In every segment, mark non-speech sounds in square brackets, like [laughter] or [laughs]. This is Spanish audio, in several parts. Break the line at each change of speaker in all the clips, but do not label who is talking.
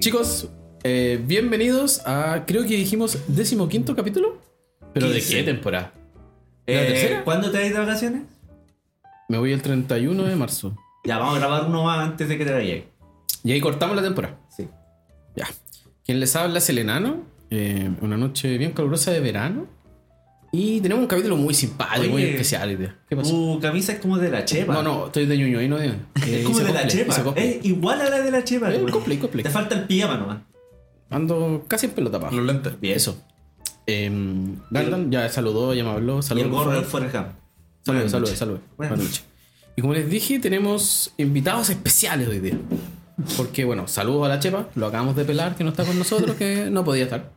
Chicos, eh, bienvenidos a, creo que dijimos, décimo quinto capítulo. ¿Pero de qué
Quince.
temporada? ¿La
Eh,
tercera?
¿Cuándo te vas de vacaciones?
Me voy el 31 de marzo.
Ya, vamos a grabar uno más antes de que te vayas.
Y ahí cortamos la temporada.
Sí.
Ya. Quien les habla es el enano. eh, una noche bien calurosa de verano. Y tenemos un capítulo muy simpático, muy
Oye. Uh,
especial. hoy día. ¿Qué pasó?
Tu camisa es como de la chepa.
no, no, estoy de ñoño ahí, no Eh, de.
[laughs] Es como de la chepa. Es igual a la de la chepa.
Eh,
güey.
cumple, cumple.
Te falta el pijama nomás.
Ando casi en pelota para.
Los lentes.
Bien.
Eso. Eh, Gandalf ya saludó, ya me habló.
Y
Saludos.
el gorro del
por favor.
Forrest Gump.
Saludos,
Buenas
saludos,
noches.
saludos.
Buenas
Buenas noches. Y como les dije, tenemos invitados especiales hoy día. Porque, bueno, saludos a la Chepa, lo acabamos de pelar, que no está con nosotros,
[laughs]
que no podía estar.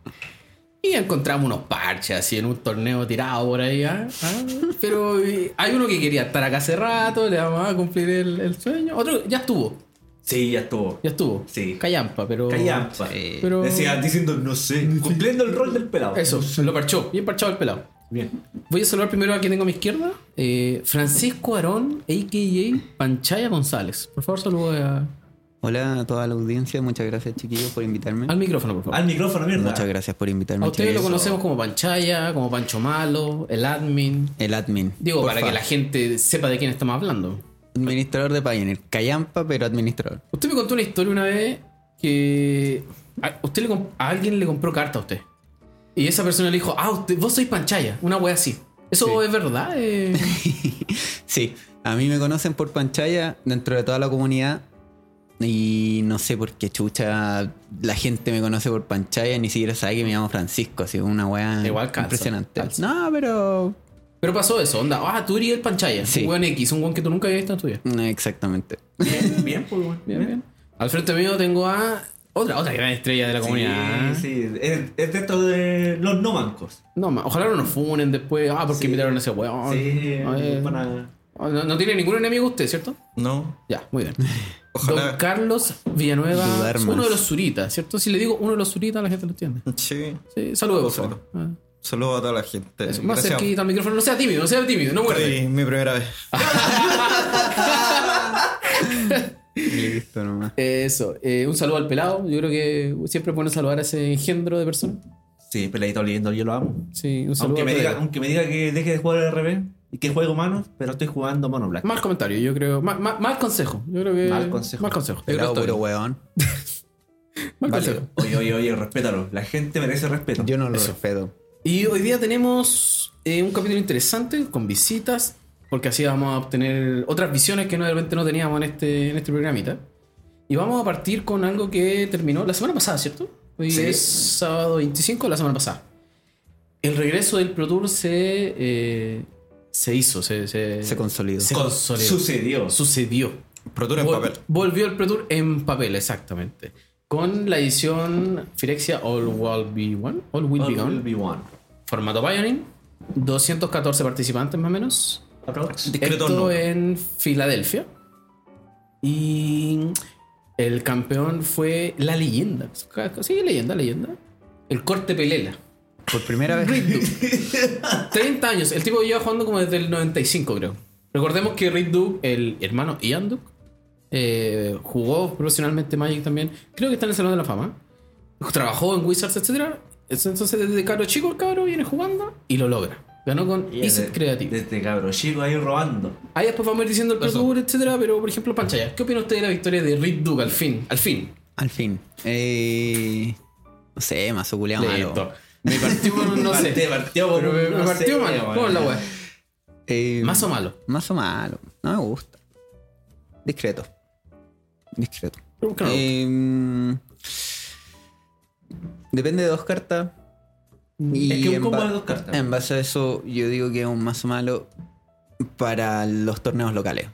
Y encontramos unos parches así en un torneo tirado por ahí. ¿ah? ¿Ah? Pero eh, hay uno que quería estar acá hace rato, le vamos a cumplir el, el sueño. Otro ya estuvo,
Sí, ya estuvo.
ya estuvo.
Sí.
Callampa, pero.
Callampa.
Sí. Pero-
Decía, diciendo, no sé, cumpliendo el rol del pelado.
Eso, lo parchó, bien parchado el pelado.
Bien.
Voy a saludar primero a quien tengo a mi izquierda, eh, Francisco Arón, a.k.a. Panchaya González. Por favor, saludos a,
Hola a toda la audiencia, muchas gracias chiquillos por invitarme.
Al micrófono, por favor.
Al micrófono, mierda.
Muchas gracias por invitarme.
a ustedes lo
chiquillos.
conocemos como Panchaya, como Pancho Malo, el admin.
El admin.
Digo,
por
para
fa.
que la gente sepa de quién estamos hablando.
Administrador de Pioneer. Callampa, pero administrador.
Usted me contó una historia una vez que a, usted le comp- a alguien le compró carta a usted. Y esa persona le dijo, ah, usted, vos sois Panchaya, una wea así. ¿Eso
Sí.
es verdad? eh?
Sí, a mí me conocen por Panchaya dentro de toda la comunidad. Y no sé por qué chucha la gente me conoce por Panchaya, ni siquiera sabe que me llamo Francisco, así una weá
Igual calza,
impresionante.
calza.
No, pero.
Pero pasó eso, onda. Ah, tú eres el Panchaya.
Sí.
Un weón X, un weón que tú nunca habías visto en tu vida.
no, mm, exactamente.
Bien, bien, pues, bueno.
Bien, bien. Al frente mío tengo a otra, otra gran estrella de la comunidad.
Sí, sí. Es, es de esto de los no mancos.
No, ma- ojalá no nos funen después. Ah, porque
Sí.
invitaron a ese weón.
Sí,
A ver.
para-
Ah, No, no tiene ningún enemigo usted, ¿cierto?
No.
Ya, muy bien.
[laughs] Ojalá.
Don Carlos Villanueva,
Dudar
uno
más.
de los zuritas, ¿cierto? Si le digo uno de los zuritas, la gente lo entiende.
Sí.
Sí, saludos, por favor. Ah,
Saludos a toda la gente.
eso, Más
Gracias.
cerquita al micrófono, no sea tímido, no sea tímido, no muerde.
Estoy mi primera vez.
Listo nomás.
Eso, eh, un saludo al pelado. Yo creo que siempre es bueno saludar a ese engendro de persona.
Sí, peladito oliendo, yo lo amo.
Sí, un saludo
Aunque
al
me, diga,
pelado.
aunque me diga que deje de jugar RB y que juego manos, pero estoy jugando mono black.
Mal comentario, yo creo. Mal, mal- mal consejo. Yo creo que.
Mal consejo.
Mal consejo. Yo creo
Pelado
que está
puro
bien.
weón.
Mal
Vale.
consejo.
Oye, oye, oye, respétalo. La gente merece respeto.
Yo no lo respeto.
Y hoy día tenemos eh, un capítulo interesante con visitas, porque así vamos a obtener otras visiones que no, de repente no teníamos en este, en este programita. Y vamos a partir con algo que terminó la semana pasada, ¿cierto? Hoy
Sí.
es sábado 25 de la semana pasada. El regreso del Pro Tour se, eh, se hizo, se, se,
Se consolidó.
Eh, se consolidó.
Sucedió.
Sucedió.
Protura en
Vol-
papel.
Volvió el Pro Tour en papel, exactamente. Con la edición Firexia All Will Be One. All Will Be
All
One
will be one.
formato Pioneer, 214 participantes más o menos.
Aprox.
Discreto
Esto
no.
en Filadelfia. Y el campeón fue la leyenda. Sí, leyenda, leyenda. El corte Pelela.
Por primera vez.
30 años. El tipo lleva jugando como desde el 95, creo. Recordemos que Rick Duke, el hermano Ian Duke, eh, jugó profesionalmente Magic también. Creo que está en el Salón de la Fama. Trabajó en Wizards, etc. Entonces, desde caro chico, el cabro viene jugando y lo logra. Ganó con
Y desde-
Isit Creative.
Desde cabro chico ahí robando.
Ahí después vamos a ir diciendo el Pro
Eso.
Tour, etcétera, pero por ejemplo, Panchaya, ¿qué opina usted de la victoria de Rick Duke al fin? Al fin.
Al fin. Eh, no sé, más culiado malo.
Lento. Me partió
[laughs]
con un no sé.
Partió- partió con
Pero me,
un
me
no
partió
sé,
malo.
weón.
¿Cómo es la wea?
Eh,
Más o malo.
más o malo. No me gusta. Discreto. Discreto.
Pero ¿por qué no lo
Eh, Em, depende de dos cartas. Y
Es que un
en
combo
ba-
de dos cartas.
En base a eso, yo digo que es un mazo malo para los torneos locales.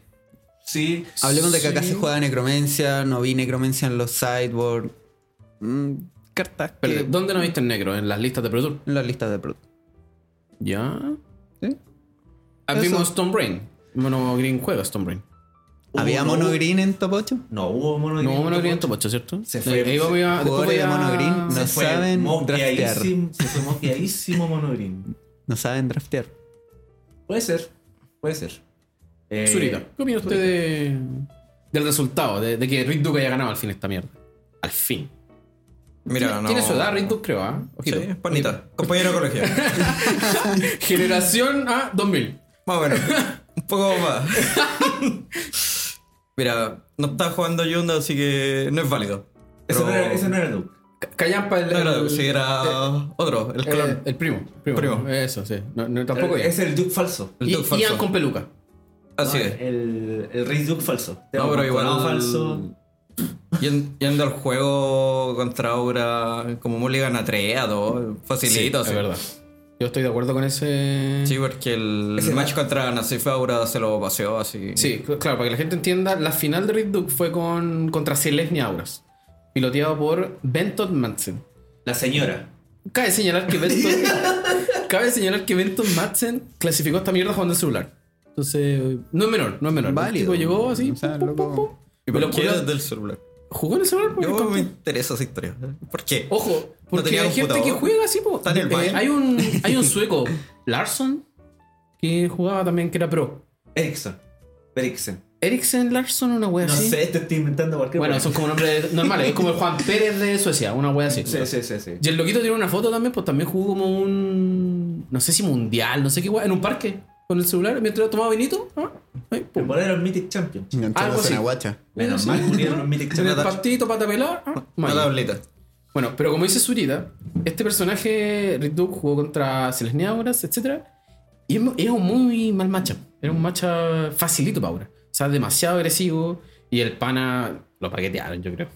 Sí.
Hablemos de que acá
sí.
se juega necromancia, no vi necromancia en los sideboard. Mm, cartas que-
eh,
Pero, ¿Dónde no viste el negro? ¿En las listas de Pro Tour?
en las listas de Pro.
Ya.
¿Sí?
Ah,
Eso.
Vimos Stone Brain. Mono Green juega Stone Brain.
Hubo-
¿Había
no
mono
hubo-
green en top 8?
No hubo mono
No, Mono Green en top 8, ¿cierto?
Se fue-
Eh, ahí vamos a- después
Jugadores
voy
de
a-
Mono Green, no
Se fue
saben draftear.
moqueadísimo- Se fue moqueadísimo mono green.
No saben draftear.
Puede ser. Puede ser. Eh,
Zurita, ¿qué opina usted de- del resultado? De, de que Rick Duke haya ganado al fin esta mierda. Al fin.
Mira, no.
Tiene su edad, Ritus, creo, ¿ah?
Sí, pues.
Ojito.
panita. Compañero de colegio.
Generación ¿ah? a 2000.
Más o menos. Un poco más. Mira, no está jugando Yunda, así que no es válido.
Ese,
Pero-
no era, ese no era Duke.
Ca- Callampa el,
No era
el-
Duke, sí, era ah, otro, el
eh,
clon.
el primo, primo.
Primo. Eh,
Eso, sí. No, no, tampoco
Es el Duke falso.
el Ah,
Y- Ah,
Duke falso.
Ian con peluca.
así
No,
es.
El, el Rey Duke falso.
No, pero igual.
Coronado falso.
Yen- Yendo al juego contra Aura, como Mulligan a 3, a 2, facilito.
es
así.
verdad. Yo estoy de acuerdo con ese.
Sí, porque el
Ese
match contra Nasif Aura se lo paseó así.
Sí, cl- claro, para que la gente entienda, la final de Red Duke fue con, contra Selesnia Auras, piloteado por Benton Madsen.
La señora.
Cabe señalar que
[laughs]
Benton, cabe señalar que Benton Madsen clasificó esta mierda jugando en celular. Entonces, no es menor, no es menor.
Válido.
El tipo llegó así,
O sea,
pum, pum, pum,
loco.
pum.
¿Y por
Pero
qué
jugó-
desde el celular?
jugó en el celular porque
Yo me interesa esa historia. ¿Por qué?
Ojo, porque
tenía
hay gente que
computador.
juega así, po.
Está en el
Eh,
baño.
hay, un, hay
[laughs]
un sueco, Larson, que jugaba también, que era pro.
Erickson. Erickson.
Eriksen Larson, una wea
No
así.
sé, te estoy inventando cualquier
Bueno,
cosa.
son como nombres normales, es como el Juan Pérez de Suecia, una wea así.
Sí, sí, sí, sí.
Y el loquito tiene una foto también, pues también jugó como un. No sé si mundial, no sé qué wea, en un parque, con el celular, mientras tomaba vinito. ¿ah? Ahí,
El
pum.
poder era un Mythic Champion.
Algo
Enganchados en
así.
la guacha.
Menos
Sí.
mal murieron los
[laughs]
Mythic
En el
Champions.
pastito, pata pelada. ah,
Una
mayo.
tablita.
Bueno, pero como dice Zurita, este personaje, Red Duke, jugó contra Celesniauras, etc. Y es mu- es un muy mal matchup. Era un matchup facilito para Aura. O sea, demasiado agresivo. Y el pana lo paquetearon, yo creo.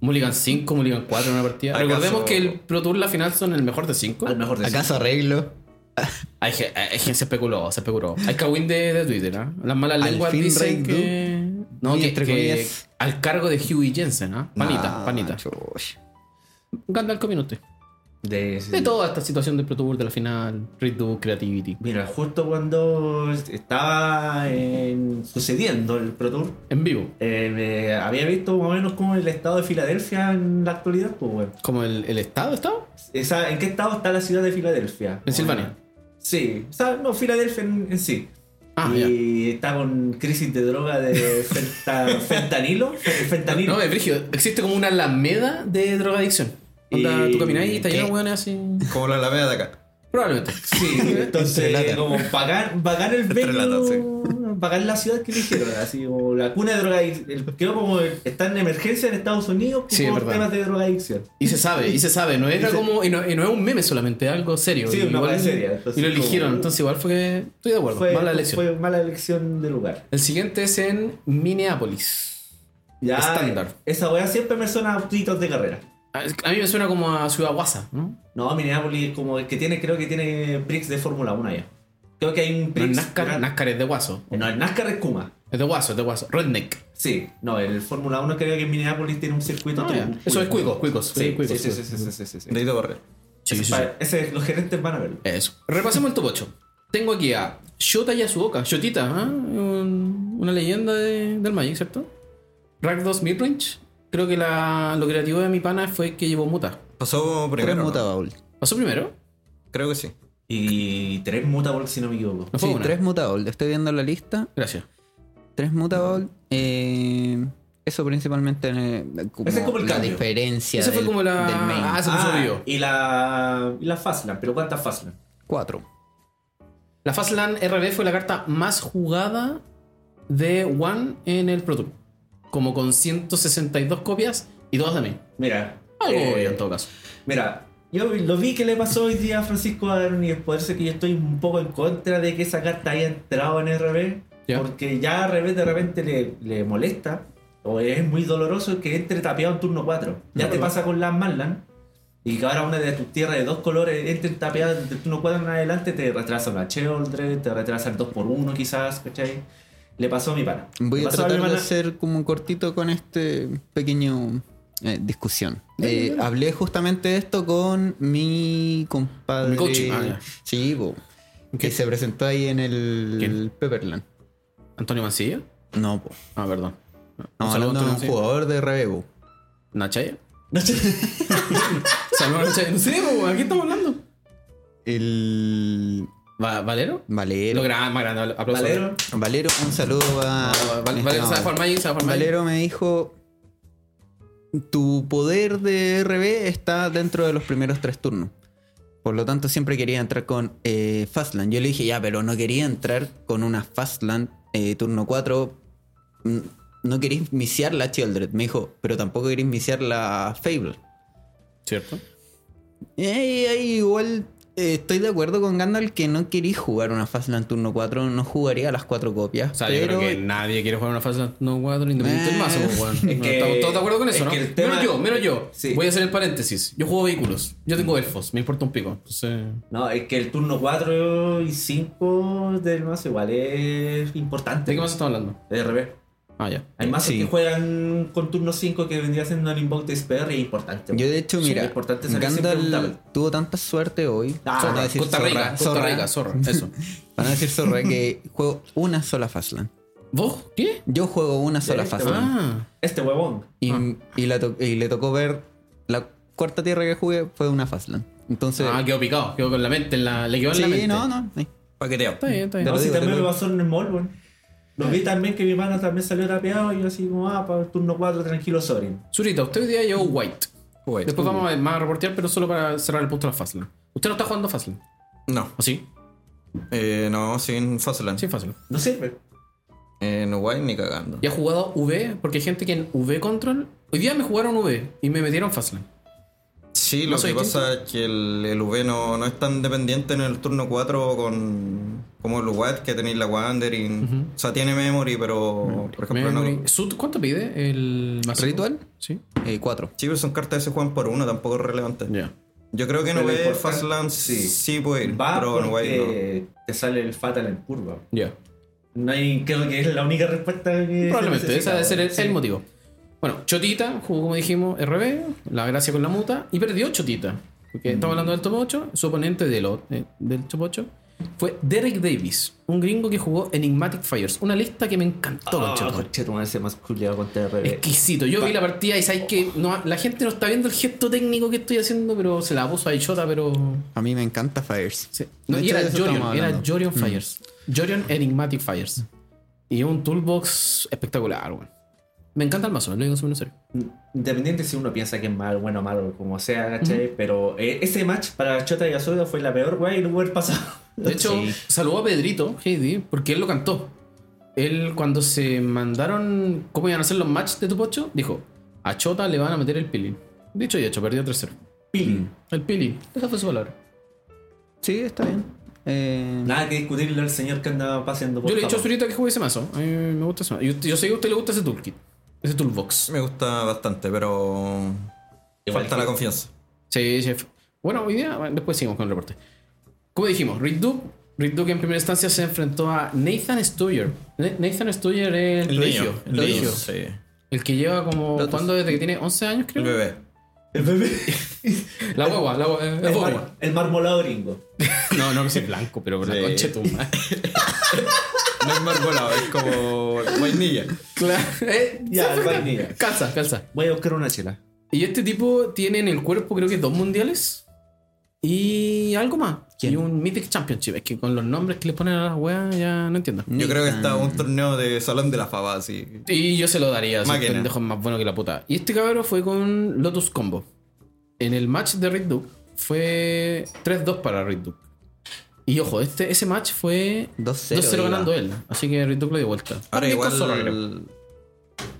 Mulligan 5, Mulligan 4 en una partida.
¿Acaso-
Recordemos que el Pro Tour, la final, son el mejor de 5.
Al mejor de
¿Acaso arreglo?
Hay, ge- hay gente se especuló, se especuló. Hay cagüín de, de Twitter, ¿ah? Las malas
Al
lenguas
fin
dicen
Red
que... No,
Y
que,
entre
que-
comillas-
al cargo de Huey Jensen, ¿ah? Panita,
Nah,
panita.
chuy.
Gandalf, ¿qué usted?
De,
De toda esta situación del Pro Tour, de la final, Redo Creativity.
Mira, justo cuando estaba en- sucediendo el Pro Tour,
En vivo.
eh, me había visto más o menos como el estado de Filadelfia en la actualidad. Pues, weón.
Como el, el Estado, ¿estado?
Esa- ¿En qué estado está la ciudad de Filadelfia?
Pensilvania.
Sí, o sea, no, Filadelfia en, en sí.
Ah, ya.
y está con crisis de droga de
[laughs]
fenta- fentanilo. fe- Fentanilo.
No, es brígido. Existe como una alameda de drogadicción. Onda,
Y-
tú caminas ahí y está lleno de
¿qué?
hueones así.
Como la alameda de acá.
Probablemente.
Sí, entonces
Entrelata.
como pagar, pagar el
Entrelata,
venue, pagar la ciudad que eligieron, así como la cuna de drogadicción, creo como está en emergencia en Estados Unidos
Sí,
por
es verdad.
temas de drogadicción.
Y se sabe, y se sabe. No era
Y se-
como. Y no, y no es un meme solamente, es algo serio.
Sí,
Y
una
igual-
weá seria, entonces
y lo
como-
eligieron. Entonces, igual fue que. Estoy de acuerdo.
fue,
mala elección.
fue mala elección de lugar.
El siguiente es en Minneapolis.
Ya,
Estándar.
Esa weá siempre me suena a tuitos de carrera.
A, Ah, a mí me suena como a Ciudad Guasa, ¿no?
No, Minneapolis como el que tiene, creo que tiene Prix de Fórmula 1 allá. Creo que hay un
No
Prix.
es NASCAR, NASCAR es de Guaso.
no, el NASCAR es Kuma.
Es de Guaso, es de Guaso. Redneck.
Sí, no, el Fórmula 1 creo que en Minneapolis tiene un circuito.
Ah,
todo
ya.
un
Eso es cuicos, cuicos.
Sí,
cuicos,
sí, sí, sí,
cuicos.
sí, sí, sí, sí, sí.
De ahí te borré.
Sí,
Ese
sí, sí.
pa- ese- los gerentes van a verlo.
Eso. Repasemos el top 8. Tengo aquí a Shota Yasuoka. Shotita, ¿ah? Un- una leyenda de- del Magic, ¿cierto? Rack 2 Midrange. Creo que la, lo creativo de mi pana fue que llevó muta.
Pasó
Tres
primero.
muta
¿no?
baúl.
¿Pasó primero?
Creo que sí.
Y tres mutables, si no me equivoco.
No fue
Sí,
una.
tres muta baúl. Estoy viendo la lista.
Gracias.
Tres mutabaúl. Eh, eso principalmente. eh, como
Ese es como el
la
cambio.
diferencia.
Esa fue
del-
como la.
Del main.
Ah, se puso vivo.
y la, y la Fastlane, pero ¿cuántas Fastlane?
Cuatro.
La Fastland RB fue la carta más jugada de One en el Pro Tour. Como con 162 copias y dos de mí.
Mira,
Algo
eh,
obvio en todo caso.
mira, yo lo vi que le pasó hoy día a Francisco Aaron y es por eso que yo estoy un poco en contra de que esa carta haya entrado en RB,
Ya.
porque ya RB de repente le, le molesta o es muy doloroso que entre tapeado en turno 4. Ya te pasa con las Marlan. Y que ahora una de tus tierras de dos colores entre tapeada de turno 4 en adelante, te retrasa una Cheoldred, te retrasa el 2x1 quizás, ¿cachai? Le pasó a mi pana.
Voy
Le
a
pasó mi
tratar de
pana. [laughs]
hacer como un cortito con este pequeño eh, discusión. Eh, Hablé justamente de esto con mi compadre.
Mi coach, ah, ya.
Sí, po, que se presentó ahí en el
¿Quién?
Pepperland.
¿Antonio Mancilla?
No, po.
Ah, perdón. saludo
No,
a
hablando de
Antonio
un
Mancilla.
jugador de Rebo.
¿Nachaya? Saludos a Nachaya. No sé, po, ¿a qué estamos hablando?
El
¿Va- ¿Valero? Lo
Valero.
gran, más grande, aplauso.
Valero,
Valero, un saludo a.
Ah, Val- Valero
No,
sabe jugar Magic, sabe jugar Magic.
Valero me dijo. tu poder de RB está dentro de los primeros tres turnos. Por lo tanto, siempre quería entrar con eh, Fastland. Yo le dije, ya, pero no quería entrar con una Fastland eh, turno 4. Mm, No quería iniciar la Childred. Me dijo, pero tampoco quería iniciar la Fable.
¿Cierto?
Y ahí- ahí igual eh, estoy de acuerdo con Gandalf que no quería jugar una Fastland turno 4. No jugaría las cuatro copias.
O sea, yo
pero
creo que nadie quiere jugar una fase no 4 independiente del mazo,
Eh,
pues, weón.
es
No,
que-
Estamos todos de acuerdo con
es
eso, ¿no?
que el tema-
Menos yo, menos yo.
Sí.
Voy a hacer el paréntesis. Yo juego vehículos. Yo tengo elfos. Me importa un pico. Entonces.
No, es que el turno 4 y 5 del mazo igual es
¿De
importante.
qué mazo estamos hablando?
De revés.
Ah, ya.
Hay mazos
Sí.
que juegan con turno 5 que vendría siendo el Invoked SPR y es importante.
Yo de hecho,
Sí,
mira,
es importante salir siempre un
Gandalf
tablet.
tuvo tanta suerte hoy.
Ah,
van a
zorra,
decir
Costa Rica,
zorra,
Costa Rica,
zorra,
zorra. Eso.
van a decir zorra que juego una sola Fastland.
¿Vos? ¿Qué?
Yo juego una sola
este
Fastland.
Ah.
Este huevón.
Y, y la to- y le tocó ver la cuarta tierra que jugué fue una Fastland. Entonces,
Ah, quedó picado. Quedó con la mente. en la- Le quedó en la
sí,
mente.
no, no. sí.
Paqueteado.
Está bien, está bien.
No,
lo
si
digo, te
también
lo
lo pasó en el mall, weón. Lo
Eh.
vi también que mi mano también salió tapeado y yo así como, ah, para el turno 4, tranquilo, Sorin.
Zurita, usted hoy día llevó White.
Güey.
Después vamos a, más a reportear, pero solo para cerrar el punto de la Fastlane. Usted no está jugando Fastlane.
No,
¿O sí?
eh, no, sin Fastland.
Sí, Fastlane.
No sirve.
En Uruguay ni cagando.
Y ha jugado V, porque hay gente que en V control. Hoy día me jugaron V y me metieron Fastlane.
Sí,
¿No
lo
soy
que pasa es que el, el UV no, no es tan dependiente en el turno 4 con, como el UAT que tenéis la Wandering. O sea, tiene memory, pero por ejemplo
Memory.
no.
Sud, ¿Cuánto pide el mazo?
¿Ritual?
Sí.
Eh, cuatro.
Sí, pero son cartas que se juegan por uno, tampoco es relevante.
Ya.
Yo creo que en
Pero
UV
importante-
Fastland sí.
sí.
sí puede ir,
Va
pero en Uruguay
porque te sale el fatal en curva.
Ya.
No hay, creo que es la única respuesta que.
Probablemente, ese debe
es
ser el, el motivo. Bueno, Chotita jugó, como dijimos, RB, la gracia con la muta, y perdió Chotita. Porque estamos hablando del top 8, su oponente del, o- eh, del top 8 fue Derek Davis, un gringo que jugó Enigmatic Fires, una lista que me encantó,
Todo
conchetumare.
el Oh, ese más culiado con
Eh,
TRB.
Exquisito. Yo vi la partida y sabéis que no, la gente no está viendo el gesto técnico que estoy haciendo, pero se la puso a Ichota, pero.
A mí me encanta Fires.
Sí. No,
De
y
hecho, de
era
eso
Jorion,
estamos
era
hablando. Mm.
Jorion Fires. Jorion Enigmatic Fires. Y un toolbox espectacular, weón. Me encanta el mazo, lo digo súper en serio.
Independiente si uno piensa que es mal, bueno o malo, como sea, ¿cachai? Pero eh, ese match para Chota y Azuda fue la peor, güey, y no hubo el pasado.
De
[laughs]
hecho,
Sí.
saludó a Pedrito, Heidi, porque él lo cantó. Él, cuando se mandaron cómo iban a hacer los matches de tu pocho, dijo: A Chota le van a meter el pilín. Dicho y hecho, perdió 3-0.
Pili.
El pilín. Esa fue su palabra.
Sí, está bien. Eh,
Nada que discutirle al señor que andaba paseando por
Yo le he dicho a
Japón.
Zurita que juegue ese mazo. A mí me gusta ese mazo. Yo, yo sé que a usted le gusta ese toolkit. Ese toolbox.
me gusta bastante, pero
Igual
falta
que-
la confianza.
Sí, chef. Bueno, hoy día, bueno, después seguimos con el reporte. Como dijimos, Rick Duke, Rick Duke en primera instancia se enfrentó a Nathan Stuyer. Na- Nathan Stuyer es el, prodigio,
niño,
el prodigio.
niño, sí.
El que lleva como.
Datos.
¿Cuándo? Desde que tiene 11 años,
El
creo.
bebé.
[laughs]
El bebé.
La guagua, la guagua. eh, la
El,
guagua.
mar- el marmolado gringo.
No, no, que soy blanco, pero por la
Sí.
concha de tu madre.
No es marbolado, es como vainilla.
[laughs] Claro. eh,
Ya, el vainilla.
Calza, calza.
Voy a buscar una chela.
Y este tipo tiene en el cuerpo creo que dos mundiales y algo más.
¿Quién?
Y un Mythic Championship. Es que con los nombres que le ponen a las weas ya no entiendo.
Yo creo que está un torneo de salón de la fama, así.
Y yo se lo daría, si el
Máquina.
pendejo es más bueno que la puta. Y este cabrón fue con Lotus Combo. En el match de Rick Duke fue 3-2 para Rick Duke. Y ojo, este, ese match fue
2-0
2-0
iba.
ganando él. Así que Rick Duke lo dio vuelta.
Ahora
También
igual
con Zorro, creo.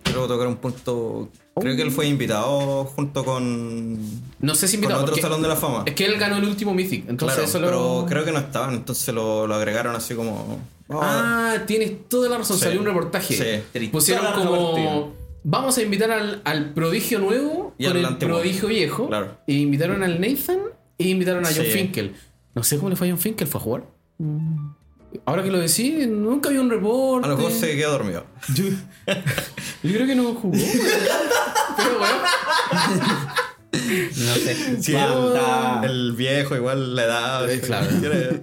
quiero tocar un punto. Creo que él fue invitado junto con,
No sé si
con
invitado.
otro
porque-
salón de la fama.
Es que él ganó el último Mythic. Entonces
claro,
eso lo...
pero creo que no estaban, entonces lo, lo agregaron así como. ah,
Ah, tienes toda la razón.
Sí.
Salió un reportaje.
Sí.
Pusieron
Toda la
como.
razón,
Vamos a invitar al, al prodigio nuevo
Y
con
al
el
antiguo.
prodigio viejo.
Claro.
Y invitaron al Nathan y invitaron a John
Sí.
Finkel. No sé cómo le fue a John Finkel, fue a jugar. Ahora que lo decís, nunca había un reporte.
a lo mejor se quedó dormido.
Yo, [laughs] yo creo que no jugó. Pero bueno,
No sé.
[laughs]
Sí,
Ah.
Banda.
El viejo, igual
[laughs]
la edad.
Eh, claro.
Tiene-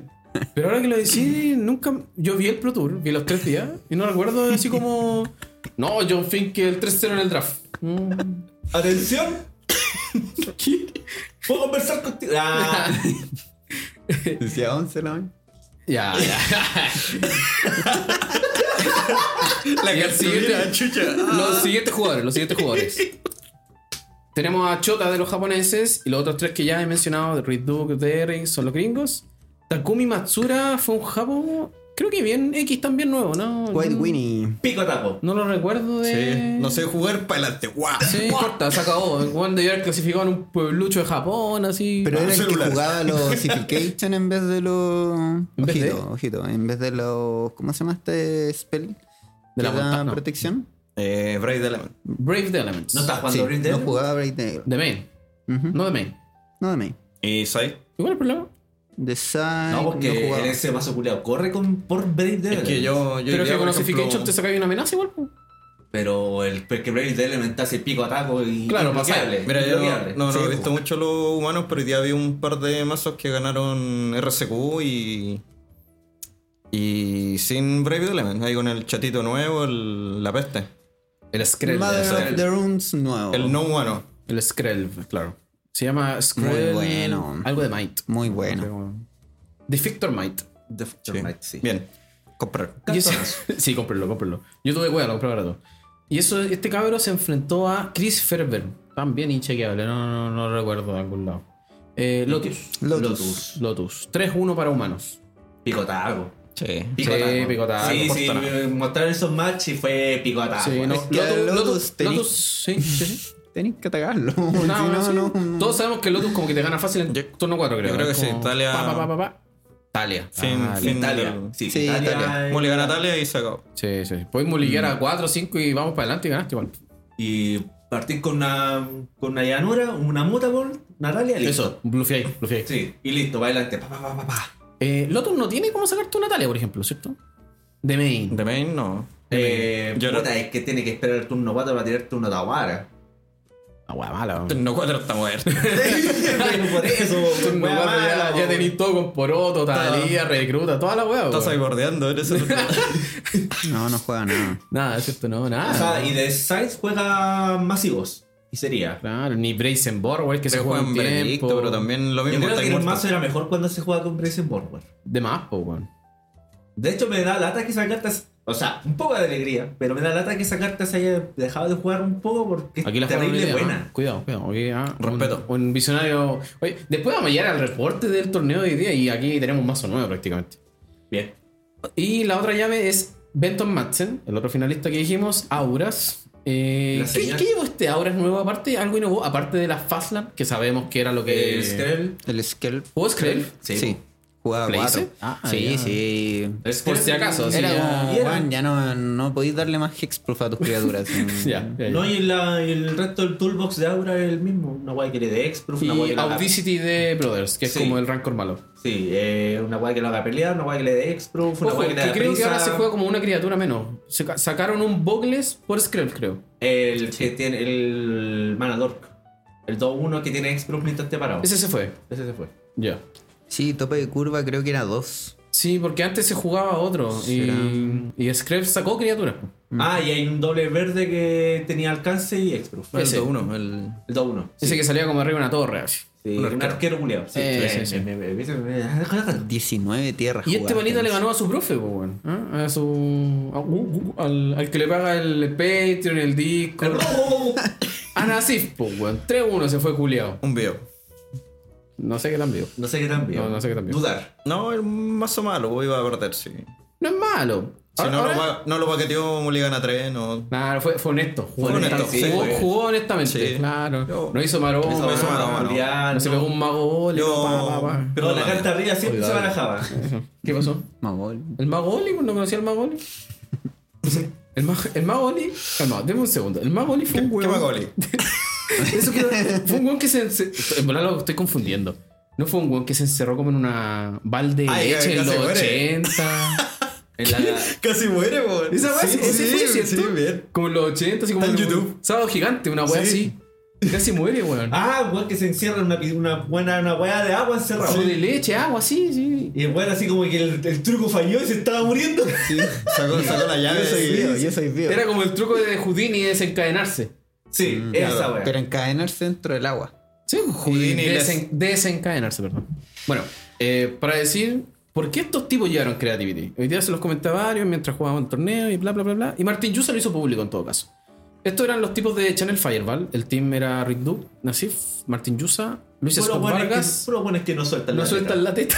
Pero ahora que lo decís, nunca. Yo vi el Pro Tour, vi los tres días, y no recuerdo así como. No, John Finkel 3-0 en el draft. Mm.
Atención. Puedo conversar contigo. Ah,
Decía 11 la mañana.
[laughs] Ya, ya.
La
Y el
cartulina,
siguiente-
chucha. Ah.
Los siguientes jugadores, los siguientes jugadores. Tenemos a Chota de los japoneses y los otros tres que ya he mencionado, de Reed Duke, Derry, son los gringos. Takumi Matsura fue un japo, creo que bien X también nuevo, ¿no?
White
no,
Winnie.
Pico taco.
No lo recuerdo de...
Sí. No sé jugar para adelante. ¡Guau!
Sí,
¡Guau!
corta, se acabó. El Juan debió haber clasificado en un pueblucho de Japón, así.
Pero era el
celular.
que jugaba los Cification en vez de los.
vez de?
Ojito, ojito. En vez de los. ¿Cómo se llama este spell?
De
De
la
la,
montaña.
protección.
Eh, Brave Element.
Brave the Elements.
No está
Sí,
jugando Green Dead.
no jugaba Break Day.
De main,
Ujú.
no de main.
No de mí.
¿Y Sai?
Igual el problema.
De Sai.
No, porque
jugaba.
el ese mazo culiao corre con, por Brave the
Es
Element.
que yo. yo
Pero
diría,
que
por
con Ossification
ejemplo,
te sacáis una amenaza igual. po.
Pero el pero es que Brave the Element hace pico ataco y.
Claro,
bloqueable.
Mira, yo
bloqueable.
no, no
Sí, pues.
he visto mucho los humanos, pero hoy día vi un par de mazos que ganaron RCQ y. Y sin Brave Element, ahí con el chatito nuevo, el, la peste.
El Skrelv.
Mother
eso.
of the Runes nuevo.
Oh.
El no humano.
El Skrelv, claro. Se llama Skrelv.
bueno.
Algo de Might.
Muy bueno.
Pero- De Fictor Might.
The Future Might, sí.
Bien, comprar.
Y ese- [laughs] sí, cómprenlo, cómprenlo. Yo tuve cueva, lo compré barato. Y eso, este cabro se enfrentó a Chris Ferber. También inchequeable, no, no, no recuerdo de algún lado. Eh, Lotus.
Lotus.
Lotus. 3-1 para humanos.
Pico taco.
Sí.
Pico
Sí,
taco.
pico taco,
Sí, sí,
corta
eh, mostrar esos matches fue pico taco.
Sí, no.
es que
Lotus,
Lotus
Lotus,
tenés-
Lotus, sí, sí, [laughs] sí.
Tenéis que atacarlo.
No,
si no,
sí.
no.
Todos sabemos que Lotus como que te gana fácil en
Yo-
turno 4, creo.
yo creo
Es
que sí,
como
Talia-
Pa, pa, pa, pa, pa. Talia.
Fin,
Ah,
fin
Italia.
del-
Sí,
Sí,
Italia.
Italia.
eh,
Mole gana Talia y se acabó.
Sí, sí. Puedes muliguear a 4, 5 y vamos para adelante y ganaste igual.
Y partir con una, con una llanura, una mutable, Natalia, listo.
Eso, blufeáis, blufeáis.
Sí, y listo, bailante. Pa, pa, pa, pa, pa.
Eh, Lotus no tiene cómo sacarte una Talia, por ejemplo, ¿cierto? De main.
De main no.
Eh,
Yo no-
puta, es que tiene que esperar el turno 4 para tirarte una tawara.
Ah, wea mala. weón.
No 4 está muerto.
[laughs] por eso,
Turno
wea
cuatro,
mala,
ya, ya
po.
tenéis todo con poroto, talía, recruta, toda la wea. weón.
Estás ahí bordeando, eres
[laughs]
el-
No, no juega nada.
Nada, ¿cierto? No, nada.
O sea, y de Sides juega masivos. Y sería.
Claro, ni Brazen Borwell que se
Se
juega
juegan
un tiempo.
veredicto, pero también lo
Yo
mismo.
creo
está
que el
muerto.
mazo era mejor cuando se jugaba con Brazen Borwell.
De más, po, weón.
De hecho, me da lata que esa carta. se- O sea, un poco de alegría, pero me da lata que esa carta se haya dejado de jugar un poco porque
Aquí la
es terrible
jugabilidad,
buena.
¿no? Cuidado, cuidado. Oye, ah,
Respeto.
Un, un visionario. Oye, después vamos a llegar al reporte del torneo de hoy día y aquí tenemos un mazo nuevo prácticamente.
Bien.
Y la otra llave es Benton Madsen, el otro finalista que dijimos, Auras. Eh,
La
¿qué,
señal.
qué llevó este Auras nuevo aparte? ¿Algo innovó? Aparte de la Fastland, que sabemos que era lo que.
El Skrell.
El Skelp.
¿Puedo Skrell?
Sí. Jugaba
¿Blaze?
cuatro.
Ah,
sí,
ya.
sí.
Es
Por
que-
si acaso. así
Era
ya-
como,
Y era-
"Juan, ya no, no podéis darle más hexproof a tus criaturas. Mm,
Ya, ya, ya.
No, y, la- y el resto del toolbox de Aura es el mismo. Una guay que le dé exproof, una guay
Y
que lo haga-
Audacity de Brothers, que es
Sí.
como el Rancor malo.
Sí, eh, una guay que lo haga pelear, una guay que le dé exproof, una
Ojo,
guay que le
que
dé
creo que ahora
prisa.
se juega como una criatura menos. Saca- Sacaron un Bogles por Skrell, creo.
El que tiene el Manadork. El 2-1 que tiene exproof mientras esté parado.
Ese se fue.
Ese se fue.
Ya.
sí, tope de curva creo que era dos.
Sí, porque antes se jugaba otro.
¿Será?
Y, y Skrell sacó criaturas.
Ah, y hay un doble verde que tenía alcance y exproof.
Fue el
Ese.
2-1, el.
El 2-1.
Ese que salía como arriba de una torre. así.
Sí,
Un
un
arquero.
arquero, culiao. Sí,
Eh, sí,
bien,
sí.
bien, bien, bien, bien, bien.
19 tierras.
Y este
jugadas,
palito le
no sé.
ganó a su profe, pues, bueno. ¿Ah? A su. a- uh, uh, al, al que le paga el Patreon, el Discord. a Nasif, pues, bueno. 3-1 se fue culiado.
Un video.
No sé qué tan vivo.
No sé qué tan bien.
No, no sé qué tan bien.
Dudar.
No, el mazo malo, iba a perder, sí.
No es malo.
Si
Ahora-
no,
ahora-
lo, pa- no lo paqueteó Mulligan a 3, no.
Claro, fue, fue honesto. Jugó,
Fue honesto,
honestamente.
sí,
jugó,
fue.
jugó honestamente,
Sí.
claro.
Yo-
no hizo maroma,
hizo
no,
maroma, no, no.
Mariano.
se pegó un mago bólico.
Yo-
pa, pa, pa.
No, la
Perdóname.
carta arriba siempre se
Cuidado.
barajaba.
¿Qué pasó?
Magol.
¿El mago Oli? ¿No conocía el mago Oli? El, ma el mago Oli. Calma, deme un segundo. El mago Oli fue un
¿Qué
hueón.
Magoli?
Eso quiero- Fue un hueón que se. se- En verdad lo estoy confundiendo. No fue un hueón que se encerró como en una balde de
Ay,
leche
ya
en los
se muere.
80.
En
[laughs]
la,
Casi muere, weón.
Esa weá,
sí,
ese
sí,
fue, ¿cierto?
sí, bien.
Como en los 80, así como.
Está en
un-
YouTube.
Sábado gigante, una wea
Sí.
así. Casi muere, weón.
Ah, weón, que se encierra en una, pi- una buena una weá de agua encerrada.
O de leche, agua, sí, sí.
Y el weón así como que el, el truco falló y se estaba muriendo.
Sacó, sacó la llave.
Yo soy
sí.
vivo, yo soy vivo.
Era como el truco de Houdini de desencadenarse.
Sí,
Mm,
esa weá.
Pero encadenarse dentro del agua.
Sí, pues,
Houdini
y
les-
desen- desencadenarse, perdón. Bueno, eh, para decir, ¿por qué estos tipos llevaron Creativity? Hoy día se los comentaba varios mientras jugábamos el torneo y bla, bla, bla, bla. Y Martín Yusa lo hizo público en todo caso. Estos eran los tipos de Channel Fireball. El team era Rick Du, Nasif, Martin Yusa, Luis
Puro
Scott
bueno es
Vargas.
que, puro bueno es que no sueltan
No
la
sueltan la
[laughs]
teta.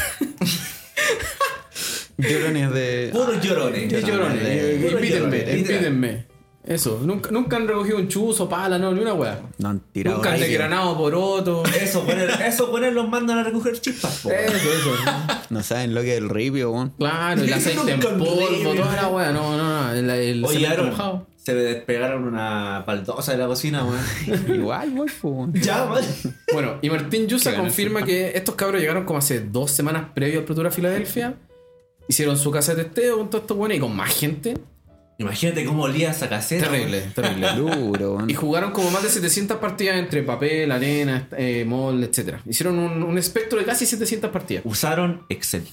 Llorones
[laughs]
de.
Puros llorones.
Qué llorones.
Puros llorones,
Invítenme,
literal.
invítenme. Eso. Nunca, nunca han recogido un chuzo, pala, no, ni una wea.
No han tirado.
Nunca han
nadie.
desgranado por
[laughs]
otro.
Esos buenos esos buenos los mandan a recoger chispas, po.
Eso, eso.
No saben lo que es el ripio, weón.
Claro, el aceite en
Nunca en
polvo,
review.
toda la wea. No, no, no. El, el
Oye,
cemento
Aaron,
mojado.
se me despegaron una baldosa de la cocina,
[laughs]
weón.
Igual, güey, po, weón.
ya, weón.
Bueno, y Martín Yusa confirma que estos cabros llegaron como hace dos semanas previo al Apertura Filadelfia. Hicieron su casa de testeo con todos estos buenos y con más gente.
Imagínate cómo olía esa caseta.
Terrible, terrible.
Duro, weón.
Y jugaron como más de 700 partidas entre papel, arena, eh, mall, etc. Hicieron un, un espectro de casi 700 partidas.
weón. Usaron Excel.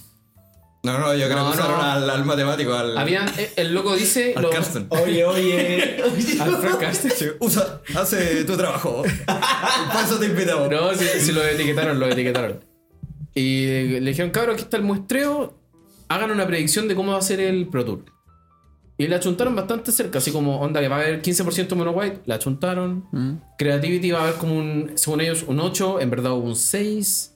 No, no, yo creo
No,
que usaron
no.
al, al matemático, al,
Habían, eh, el loco dice...
al
lo-
Carsten.
Oye, [laughs] oye.
[laughs] Al Frank Carsten.
Sí, usa, hace
[laughs]
tu trabajo. Por eso te invitamos.
No, si, lo etiquetaron, lo etiquetaron. Y eh, le dijeron, cabrón, aquí está el muestreo. Hagan una predicción de cómo va a ser el Pro Tour. Y le achuntaron bastante cerca, así como, onda, que va a haber 15% menos white. La achuntaron.
Mm.
Creativity va a haber como un, según ellos, un 8, en verdad hubo un 6.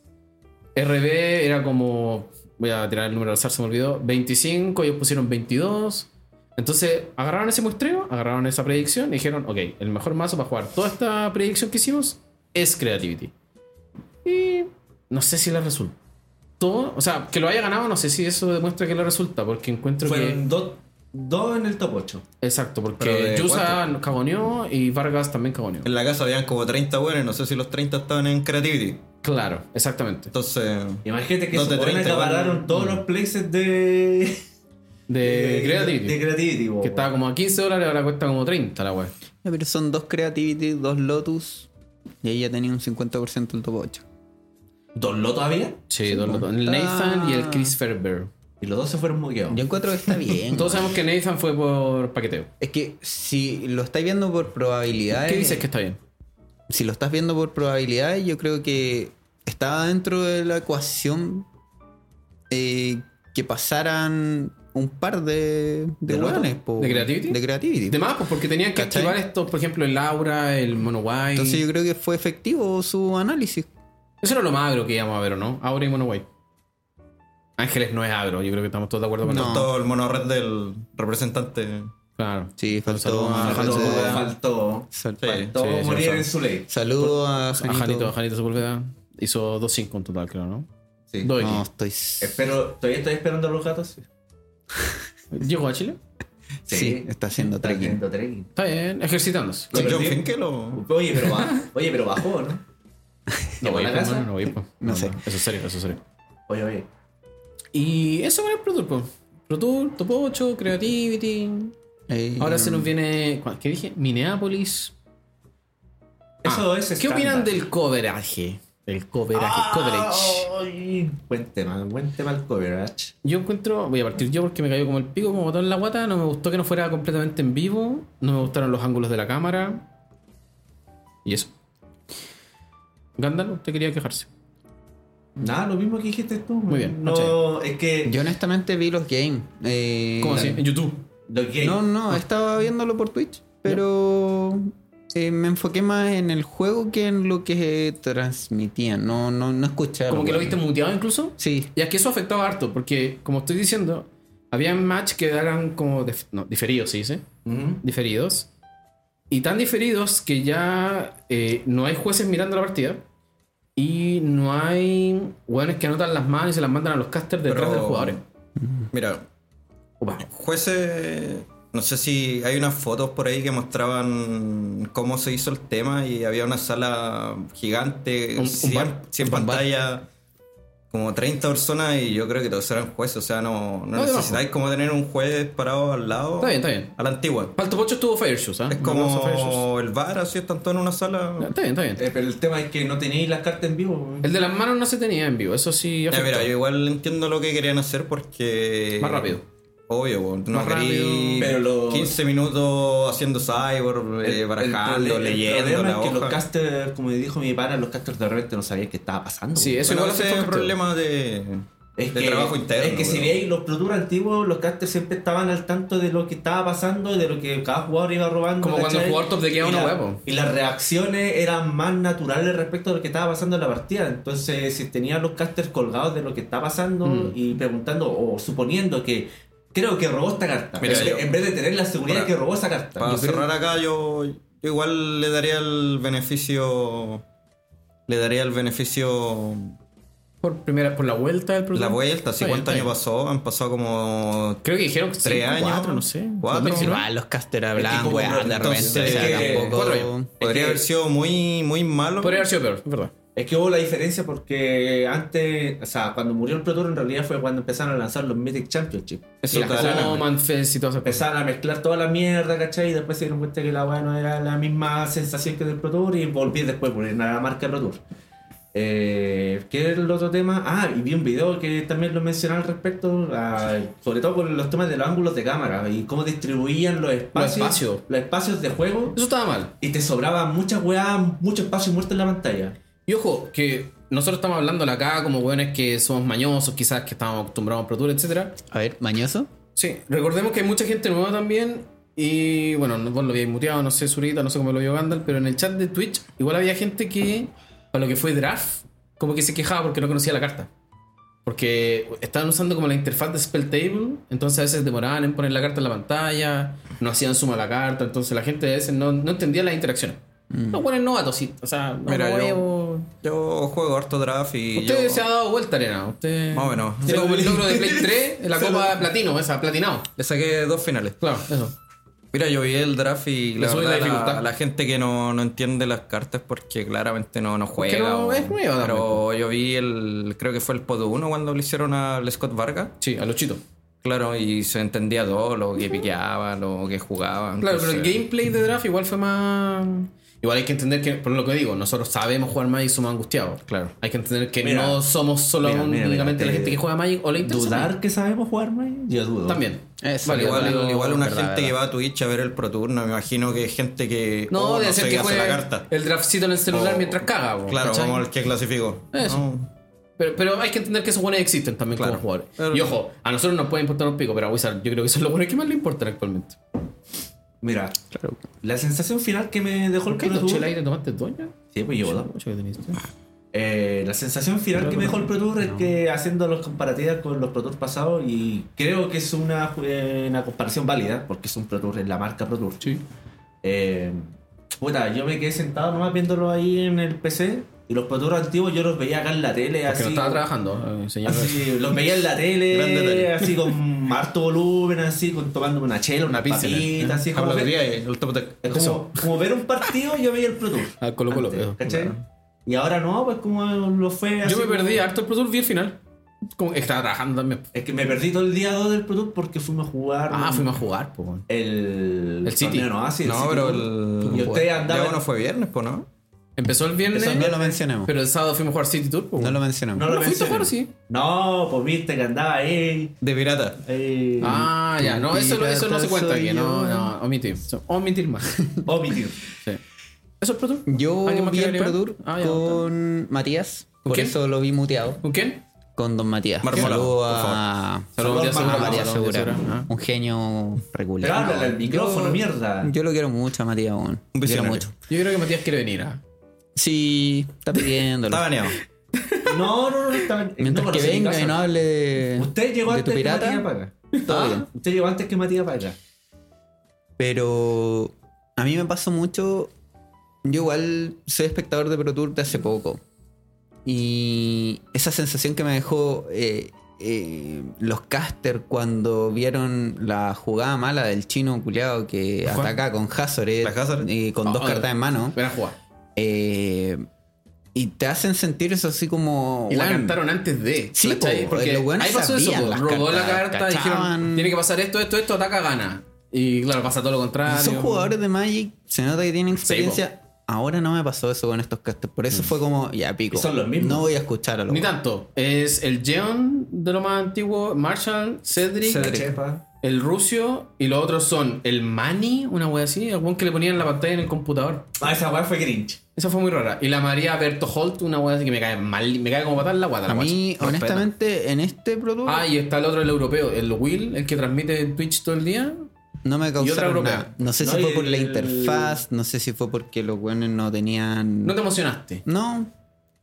RB era como, voy a tirar el número al azar, se me olvidó, 25, ellos pusieron 22. Entonces agarraron ese muestreo, agarraron esa predicción y dijeron, ok, el mejor mazo para jugar toda esta predicción que hicimos es Creativity. Y no sé si le resultó. O sea, que lo haya ganado, no sé si eso demuestra que le resulta, porque encuentro que...
Fueron dos, dos en el top 8.
Exacto,
Pero
porque
¿de
Yusa cagoneó y Vargas también cagoneó.
En la casa habían como 30 buenos, no sé si los 30 estaban en Creativity.
Claro, exactamente.
Entonces,
Imagínate que
Dos
esos
de
weones
30,
acapararon
weón.
todos los places de.
Mm. De, Creativity.
De Creativity, weón.
que estaba como a 15 dólares, ahora cuesta como 30 la web.
Ya, Pero son dos Creativity, dos Lotus. Y ahí ya tenía un 50% el top 8.
¿Dos lotos había?
Sí, dos los dos. El
está-
Nathan y el Chris Ferber.
Y los dos se fueron moqueados.
Yo encuentro que
[laughs]
está bien.
Todos
güey.
sabemos que Nathan fue por paqueteo.
Es que si lo estáis viendo por probabilidades.
¿Qué dices que está bien?
Si lo estás viendo por probabilidades, yo creo que estaba dentro de la ecuación eh, que pasaran un par de, de,
¿De loto?
hueones, po.
¿De Creativity?
De Creativity.
De más, pues porque tenían que
¿Cachai?
activar estos, por ejemplo, el Laura, el Monoway.
Entonces yo creo que fue efectivo su análisis.
Eso era lo más agro que íbamos a ver, ¿o no? Aura y Monoway. Ángeles no es agro, yo creo que estamos todos de acuerdo con
No.
eso.
todo el mono red del representante.
Claro.
Sí, Ah, faltó.
saludo a
más
faltó,
falsedad.
faltó.
Sal-
Todo
sí,
morir
sí.
en su ley.
Saludo a
A
Janito.
Janito, a Janito Sepúlveda. Hizo 2-5 en total, creo, ¿no?
Sí.
Dos
No,
X.
estoy.
Espero, todavía estoy esperando a los gatos. Sí,
¿Llegó a Chile?
Sí, está haciendo
está
trekking.
haciendo trekking.
Está bien, ejercitándose.
¿Lo
¿Con John
perdí?
Finkel o.?
Oye, pero va, oye, pero bajó, ¿no?
No
¿Llegó
voy,
a la
pues,
casa?
mano, no voy, pues.
No sé.
Eso es serio, eso es serio.
Oye, oye.
Y eso con el Pro Tour, po. Pro Tour, Top 8, Creativity.
Eh,
Ahora se nos viene. ¿cuál- ¿Qué dije? Minneapolis.
Eso es
¿Qué
estándar.
opinan del coveraje? El coveraje,
Ah.
coverage.
Ay, Buen tema, buen tema el coverage.
Yo encuentro. Voy a partir yo porque me cayó como el pico, como botón en la guata. No me gustó que no fuera completamente en vivo. No me gustaron los ángulos de la cámara. Y eso. Gandalf, usted quería quejarse.
Nada, lo mismo que dijiste tú.
Muy bien,
No, es que
Yo honestamente vi los games. eh,
¿Cómo así? En YouTube.
lo que
No, no, estaba viéndolo por Twitch, pero eh, me enfoqué más en el juego que en lo que transmitían. No, no, no escuchaba.
Como que lo
weón.
viste muteado incluso.
Sí,
Y es que eso afectaba harto, porque como estoy diciendo, había match que eran como dif- no, diferidos, se dice.
Ujú.
Diferidos. Y tan diferidos que ya eh, no hay jueces mirando la partida. Y no hay hueones que anotan las manos y se las mandan a los casters detrás
Pero-
de los jugadores. Mm.
Mira,
Opa.
jueces. No sé si hay unas fotos por ahí que mostraban cómo se hizo el tema y había una sala gigante,
Un- un
100,
bar.
100
Un bar.
pantallas, como 30 personas y yo creo que todos eran jueces, o sea, no, no
Ah, de
necesitáis como tener un juez parado al lado.
Está bien, está bien.
A la antigua.
Palto Pocho estuvo Fair Shoes, ¿ah?
Es
Vamos a Fair Shoes.
como el bar, así están todos en una sala.
Ya, Está bien, está bien.
Eh, pero el tema es que no teníais las cartas en vivo.
El de las manos no se tenía en vivo, eso sí.
Ya,
afectó.
mira, yo igual entiendo lo que querían hacer porque.
Más rápido.
Obvio, po, no
Más rápido.
querí
Pero los-
15 minutos haciendo cyborg, eh, barajando,
el- el
leyendo
problema
la
es que
hoja.
los casters, como dijo mi pana, los casters de repente no sabían qué estaba pasando.
Sí,
weón.
eso
Bueno,
igual
ese
afectó
es
al
el
partido.
problema de.
Es
De
que,
trabajo interno,
Es que si
weón.
veis los Pro Tour antiguos, los casters siempre estaban al tanto de lo que estaba pasando y de lo que cada jugador iba robando.
Como cuando el
¿cachai?
jugador top deckea
Y
una
la-
weá, po.
Y las reacciones eran más naturales respecto a lo que estaba pasando en la partida. Entonces, si tenían los casters colgados de lo que está pasando
Mm.
y preguntando o suponiendo que creo que robó esta carta.
Mira,
en, vez-
yo-
en vez de tener la seguridad
Para-
que robó esa carta.
Para
Yo creo-
cerrar acá, yo igual le daría el beneficio. Le daría el beneficio.
Por primera, por la vuelta del
La
programa.
vuelta, si
Está bien,
cuántos
está
años pasó, han pasado como.
Creo que dijeron que
Tres
cinco,
años,
cuatro, Ah, no sé.
cuatro,
Sí,
¿no?
igual los casters
Es que
hablan,
como
weá, de
entonces,
repente. o sea,
eh,
tampoco-
cuatro años.
Podría
que-
haber sido muy, muy malo.
Podría haber sido peor, es verdad.
Es que hubo la diferencia porque antes, o sea, cuando murió el Pro Tour en realidad fue cuando empezaron a lanzar los Mythic Championship.
Eso
Y las
está-
Command Fest y todas esas cosas.
Empezaron a mezclar toda la mierda, ¿cachai? Y después se dieron cuenta que la weá no era la misma sensación que del Pro Tour y volví después a poner a la marca Pro Tour. Eh, ¿Qué era el otro tema? Ah, y vi un video que también lo mencionaba al respecto, ah, sobre todo con los temas de los ángulos de cámara y cómo distribuían los espacios,
espacios.
los espacios de juego
Eso estaba mal.
y te sobraba muchas weas, mucho espacio muerto en la pantalla.
Y ojo, que nosotros estamos hablando acá como weones que somos mañosos, quizás que estamos acostumbrados a Pro Tour, etcétera.
A ver, mañoso.
Sí, recordemos que hay mucha gente nueva también. Y bueno, no- vos lo habíais muteado, no sé, Zurita, no sé cómo lo vio Gandalf, pero en el chat de Twitch igual había gente que, para lo que fue draft, como que se quejaba porque no conocía la carta. Porque estaban usando como la interfaz de Spell Table, entonces a veces demoraban en poner la carta en la pantalla, no hacían suma a la carta, entonces la gente a veces no, no entendía las interacciones. No ponen novatos, sí, o sea, no
Mm. Mira,
no
yo-
huevo.
Yo juego harto draft y.
Usted
yo-
se ha dado vuelta, Arena. Usted.
Más o menos.
Tiene como el logro de
[laughs]
Play 3 en la
Se lo-
Copa Platino, esa, platinado.
Le saqué dos finales.
Claro, eso.
Mira, yo vi el draft y
Le
la,
sube la
verdad, la-
dificultad.
la gente que no, no entiende las cartas porque claramente no, no
Porque
juega.
no es nueva también,
pero yo vi el. Creo que fue el Podo 1 cuando le hicieron al Scott Vargas.
Sí, a los chitos.
Claro, y se entendía todo, lo que piqueaba, lo que jugaba.
Claro, pero el
entonces-
gameplay de draft igual fue más. Igual hay que entender que, por lo que digo, nosotros sabemos jugar Magic y somos angustiados.
Claro.
Hay que entender que
Mira,
no somos solo
mira, mira, mira,
únicamente la
te-
gente que juega Magic o la interesa Magic.
¿Dudar que sabemos jugar, Magic? Yo dudo.
También.
Eso,
Vale,
Igual,
vale, no,
igual una
verdad,
gente que
verdad.
va a Twitch a ver el Pro Tour, no me imagino que gente que.
No,
oh,
debe
sé
ser
qué
que
hace
juegue
la carta.
el draftcito en el celular
O-
mientras caga. bo,
Claro,
¿cachai?
como el que clasificó. Ah,
Eso.
No.
Pero, pero hay que entender que esos buenos existen también
Claro.
como jugadores.
Pero-
Y ojo, a nosotros nos puede importar un pico, pero a Wizard yo creo que eso es lo bueno que más le importa actualmente.
Mira, la sensación final que me dejó el
¿Por qué
Pro
no
Tour.
el aire tomaste dueño?
Sí, pues yo ¿no?
Mucho que tenés, ¿eh?
Ah,
Eh, la sensación final que me dejó el Pro Tour es que haciendo las comparativas con los Pro Tours pasados, y creo que es una, eh, una comparación válida, porque es un Pro Tour, es la marca Pro Tour.
Sí.
Eh, puta, yo me quedé sentado nomás viéndolo ahí en el PC, y los Pro Tour antiguos yo los veía acá en la tele,
Porque
así.
no estaba trabajando, eh, señor.
Así, los veía
[laughs]
en la
Grande
tele,
tele.
así con harto volumen, así, con, tomando una chela, una,
Una pilsener,
papita,
¿eh?
pues,
así como ver-
Hablaría el Top Tech.
Es como, como ver un partido yo veía el
[laughs]
Pro Tour.
Al Ah, Colo Colo,
Antes,
eso,
¿cachai?
claro.
Y ahora no, pues como lo fue así
Yo me
como-
perdí harto el Pro Tour, vi el final. Como, estaba trabajando también.
Es que me perdí todo el día 2 del Pro Tour porque fuimos a jugar.
Ah,
un-
fuimos a jugar, po. weón.
El.
El City.
torneo, No, ah, sí, el
No,
City
pero
Tour.
el.
Y ustedes andaban-
Ya uno fue viernes, pues, ¿no?
Empezó el viernes,
Eso no lo mencionemos.
pero el sábado fuimos a jugar City Tour, po.
No
weón.
lo mencionemos.
No lo
¿No fuiste a jugar,
mencioné.
sí?
No, pues viste que andaba ahí.
De pirata.
ahí
Ah, ya, no, eso, lo- eso no se cuenta
Soy
aquí, no,
yo.
no, omitir. So, Omitir más. [laughs] Sí.
Omitir.
¿Eso es Pro Tour?
Yo
¿Alguien más
vi
quiere
el Pro
agregar?
Tour
Ah, ya,
con Matías. Por
quién?
eso lo vi muteado.
¿Con quién?
Con don Matías.
Marmola,
Saludo
por favor.
a.
Saludos,
Saludos,
Matías Segura.
a Matías
saludos, Matías
Segura.
Ah, Segura. ah.
Un genio
Pero
regular.
háblale al micrófono, mierda.
Yo lo quiero mucho a Matías, weón. Lo quiero
visionario.
mucho.
Ah, Yo creo que Matías quiere venir. ah.
Sí, está pidiéndolo.
Está baneado.
No, no, no, no, estaba-
Mientras
no
que
conocí mi
venga
casa.
y no hable de.
Usted llegó
de
antes
tu
que Matías
pirata.
Paga.
Todo
Ah,
bien.
Usted llegó antes que Matías Paga.
Pero a mí me pasó mucho. Yo igual soy espectador de Pro Tour de hace poco. Y esa sensación que me dejó eh, eh, los casters cuando vieron la jugada mala del chino culiado que
Ajá.
ataca con Hazoret
La Hazoret.
eh, con dos
Ah,
cartas en mano.
Ven a jugar.
eh, y te hacen sentir eso así como.
Y la
"Weón,
cantaron antes de.
Sí,
¿cachai?
po,
Porque
los weones
ahí pasó eso,
sabían
po.
las
Robó la
cartas,
carta, dijeron,
cachaban.
tiene que pasar esto, esto, esto, ataca, gana. Y claro, pasa todo lo contrario.
Son jugadores de Magic, se nota que tienen experiencia. Ahora no me pasó eso con estos casters. Por eso fue como, ya pico.
Y son los mismos.
No voy a escuchar a los
Ni tanto. Es el Jeon de lo más antiguo, Marshall, Cedric,
Cedric.
Chepa.
el Rusio y los otros son el Manny, una wea así, algún que le ponían en la pantalla en el computador.
Ah, esa weá fue cringe.
Esa fue muy rara. Y la María Berto Holt, una weá así que me cae mal, me cae como patada en la guata. la
A mí,
guacha.
honestamente, en este producto
Ah, y está el otro, el europeo, el Will, el que transmite en Twitch todo el día.
no me causaron
europea.
nada. No sé
No,
si fue
y
por la
el-
interfaz, no sé si fue porque los buenos no tenían.
No te emocionaste.
No,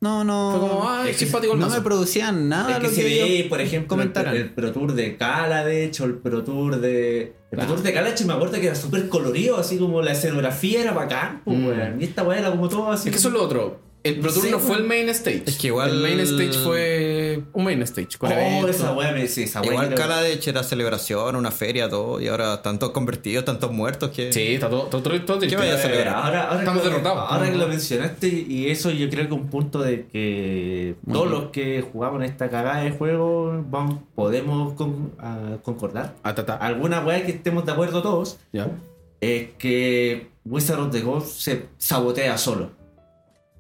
no, no.
Fue como, ah,
Es
es
que
simpático el
no
mazo.
me producían nada
es que
Ah, lo
si
que
veis,
yo-
por ejemplo,
comentaran.
el, el Pro Tour de Caladech o el Pro Tour de. El Pro Tour de Caladech me acuerdo que era súper colorido, así como la escenografía era bacán, pues,
Mm.
weón. Y esta weá era como todo así.
Es que eso es lo otro. El Pro
No
Tour
sé,
no
weón.
fue el main stage.
Es que igual-
El main stage fue un main stage. con
Oh,
eventos.
esa weá me decía, esa weá.
Igual
era-
Cala de era celebración, una feria, todo, y ahora están todos convertidos, tantos muertos que.
Sí, está todo, todo, todo, todo
¿Qué
triste.
vaya a celebrar?
Ahora, ahora
Estamos
que,
derrotados. Mm.
Ahora que lo mencionaste, y eso yo creo que un punto de que
Muy
todos
bien.
los que jugamos en esta cagada de juego vamos, podemos con- a- concordar.
Ah, ta, ta.
Alguna weá que estemos de acuerdo todos
Ya.
es que Wizard of the Coast se sabotea solo.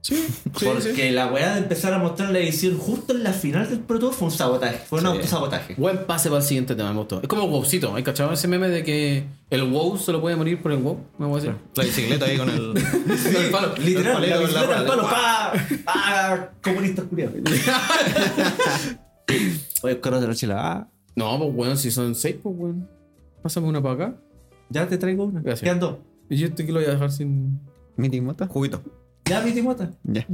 Sí, sí,
porque
sí.
la weá de empezar a mostrar la edición justo en la final del Pro Tour fue un sabotaje, fue un
Sí.
autosabotaje.
Buen pase para el siguiente tema, me gustó. Es como Wowcito. ¿Hay cachado ese meme de que el Wow se lo puede morir por el Wow? Me voy a decir.
La bicicleta ahí con el.
[laughs] Con el palo.
Literal,
palito
la
en la
bicicleta al
rueda.
palo, pa, pa, comunistas culiados. [laughs] Oye, coros de la chila, ah,
No, pues weón, si son seis, pues weón. Pásame una para acá.
ya te traigo una.
Gracias.
Quedan dos.
Y yo este que lo voy a dejar sin.
Mi timota.
Juguito.
Ya, mi timota.
Ya.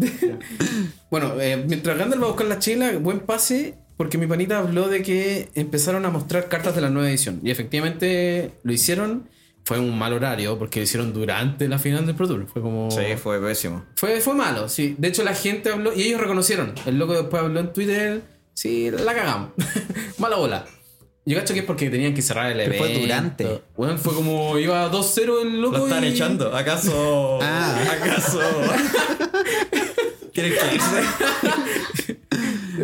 Bueno, eh, mientras Gandalf va a buscar la chela, buen pase, porque mi panita habló de que empezaron a mostrar cartas de la nueva edición. Y efectivamente lo hicieron. Fue un mal horario, porque lo hicieron durante la final del Pro Tour. Fue como.
Sí, fue pésimo.
Fue, fue malo, sí. De hecho, la gente habló y ellos reconocieron. El loco después habló en Twitter. Sí, la cagamos. [laughs] Mala bola. Yo cacho que es porque tenían que cerrar el
Pero
evento.
fue durante.
Bueno, fue como iba 2-0 el loco.
Lo están
y-
echando. ¿Acaso.
Ah.
¿Acaso. ¿Quieren que irse?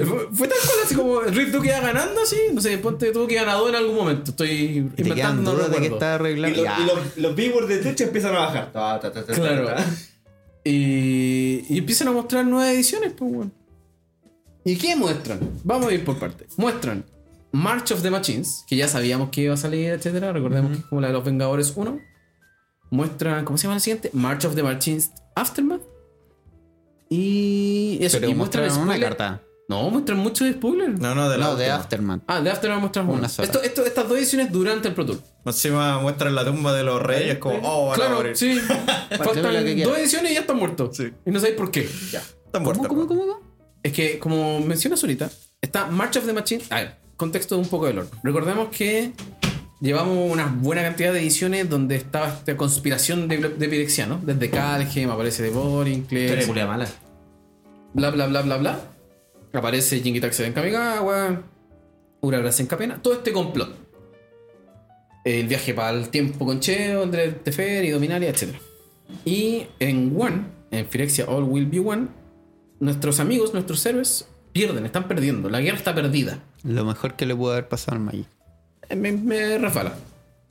Fue, fue tal cual, así como el Rip Duke iba ganando, así. No sé, ponte tú que ganador en algún momento. Estoy
Y te quedan
inventando. no
dudas de que
recuerdo.
está arreglado. Ya.
los billboards de Twitch empiezan a bajar. Ta, ta, ta, ta,
[laughs]
Claro. Eh,
ta, ta.
Y, y empiezan a mostrar nuevas ediciones, pues, weón. ¿Y qué muestran? Vamos a ir por partes. Muestran March of the Machines, que ya sabíamos que iba a salir, etcétera. Recordemos que es como la de los Vengadores 1. Muestran, ¿cómo se llama la siguiente? March of the Machines Aftermath. Y eso,
Pero
y muestran
mostraron una
spoiler-
carta.
No, muestran muchos spoilers.
No, no, de la.
No, de
última.
Aftermath.
Ah, de Aftermath muestran
Una
una.
sola.
Esto, esto- estas dos ediciones durante el Pro Tour.
Encima muestran la tumba de los reyes, como. Oh, van a
claro,
morir.
sí.
[laughs] Para que lo que
Faltan
quieran.
dos ediciones y ya están muertos.
Sí.
Y no sabéis por qué. Ya.
Están muertos.
cómo, cómo?
Es que, como mencionas ahorita, está March of the Machine. A ver, contexto de un poco de lore. Recordemos que llevamos una buena cantidad de ediciones donde estaba esta conspiración de, de Pirexianos. Desde Calgem, aparece de
Historia
Borincles,
culia mala.
bla bla bla bla bla. Aparece Jingitakse en Kamigawa, Uragrasen en Capena. Todo este complot. El viaje para el tiempo con Cheo, Andrés Tefer y Dominaria, etc. Y en One, en Phyrexia All Will Be One, nuestros amigos, nuestros héroes, pierden, están perdiendo. La guerra está perdida.
Lo mejor que le pudo haber pasado al Magic.
Eh, Me, me refala.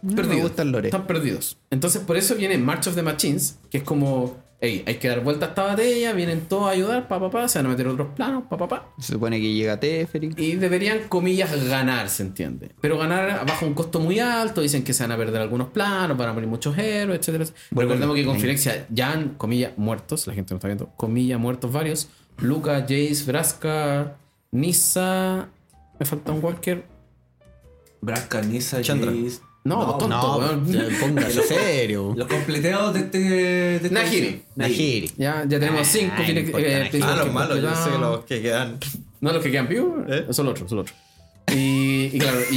No,
perdidos.
me gusta el lore.
Están perdidos. Entonces, por eso viene March of the Machines, que es como, hey, hay que dar vuelta a esta batalla, vienen todos a ayudar, pa, pa, pa, se van a meter otros planos, pa, pa, pa.
Se supone que llega Teferi.
Y deberían, comillas, ganar, ¿se entiende? Pero ganar bajo un costo muy alto, dicen que se van a perder algunos planos, van a morir muchos héroes, etcétera.
Vuelven
Recordemos que con
ahí.
Firexia ya han, comillas, muertos, la gente no está viendo, comillas, muertos varios. Luca, Jace, Vraska, Nisa, me falta un Walker.
Brasca, Nisa,
Chandra.
Jace.
No, tonto, weón.
[laughs] póngase serio.
Los completeados de este. De este-
Najiri.
Najiri.
[laughs] Ya, ya tenemos cinco
Ah,
Firex-
importante.
eh,
Ah,
Firex
los
que
malos, yo sé
completaron.
que los que quedan.
No, los que quedan vivos,
¿Eh?
son los otros, son los otros. Y, y claro, y,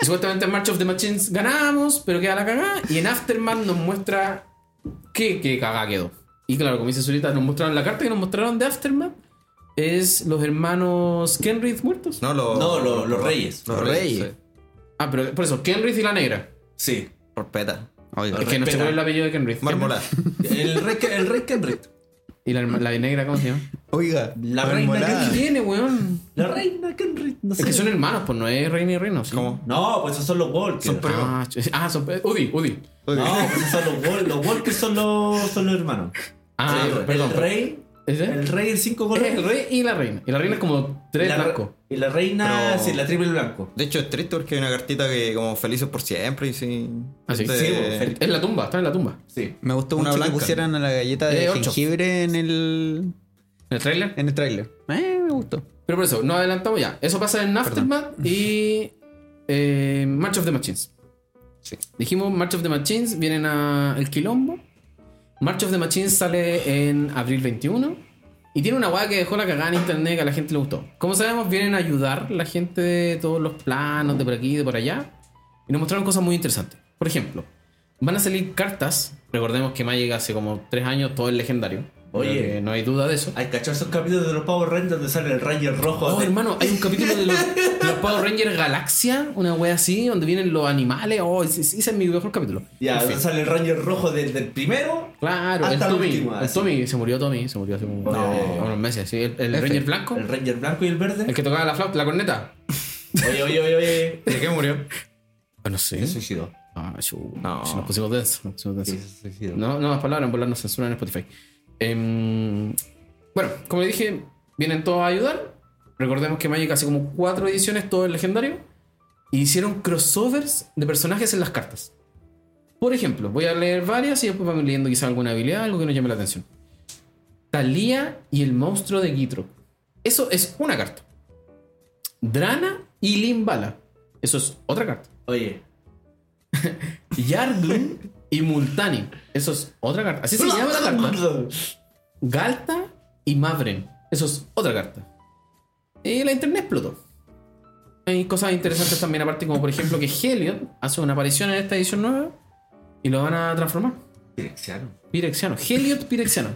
y supuestamente en March of the Machines ganamos, pero queda la cagada. Y en Aftermath nos muestra qué, qué cagada quedó. Y claro, como dice Zulita, nos mostraron la carta que nos mostraron de Aftermath. Es los hermanos Kenrith muertos.
No, los.
No, los- los reyes.
Los
Los
reyes.
reyes.
sí.
Ah, pero por eso, Kenrith y la negra.
Sí.
Torpeta.
Oiga,
Es que no sé cuál es el apellido de Kenrith.
Marmolada.
El rey, el rey Kenrit.
¿Y la, herma- la negra cómo se llama?
oiga,
La
Fue
reina
molada.
¿Qué
Kenrit.
tiene, weón?
La reina Kenrit. No sé.
Es que son hermanos, pues no es reina y reino. ¿sí?
¿Cómo?
No, pues esos son los Walkers.
Son primos.
Ah, ch- ah, son. Udi, Udi.
No, pues esos son los Walkers. Los Walkers son los, son los hermanos.
Ah,
Sí,
perdón.
El rey.
¿Ese?
El rey, el 5
Es
color.
el rey y la reina. Y la reina es como tres blancos.
Y la reina,
Pero-
sí, la triple blanco.
De hecho, es triste porque hay una cartita que, como felices por siempre, y sí.
Ah, sí.
Este-
Sí, bueno, fel-
Es la tumba, está en la tumba.
Sí.
Me gustó
Una
mucho
blanca.
que pusieran a la galleta de
Eh, ocho.
jengibre en el,
En el trailer.
en el tráiler. Eh, me gustó.
Pero por eso, no adelantamos ya. Eso pasa en Aftermath y eh, March of the Machines.
Sí.
Dijimos March of the Machines, vienen a El Quilombo. March of the Machines sale en abril 21. Y tiene una guada que dejó la cagada en internet que a la gente le gustó. Como sabemos, vienen a ayudar la gente de todos los planos, de por aquí, de por allá. Y nos mostraron cosas muy interesantes. Por ejemplo, van a salir cartas. Recordemos que Magic hace como tres años todo es legendario.
Oye.
Creo que no hay duda de eso.
Hay cachado esos capítulos de los Power Rangers donde sale el Ranger rojo.
Oh,
de-
hermano, hay un capítulo de los, de los Power Rangers Galaxia, una wea así, donde vienen los animales. Oh, ese, ese es mi mejor capítulo.
Ya,
En fin.
donde sale el Ranger rojo desde el primero.
Claro,
Hasta
el
el
Tommy.
último,
el
así.
Tommy, se murió Tommy, se murió hace un- eh,
No.
unos meses. sí. El, el
F.
Ranger blanco,
El Ranger blanco y el
el
verde.
que tocaba la flauta, la corneta.
Oye, oye, oye, oye.
¿De qué murió?
Ah, no sé.
Se suicidó.
Ah, chu-
No.
si nos pusimos densos. Nos pusimos densos.
Sí, se suicidó.
No, no más palabras, en volar nos censuran en Spotify. Em, bueno, como dije, vienen todos a ayudar. Recordemos que Magic hace como cuatro ediciones, todo el legendario. Y hicieron crossovers de personajes en las cartas. Por ejemplo, voy a leer varias y después vamos leyendo quizá alguna habilidad, algo que nos llame la atención. Talía y el monstruo de Gitro. Eso es una carta. Drana y Limbala. Eso es otra carta.
Oye.
Yardun y Multani. Eso es otra carta. Así se llama
[laughs]
la carta. Galta y Mavren. Eso es otra carta. Y la internet explotó. Hay cosas interesantes también, aparte, como por ejemplo que Heliod hace una aparición en esta edición nueva y lo van a transformar.
Pirexiano.
Pirexiano. Heliod Pirexiano.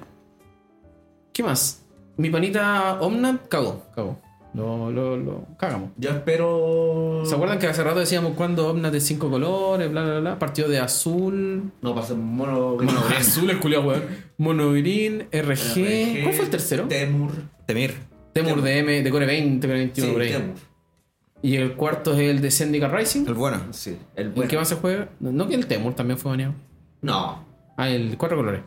¿Qué más? Mi panita Omnat cagó. Cagó. Lo, lo, lo cagamos.
Yo espero.
¿Se acuerdan que hace rato decíamos cuando Omnat de cinco colores, bla, bla, bla? Partió de azul,
No pasó mono.
Monogrín. Azul el culiao, weón. Monogrín, RG. ¿Cuál fue el tercero?
Temur.
Temir.
Temur de M, de Core 20, Core 21, por ahí.
Temur.
Y el cuarto es el de Syndicate Rising.
El bueno.
Sí. El
¿En qué
bueno.
más se juega? No, que el Temur también fue baneado.
No.
Ah, el cuatro colores.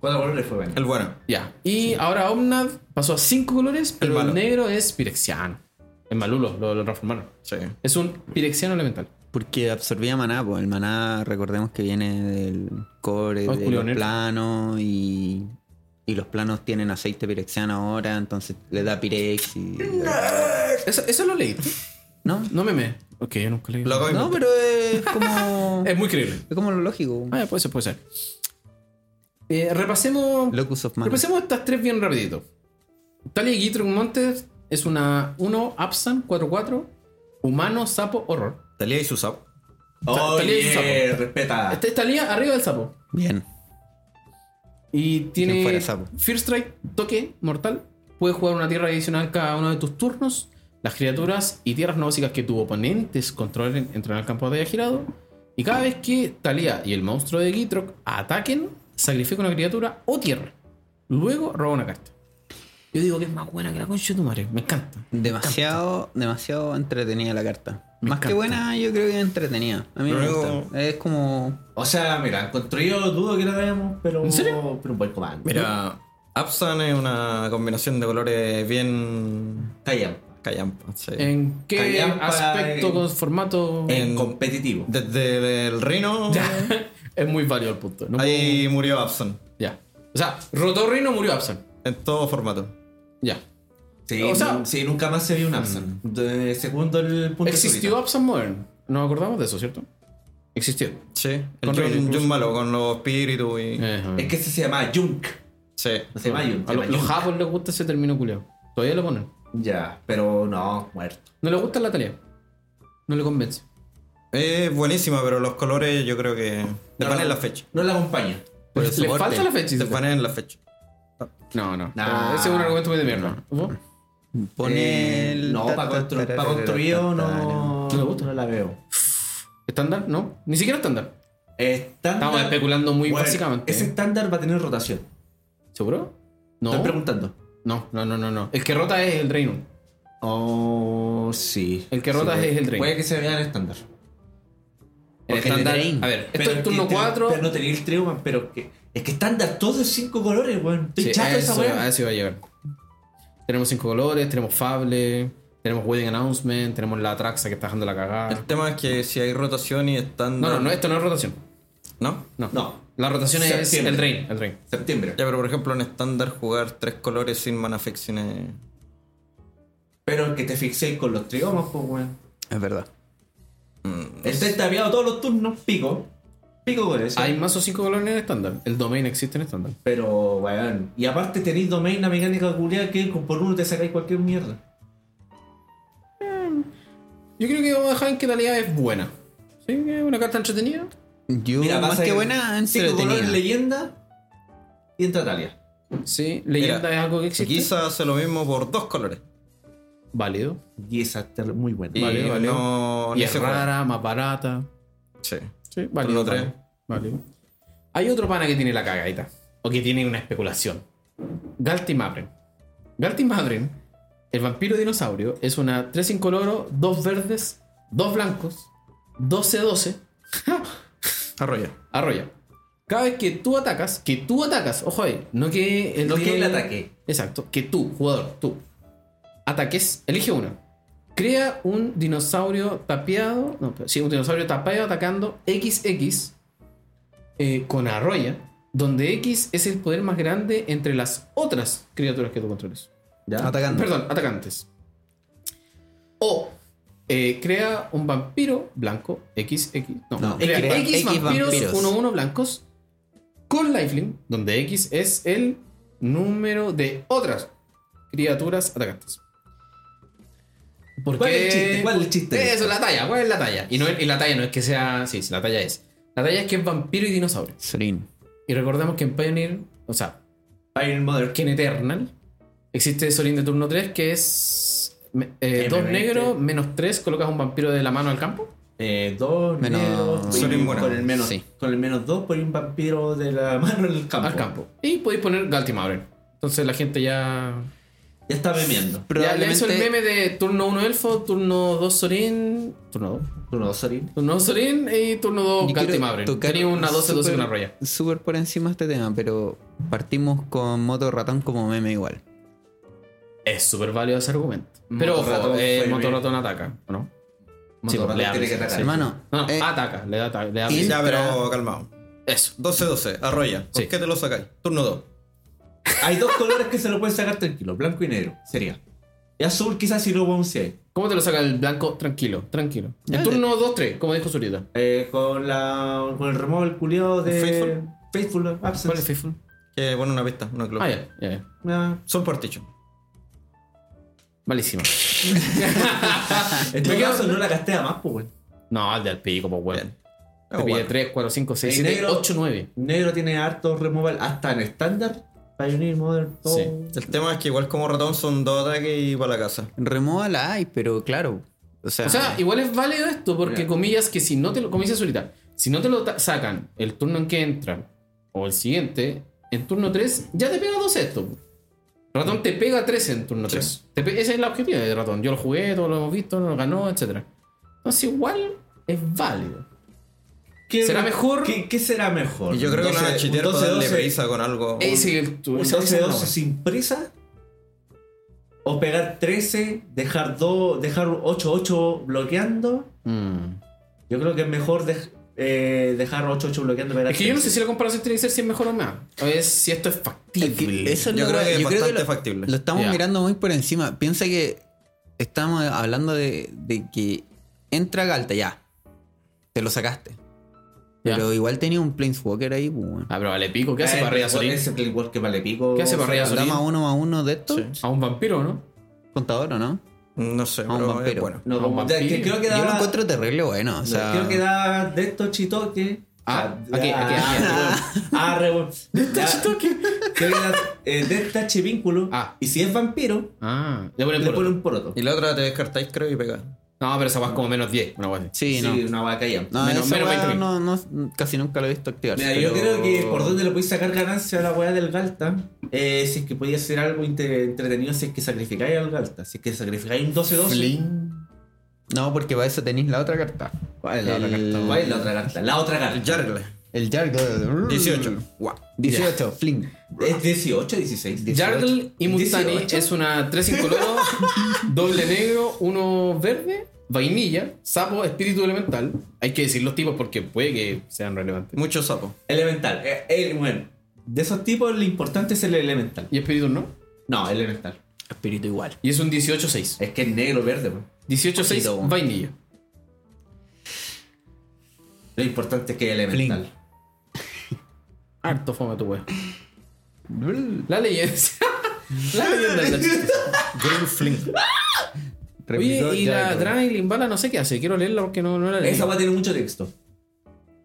¿Cuántos colores fue bueno?
El bueno.
Ya. Y ahora Omnad pasó a cinco colores, pero el,
malo.
negro es Pirexiano. El Malulo, lo, lo transformaron.
Sí.
Es un Pirexiano elemental.
Porque absorbía maná, pues el maná recordemos que viene del core,
Ah,
de
Julio
los
Nerf.
planos y, y los planos tienen aceite pirexiano ahora, entonces le da pirex y...
¿Eso, eso lo leí.
No,
No me me. Ok, yo nunca leí.
Lo acabo de
no,
inventar.
pero es como...
[laughs] Es muy creíble.
es como lo lógico.
Ah, ya, puede ser, puede ser. Eh, repasemos
Locus of
Pero
maná.
Repasemos estas tres bien rapidito. Talia Gitron Montes es una 1 Absan 4-4 humano sapo horror.
Talía y su sapo.
Talía y
Oye,
Ah.
respeta.
Esta Este es Talia arriba del sapo.
Bien.
Y tiene
fuera sapo.
Fear Strike, toque mortal. Puedes jugar una tierra adicional cada uno de tus turnos. Las criaturas y tierras no básicas que tu oponentes controlen entran al campo de batalla girado. Y cada vez que Talia y el monstruo de Gitrog ataquen, sacrifica una criatura o tierra. Luego roba una carta. Yo digo que es más buena que la concha de tu madre. Me encanta.
Demasiado, demasiado entretenida la carta.
Me
Más que
encanta.
buena, yo creo que es entretenida. A mí me
Luego-
gusta. Es como...
O sea, mira, construido dudo que la veamos, pero.
¿En serio?
Pero un buen comando.
Mira, Absan es una combinación de colores bien.
Calla.
callampa. sí.
¿En qué
Callampa,
aspecto
en-
con formato?
Eh.
en-
Competitivo.
Desde el reino.
[laughs] es muy válido el punto. no
Ahí murió Absan.
puedo- Ya. O sea, Rotorrino murió Absan.
En todo formato.
Ya.
Sí,
O sea- Mm.
nu- sí, nunca más se vio un Absan. De segundo el punto
Existió Absan Modern. Nos acordamos de eso, ¿cierto? Existió. Eh,
Sí.
Con
El
Reino
Jun,
incluso.
Jun malo con los espíritus y.
Ajá.
Zurita. Es que ese se llamaba Junk.
Sí.
No se llama Junk.
a
se
los,
llama
los
Junk.
japos les gusta ese término culeado. Todavía lo ponen.
Ya, pero no, muerto.
No le gusta la tarea. No le convence.
Es buenísima, pero los colores yo creo que. Te
No,
ponen
no.
la fecha.
No la acompaña.
Por
Le
el soporte.
falta la fecha.
Te ponen la fecha.
No, no.
Nah.
Pero Ese es un argumento muy de mierda. ¿Vos?
Pone
Eh,
el...
No, para construir no.
¿No le gusta?
No la veo.
¿Estándar? No. Ni siquiera estándar.
Estándar.
Estamos especulando muy
Bueno,
básicamente. ¿eh?
Ese estándar va a tener rotación.
¿Seguro? No.
Estoy preguntando.
No, no, no, no, no. El que rota es el reino.
Oh, sí.
El que rota
Sí,
es el
puede-
Drain.
Puede que se vea en estándar.
En
Porque
estándar.
el Drain.
A ver,
Pero
esto es
que
turno
te-
4.
pero no tenía el Triuman, pero que, es que estándar todo es cinco colores, weón. Estoy
Sí,
chato de esa
eso,
weá.
a eso iba a llegar. Tenemos cinco colores, tenemos Fable, tenemos Wedding Announcement, tenemos la Traxa que está dejando la
El
cagada.
tema es que si hay rotación y están.
Ah. No, no, no, esto no es rotación.
¿No?
No.
No.
La rotación es
Septiembre.
el drain, el drain.
Septiembre.
Ya, pero por ejemplo en estándar jugar tres colores sin mana fixing es-
Pero que te fixéis con los triomas, pues weón.
Es verdad.
Está
Pues-
estapeado todos los turnos, pico. Pico con eso.
Hay más o cinco colores en estándar. El domain existe en estándar.
Pero, weón. Y aparte tenéis domain, la mecánica culiada que con- por uno te sacáis cualquier mierda.
Yo creo que vamos a dejar en que la liga es buena. Sí, que es una carta entretenida.
Yo, más
pasa
que
el
buena,
Cinco colores
entretenida.
leyenda y entra Talia.
Sí, leyenda
Mira,
es algo que existe.
Quizá hace lo mismo por dos colores.
Válido.
Y esa está muy buena.
Y
Vale, vale.
no,
Y
no
es
se juega.
rara, más barata.
Sí.
Sí, válido. válido,
Turno tres.
válido. Hay otro pana que tiene la cagadita. O que tiene una especulación. Galtimabren. Galtimabren, el vampiro dinosaurio, es una 3 incoloro, 2 verdes, 2 blancos, [laughs] 12-12.
Arroyo.
Arrolla. Cada vez que tú atacas, que tú atacas, ojo ahí, no que el
No
tiro-
que el ataque.
Exacto, que tú, jugador, tú, ataques, elige una. Crea un dinosaurio tapeado, no, pero sí, un dinosaurio tapeado atacando XX eh, con arroya, donde X es el poder más grande entre las otras criaturas que tú controles.
¿Ya?
Atacando.
Perdón, atacantes. O eh, crea un vampiro blanco XX. No,
No,
crea
crea
X,
X
vampiros
vampiros.
1-1 blancos con lifelink, donde X es el número de otras criaturas atacantes. ¿Por
¿Cuál es
qué?
el chiste? ¿Cuál es el chiste?
Eso, la talla. ¿Cuál es la talla? Y, no, es- y la talla no es que sea. Sí, sí, la talla es. La talla es que es vampiro y dinosaurio.
Sorin.
Y recordemos que en Pioneer, o sea,
Iron Mother.
que en Eternal existe Solín de turno 3 que es me- eh,
M20.
dos negros menos 3 colocas un vampiro de la mano al campo
Eh, dos
Menos-
negros,
Son
y
inmunes.
con el menos
Sí.
con el menos dos por un vampiro de la mano en el campo.
al campo y podéis poner Galtimabren entonces la gente ya
Ya está bebiendo.
ya le hizo el
Probablemente
meme de turno 1 elfo turno 2 Sorin turno 2
Uno, Sorin.
turno 2 Sorin y turno 2
yo quiero
Galtimabren
tocar
tenía una 12 12
súper-
con una roya
Súper por encima este tema, pero partimos con Moto Ratón como meme igual.
es súper válido ese argumento pero
Motorratón
ojo eh,
fue
Motorratón ataca ¿o ¿no? Sí, pues,
Motorratón
le
tiene que
abre,
atacar.
sí. Ah,
Hermano,
No, no,
eh,
ataca le da ata- le da
y-
Ya,
Entra-
pero calmado.
eso
12-12, arroya. ¿Por
Sí.
qué te lo sacáis? Turno 2.
Hay dos colores que se lo pueden sacar tranquilo, blanco y negro. Sería. Y azul quizás si lo bounce.
¿Cómo te lo saca el blanco? Tranquilo, tranquilo. El
Dale.
turno 2-3, como dijo Zurita.
Eh, con la con el removal culiado de
Faithful.
Faithful Absence.
¿Cuál es Faithful?
Que pone una pista, una club.
Ah, ya, ya, ya.
Ah,
Son partition.
Malísima.
en
Me
todo
quedo-
caso no la castea más, pues weón.
No, al del pico, pues, weón.
Bien.
Te pide 3, 4, 5, 6,
El
7,
negro-
8, 9.
Negro tiene harto removal hasta en estándar. Pioneer, Modern, todo.
Sí.
El tema es que igual como ratón son dos ataques y para la casa.
remoda la hay, pero claro. O sea,
O sea, igual es válido esto, porque
Mira.
comillas que si no te lo. Comillas Zurita. Si no te lo ta- sacan el turno en que entran, o el siguiente, en turno 3, ya te pega 2 esto. po. Ratón te pega 3 en turno 3. Esa es la objetiva de Ratón. Yo lo jugué, todos lo hemos visto, lo ganó, etc. Entonces, igual es válido.
¿Qué-
¿Será mejor?
¿Qué, qué será mejor?
Y yo creo que lo van a chitear para darle prisa con algo.
Eh,
Ese, el- tu-
Un
esa- esa
12
no.
12 sin prisa. O pegar 13, dejar 2, dejar 8 8 bloqueando.
Mm.
Yo creo que es mejor dej- eh, dejar 8 8 bloqueando. pegar
Es que yo no
13.
sé si la comparación tiene que ser si es mejor o más. A ver si esto es
es que
factible.
eso es
Yo
lo-
creo que es
yo creo
bastante
que lo-
factible.
Lo estamos
Ya.
mirando muy por encima. Piensa que estamos hablando de, de que entra Galta, ya. Te lo sacaste.
Ya.
Pero igual tenía un Planeswalker ahí, pues, weón.
Ah, pero vale pico. ¿Qué hace
Ah,
para arriba
ese-
Solín?
Ese Playboy que vale pico.
¿Qué hace para arriba
O sea,
Solín?
Dama uno más uno de estos.
A un vampiro, ¿no?
Contador, ¿o no?
No sé,
Ah, un
pero es
vampiro.
bueno.
No,
A
como,
un
de- que
vampiro.
creo que
Yo lo
da.
encuentro terrible bueno. O sea,
creo que da de estos chitoques.
Ah, aquí, aquí, aquí.
[laughs] Ah, re bueno.
De esta
Da-
chitoque.
Creo que da eh, de este vínculo.
Ah.
Y si es vampiro,
Ah, le ponen
le
por
pone
otro.
un poroto.
Y la otra te descartáis, creo, y pegáis.
No, pero esa guay es como menos 10. Una guay así.
sí, no.
una vaca ya.
No,
Menos-
esa
menos
weá
20.000.
no, no- casi nunca lo he visto activar.
Mira, yo
pero-
creo que por donde le podéis sacar ganancia a la weá del Galta, eh, si es que podía ser algo inte- entretenido, si es que sacrificáis al Galta, si es que sacrificáis un 12-12,
Flin.
No, porque para eso tenéis la otra carta.
¿Cuál es la otra
El-
carta?
¿Cuál es la otra carta? La otra carta.
El Jarl.
El Jargle.
18. Guau.
18, fling.
¿Es 18 16?
18.
Jargle y Mustani
18.
es una 3
[laughs]
incoloro, doble negro, uno verde, vainilla, sapo, espíritu elemental. Hay que decir los tipos porque puede que sean relevantes.
Muchos sapos.
Elemental. Eh, eh, bueno, de esos tipos lo importante es el elemental.
Y espíritu no.
No, el elemental.
Espíritu igual.
Y es un 18-6.
Es que es negro verde, pues.
18-6, vainilla.
Lo importante es que es elemental.
Fling.
Harto fome tu wea. La leyenda. [laughs] la leyenda es la chistosa.
Jarl Flink.
Oye, y la Dragon Limbala no sé qué hace. Quiero leerla porque no, no la leí.
Esa va a tener mucho texto.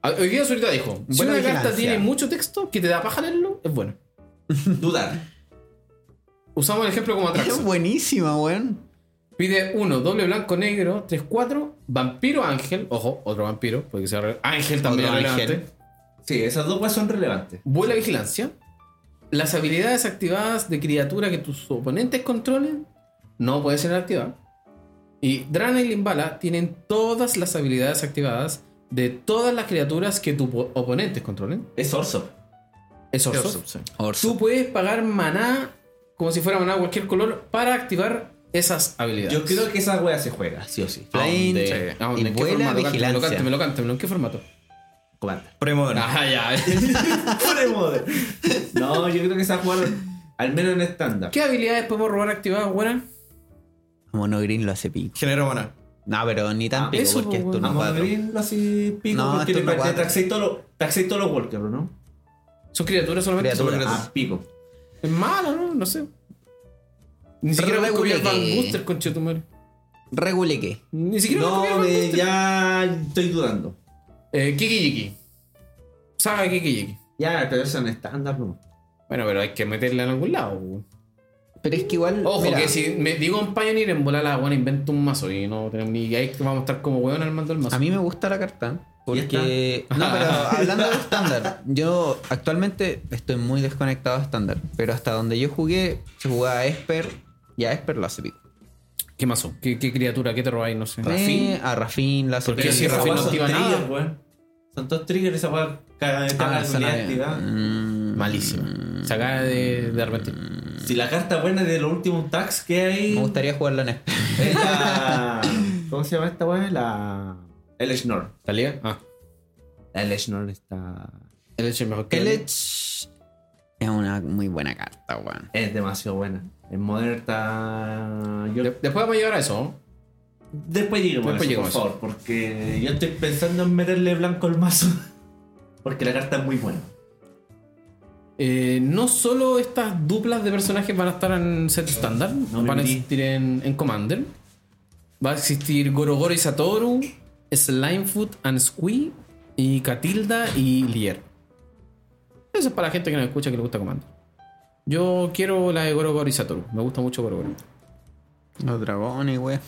Ah, Hoy día Zurita dijo: Si
Buena
una
vigilancia.
carta tiene mucho texto que te da paja leerlo, es buena.
Dudar.
Usamos el ejemplo como
Es
atracción.
buenísima, weón.
Pide uno, doble blanco negro, 3-4, vampiro ángel, ojo, otro vampiro, porque sea re- ángel también
Otro
es relevante.
ángel.
Sí, esas dos weas son relevantes.
Vuela vigilancia. Las habilidades activadas de criatura que tus oponentes controlen no pueden ser activadas. Y Drana y Limbala tienen todas las habilidades activadas de todas las criaturas que tus po- oponentes controlen.
Es Orso.
Es Orso.
Orso.
Tú puedes pagar maná como si fuera maná de cualquier color para activar esas habilidades.
Yo creo que esa wea se juega, sí o sí.
¿A dónde?
Plane
¿A dónde?
y
¿En qué
vuela
formato? Cántemelo,
vigilancia.
cántemelo, cántemelo. ¿En qué formato?
[laughs] Comanda.
Premoderno.
Ah, ya.
Premoder. No, yo creo que esa jugar al menos en estándar.
¿Qué habilidades podemos robar activadas, buenas?
Mono Green lo hace pico.
Genera maná.
No, pero ni tan
Ah,
pico
eso,
porque es
weón.
turno
Vamos a
4.
abrirlo así pico
No,
porque
esto
le
no cuadra.
taxé todos los taxé todos los walkers, ¿no?
¿Son criaturas solamente?
Criaturas.
Ah, pico.
Es malo, ¿no? No sé. Ni siquiera me
Pero
cubrí el Van
regule que-
Buster, conchetumare.
Regule que.
Ni siquiera me cubrí el
No,
Van
me,
Buster.
ya estoy dudando.
Eh, Kiki Yiki. Saga Kiki Yiki.
Ya, pero eso en estándar no.
Bueno, pero hay que meterla en algún lado. weón.
Pero es que igual.
Ojo,
mira,
que si me digo un Pioneer en volar la buena invento un mazo y no tenemos ni ahí vamos a estar como weón armando el mazo.
A mí me gusta la carta. Porque.
está.
No, pero hablando de estándar. Yo actualmente estoy muy desconectado de estándar. Pero hasta donde yo jugué, se jugaba a Esper. Y a Esper lo hace pico.
¿Qué mazo? ¿Qué, qué criatura? ¿Qué te robáis? No sé.
Eh, a Rafín la hace
Porque
pico.
si Rafín no
son
activa
triggers,
nada.
weón. Son todos triggers esa weá. Cada vez
Ah,
cada
esa
unidad
la-
activada.
Mm,
Malísimo. Sacada de, de repente.
Si la carta buena de los últimos tags que hay.
Me gustaría jugarla en Esper.
Es la. ¿Cómo se llama esta weá? La. El Snor.
¿Talía? Ah.
El Snor está.
El hecho es mejor que
El Edge es una muy buena carta, weón.
Es demasiado buena. En Modern está. Yo...
De- después vamos a llegar a eso. ¿no?
Después llegamos,
Después
a eso,
llegamos
por favor, porque yo estoy pensando en meterle blanco al mazo. [laughs] Porque la carta es muy buena.
Eh, no solo estas duplas de personajes van a estar en set estándar,
No me
van a
metí.
existir en, en Commander. Va a existir Gorogoro y Satoru, Slimefoot and Squee, y Catilda y Lier. Eso es para la gente que nos escucha que le gusta Commander. Yo quiero la de Gorogoro y Satoru, me gusta mucho Gorogoro.
Los dragones, weón.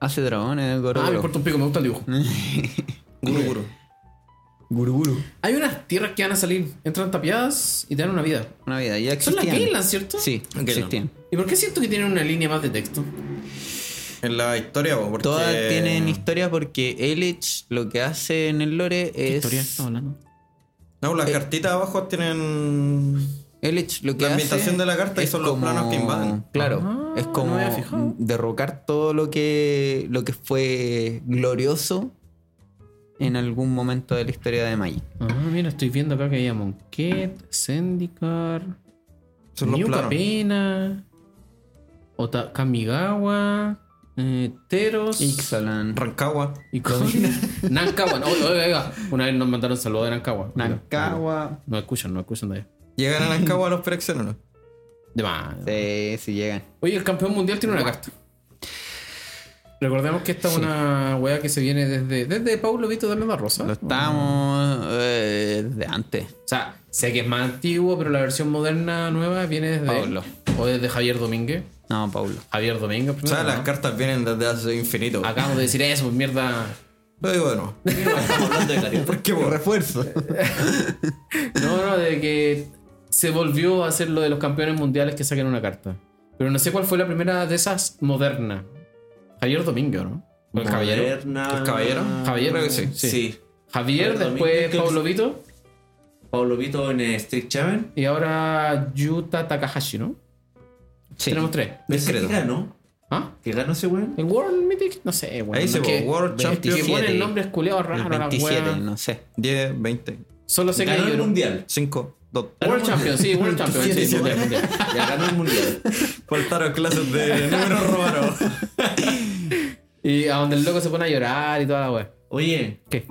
Hace dragones, el
Ah, me
Gorogoro.
importa un pico, me gusta el dibujo.
Guru Guru.
Guruguru.
Hay unas tierras que van a salir, entran tapiadas y te dan una vida.
Una vida, ya
Son
existían.
las Gainlands, ¿cierto?
Sí,
Gainland.
existían.
¿Y por qué siento que tienen una línea más de texto?
En la historia, po, porque...
Todas tienen historia porque Elitch lo que hace en el lore
Historia,
es.
estamos hablando.
No, las cartitas abajo tienen...
Elitch lo que
La
hace
ambientación de la carta y
es
son los planos que invaden.
Claro,
Ah,
es
no
como
me había fijado.
derrocar todo lo que, lo que fue glorioso en algún momento de la historia de Magic.
Ah, mira, estoy viendo acá que hay a Monquet, Sendicar,
Son los
New
planos.
Capena, Ota- Kamigawa, eh, Teros
Ixalan,
Rancagua.
y con- [laughs] Nankawa. No, oiga, oiga, una vez nos mandaron saludos de Nankawa.
Nankawa.
No escuchan, no escuchan de allá.
Llegan a Rancagua los perexenos.
De más.
Sí, sí llegan.
Oye, el campeón mundial tiene una carta. Recordemos que esta es una weá que se viene desde, desde Paulo Vito de la Rosa.
Lo estamos eh, de antes.
O sea, sé que es más antiguo, pero la versión moderna nueva viene desde
Paulo.
O desde Javier Domínguez.
No, Paulo.
Javier Domínguez,
O
primero.
sea,
¿no?
las cartas vienen desde hace infinito.
Acabamos de decir eso, pues, mierda.
Lo digo de nuevo.
Estamos hablando de carita.
¿Por qué, po?
[laughs]
Refuerzo.
No, no, de que se volvió a hacer lo de los campeones mundiales que saquen una carta. Pero no sé cuál fue la primera de esas moderna. Javier Domingo, ¿no? ¿O el caballero.
Moderna-
¿El caballero?
Javier,
Creo que sí.
sí.
Sí.
Javier,
Javier
después
Domingo, creo
Pablo
que-
Vito
Pablo Vito en eh, Street Chaven.
y ahora Yuta Takahashi, ¿no?
Sí.
Tenemos tres.
Ese que
Discreto.
ganó.
¿Ah?
Que ganó ese weón.
¿El World Mythic? No sé, bueno.
Ahí se
no
fue,
que-
World
que
Champion
ponen
27.
nombres culeados
El
raros a la
27,
wea.
no sé.
10, 20,
Solo sé que
Ganó
hay
el
uno.
mundial.
5, 2.
World Champion, sí, World Champion. sí, mundial, mundial.
Ya ganó el mundial.
Faltaron clases de números romanos.
Y a donde el loco se pone a llorar y toda la wea.
Oye,
¿Qué?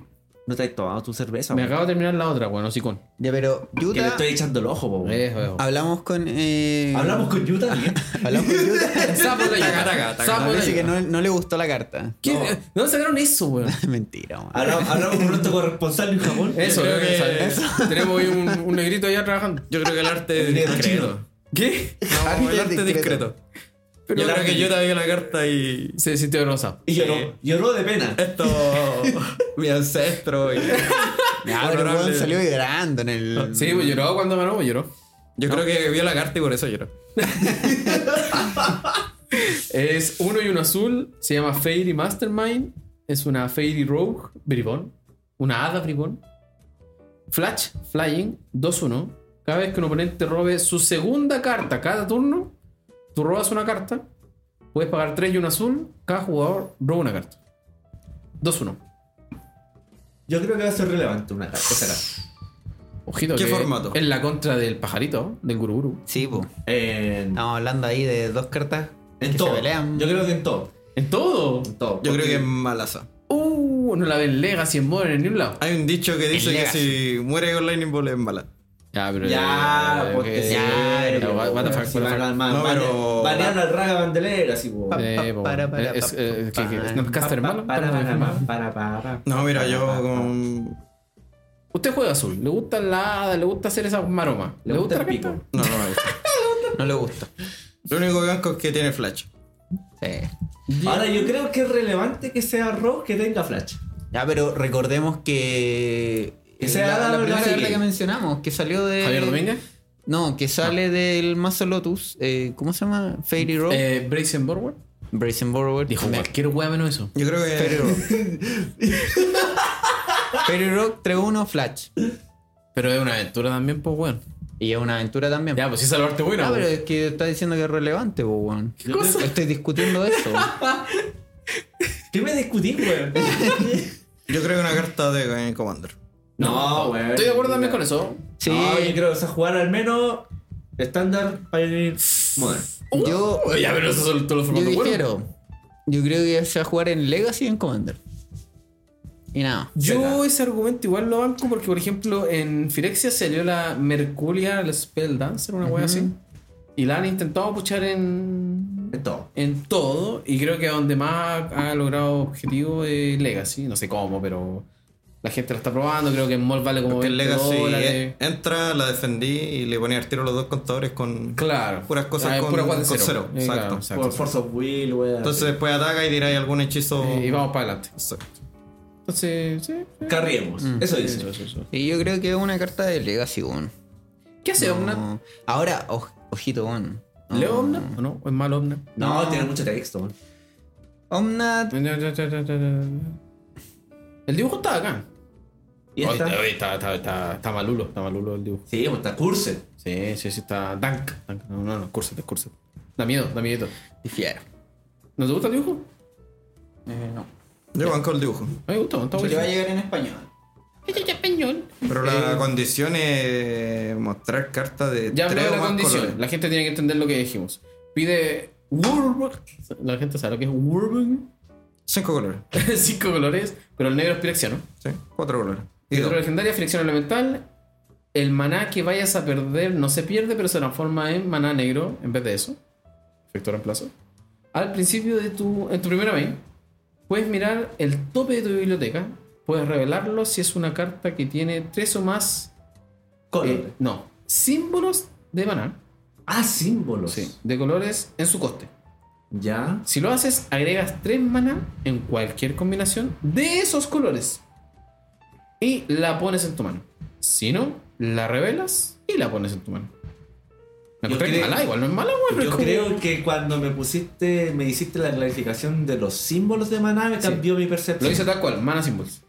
¿no te has tomado tu cerveza?
Me
weón?
acabo de terminar la otra, weón, hocicón.
Ya, pero
Que le
Utah.
estoy echando el ojo, po, weón.
Eso, eso.
Hablamos con. eh,
Hablamos con Utah bien.
Hablamos
[laughs]
con Utah.
Sapo la
Taca,
llora.
taca, taca.
Sapo la
Parece que
llora.
no, no le gustó la carta.
¿Qué? ¿De dónde sacaron eso, weón?
[laughs] Mentira, weón.
Hablamos, hablamos con nuestro corresponsal en Japón.
Eso,
creo que-
eso. Tenemos hoy un, un negrito allá trabajando.
Yo creo que el arte
El
es
dedo
discreto.
chino.
¿Qué?
No, el arte
Arte
es
discreto.
discreto. Yo creo que yo te vi la carta y.
Se sintió rosa.
Y lloró. Lloró de pena.
Esto. mi ancestro. y-
Ya, pero
honorable.
weón salió llorando en el.
Sí, pues lloró cuando ganó, pues lloró.
Yo creo que vio la carta y por eso lloró.
Es uno y uno azul. Se llama Fairy Mastermind. Es una Fairy Rogue Bribón. Una Hada Bribón. Flash Flying 2-1. Cada vez que un oponente robe su segunda carta cada turno, tú robas una carta. Puedes pagar 3 y un azul. Cada jugador roba una carta. 2-1.
Yo creo que va a ser relevante una carta. Esa carta.
Ojito.
¿Qué
que
formato?
Es la contra del pajarito, del guruguru.
Sí, pues.
En,
Estamos hablando ahí de dos cartas
en
que se
todo.
pelean.
Yo creo que en todo.
En todo.
En todo.
Yo creo que
Porque
es malaza.
Uh, no la ven en Legacy, en Modern, en ningún lado.
Hay un dicho que dice que
Legacy.
si muere con Lightning Ball es mala.
Ya, pero.
Ya, porque
porque
sí.
ya,
pero-
what, what the fuck,
si
what the
van
fuck.
a- man-
No, pero-
Banearon al Raga Bandelera, así, po.
Pa-
Eh, po,
Para, para,
es-
pa,
eh, que- que-
pa,
no, Caster malo,
Para,
estamos
para,
enfermos.
para, para, para.
No, mira, yo
Para, para,
con.
Usted juega azul, le gusta la hada, le gusta hacer esas maromas.
Le gusta el pico.
carta?
No, no me gusta.
No le gusta.
Lo único blanco es que tiene flash.
Sí.
Ahora, yo creo que es relevante que sea Rogue que tenga Flash.
Ya, pero recordemos que. eh,
Que sea
la, la
la
primera
serie.
carta que mencionamos, que salió de.
¿Javier Domínguez?
No, que sale del Mazo Lotus. eh, ¿Cómo se llama? Fairy Road.
Eh, Brazen Borward
Brazen Borrower.
dijo cualquier hueá menos eso.
Yo creo que.
Fairy Rock 3-1 Flash.
Pero es una aventura también, pues weón.
Y es una aventura también.
Ya, pues sí salvarte buena.
Ah, pero
weón.
es que está diciendo que es relevante, po, weón.
¿Qué cosa?
Estoy discutiendo eso.
¿Qué me discutí,
[laughs]
weón?
Yo creo que una carta de eh, Commander.
no, weón.
Estoy de acuerdo también con eso.
Sí.
No, yo creo que se jugar al menos estándar para ir modern.
yo,
Oye, Uh, ya, pero eso son todos los
yo
formatos buenos.
difiero. Yo creo que se va a jugar en Legacy y en Commander. Y nada.
Yo ese argumento igual lo banco porque, por ejemplo, en Firexia salió la Mercuria, la Spell Dancer, una weá así. Y la han intentado puchar en,
Es todo.
en todo y creo que donde más ha logrado objetivo es Legacy, no sé cómo, pero la gente la está probando, creo que en Mall vale como
Porque el
20
Legacy
dólares.
eh, entra, la defendí y le ponía al tiro los dos contadores con.
Claro.
Puras cosas
Ah,
con-
pura guante
con cero,
Eh,
exacto.
claro,
Por Force of Will, weón.
Entonces después ataca y tiráis algún hechizo.
Eh, y vamos para adelante.
Exacto.
Entonces, sí. sí.
carriemos.
Mm.
Eso dice.
Y yo creo que es una carta de Legacy, weón.
¿Qué hace Omna?
No. Ahora, oj- ojito, weón.
¿Leo Omna? ¿O no? ¿O es malo Omna?
No,
No.
tiene mucho texto, weón.
Omnat.
El dibujo está acá.
Y esta.
Oye, oye, está, está, está, está malulo, está malulo el dibujo.
Sí, pues está Curse.
Sí, sí, sí, está Dank. Dank. No, no, no, Curset, Curset. Da miedo, da miedo.
Difiero.
¿No te gusta el dibujo?
Eh, no.
Yo banco el dibujo.
A mí me gustó, está
Se le va a
buenísimo.
llegar en español.
Este es español. Eh,
Pero la condición es mostrar cartas de
Ya habló
tres
de
o
la
más
condición.
colores.
La gente tiene que entender lo que dijimos. Pide Wurburg. La gente sabe lo que es Wurburg.
Cinco colores.
[laughs] Cinco colores, pero el negro es pirexiano.
Sí, cuatro colores. Y
Criatura
dos.
legendaria, fricción elemental. El maná que vayas a perder no se pierde, pero se transforma en maná negro en vez de eso. Efecto reemplazo. Al principio de tu. En tu primera main, puedes mirar el tope de tu biblioteca. Puedes revelarlo si es una carta que tiene tres o más.
Color.
eh, no, símbolos de maná.
ah, símbolos.
Sí, de colores en su coste.
Ya.
Si lo haces, agregas 3 maná en cualquier combinación de esos colores. Y la pones en tu mano. Si no, la revelas y la pones en tu mano. La
Yo
encontré
creo-
mala, igual no es mala, weón. pero es
Yo
como-
creo que cuando me pusiste, me hiciste la clarificación de los símbolos de Maná, me
Sí.
cambió mi
Lo hice
percepción.
tal cual, Mana Symbols.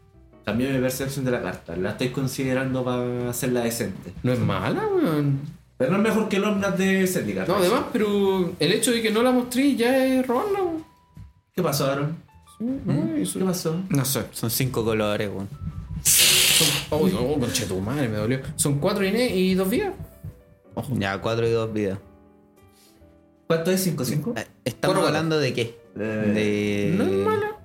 Cambió mi percepción de la carta. La estoy considerando para hacerla decente.
No es mala, weón.
Pero no es mejor que el Omnat de Zendikar.
No, además, pero el hecho de que no la mostré ya es robarla, weón.
¿Qué pasó, Aaron? ¿Mm?
Sí, no, eso-
¿Qué pasó?
No sé.
Son cinco colores, weón.
Son, oh, no, conche tu madre, me dolió. Son cuatro ines y dos días.
Ya, cuatro y dos vidas.
¿Cuánto es? Eh, ¿5-5?
Eh, ¿Estamos
Cuatro,
hablando de qué? De.
No es mala.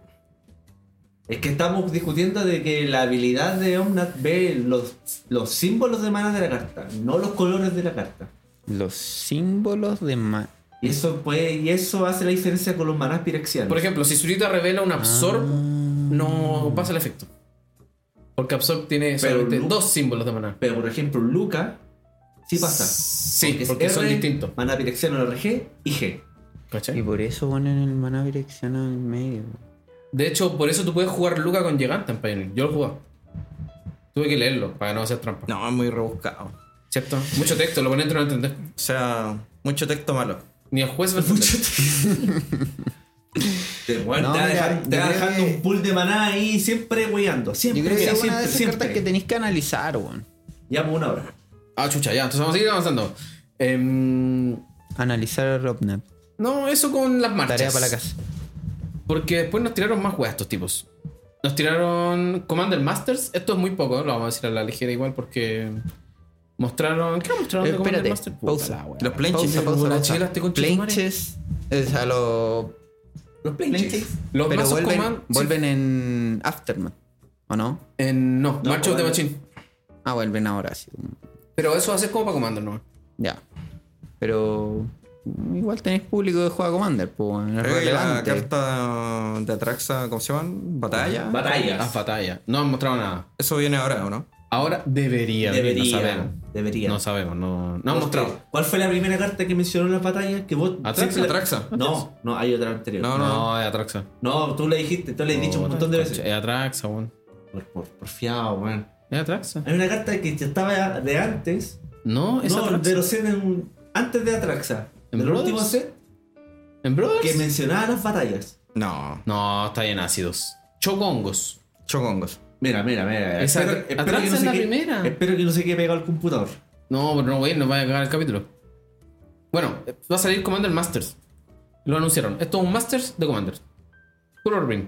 Es que estamos discutiendo de que la habilidad de Omnat ve los, los símbolos de maná de la carta, no los colores de la carta.
Los símbolos de ma.
Y eso puede, y eso hace la diferencia con los manás pirexianos.
Por ejemplo, si Zurita revela un Absorb,
Ah.
no pasa el efecto. Porque Absorb tiene
Pero
solamente
no-
dos símbolos de maná.
Pero por ejemplo, Luca sí pasa.
Sí, porque,
es
son
R,
distintos.
Maná pirexiano RG y G.
¿cachai?
Y por eso ponen el maná direccionado en el medio.
De hecho, por eso tú puedes jugar Luca con Giganta en Pioneer. Yo lo jugaba. Tuve que leerlo para no hacer trampa.
No, es muy rebuscado.
¿Cierto? Mucho texto, lo ponen entre no entender.
O sea, mucho texto malo.
Ni el
[laughs]
juez va a entender.
Te, bueno,
No,
te va
mira,
dejando, te
yo
va
creo
dejando
que-
un pool de maná ahí siempre weyando. Siempre,
Yo creo que
mira,
es una
siempre,
de esas
siempre.
cartas que tenéis que analizar, weón.
Ya por una hora.
Ah, chucha, ya. Entonces vamos a seguir avanzando. Em,
Analizar a Robnap.
no, eso con las marchas.
Tarea para la casa.
Porque después nos tiraron más weas estos tipos. Nos tiraron Commander Masters. Esto es muy poco, lo vamos a decir a la ligera igual porque mostraron. ¿Qué mostraron de Commander
Eh, espérate,
Masters? Puta la
pausa.
wea.
Los planches.
Pausa, pausa,
Una
pausa.
chela, este conchito,
Planches. eh, O sea, los.
Los
Planches.
Los
Pero
mazos
vuelven,
Command-
vuelven en Aftermath. ¿O no?
Eh, no,
No,
March of the
Commander.
Machine.
Ah, vuelven ahora, sí.
Pero eso hace como para Commander, ¿no?
Ya. Pero. Igual tenéis público que juega Commander, pues.
Creo
Es
que Eh, la
relevante.
carta de Atraxa, ¿cómo se llaman? ¿Batalla?
Las
Batallas.
Ah, batallas. No han mostrado nada.
Eso viene ahora, ¿o no?
Ahora debería.
Debería.
No sabemos.
Debería.
No sabemos, no, no han
Porque,
mostrado.
¿Cuál fue la primera carta que mencionó en las batallas? Que vos
Atraxa,
siempre la-
Atraxa.
No, no, hay otra anterior.
No,
No,
No, no, es Atraxa.
tú le dijiste, tú le has dicho un
No,
montón de
concha,
veces.
Es Atraxa, weón.
Por, por, porfiado, weón.
Es Atraxa.
Hay una carta que ya estaba de antes.
No, es
no,
Atraxa.
de los set en- antes de Atraxa.
¿En
De los
Brothers?
últimos set
¿En Brothers?
que mencionaba las batallas.
No.
No, está bien ácidos. Chocongos.
Chocongos.
Mira, mira, mira.
Esa-
espero, espero
Atraxa
que no
es
se
la
quede-
primera.
Espero que no se quede pegado al computador.
No, pero no, güey, nos va a cagar el capítulo. Bueno, eh, va a salir Commander Masters. Lo anunciaron. Esto es un Masters de Commander. Color Ring.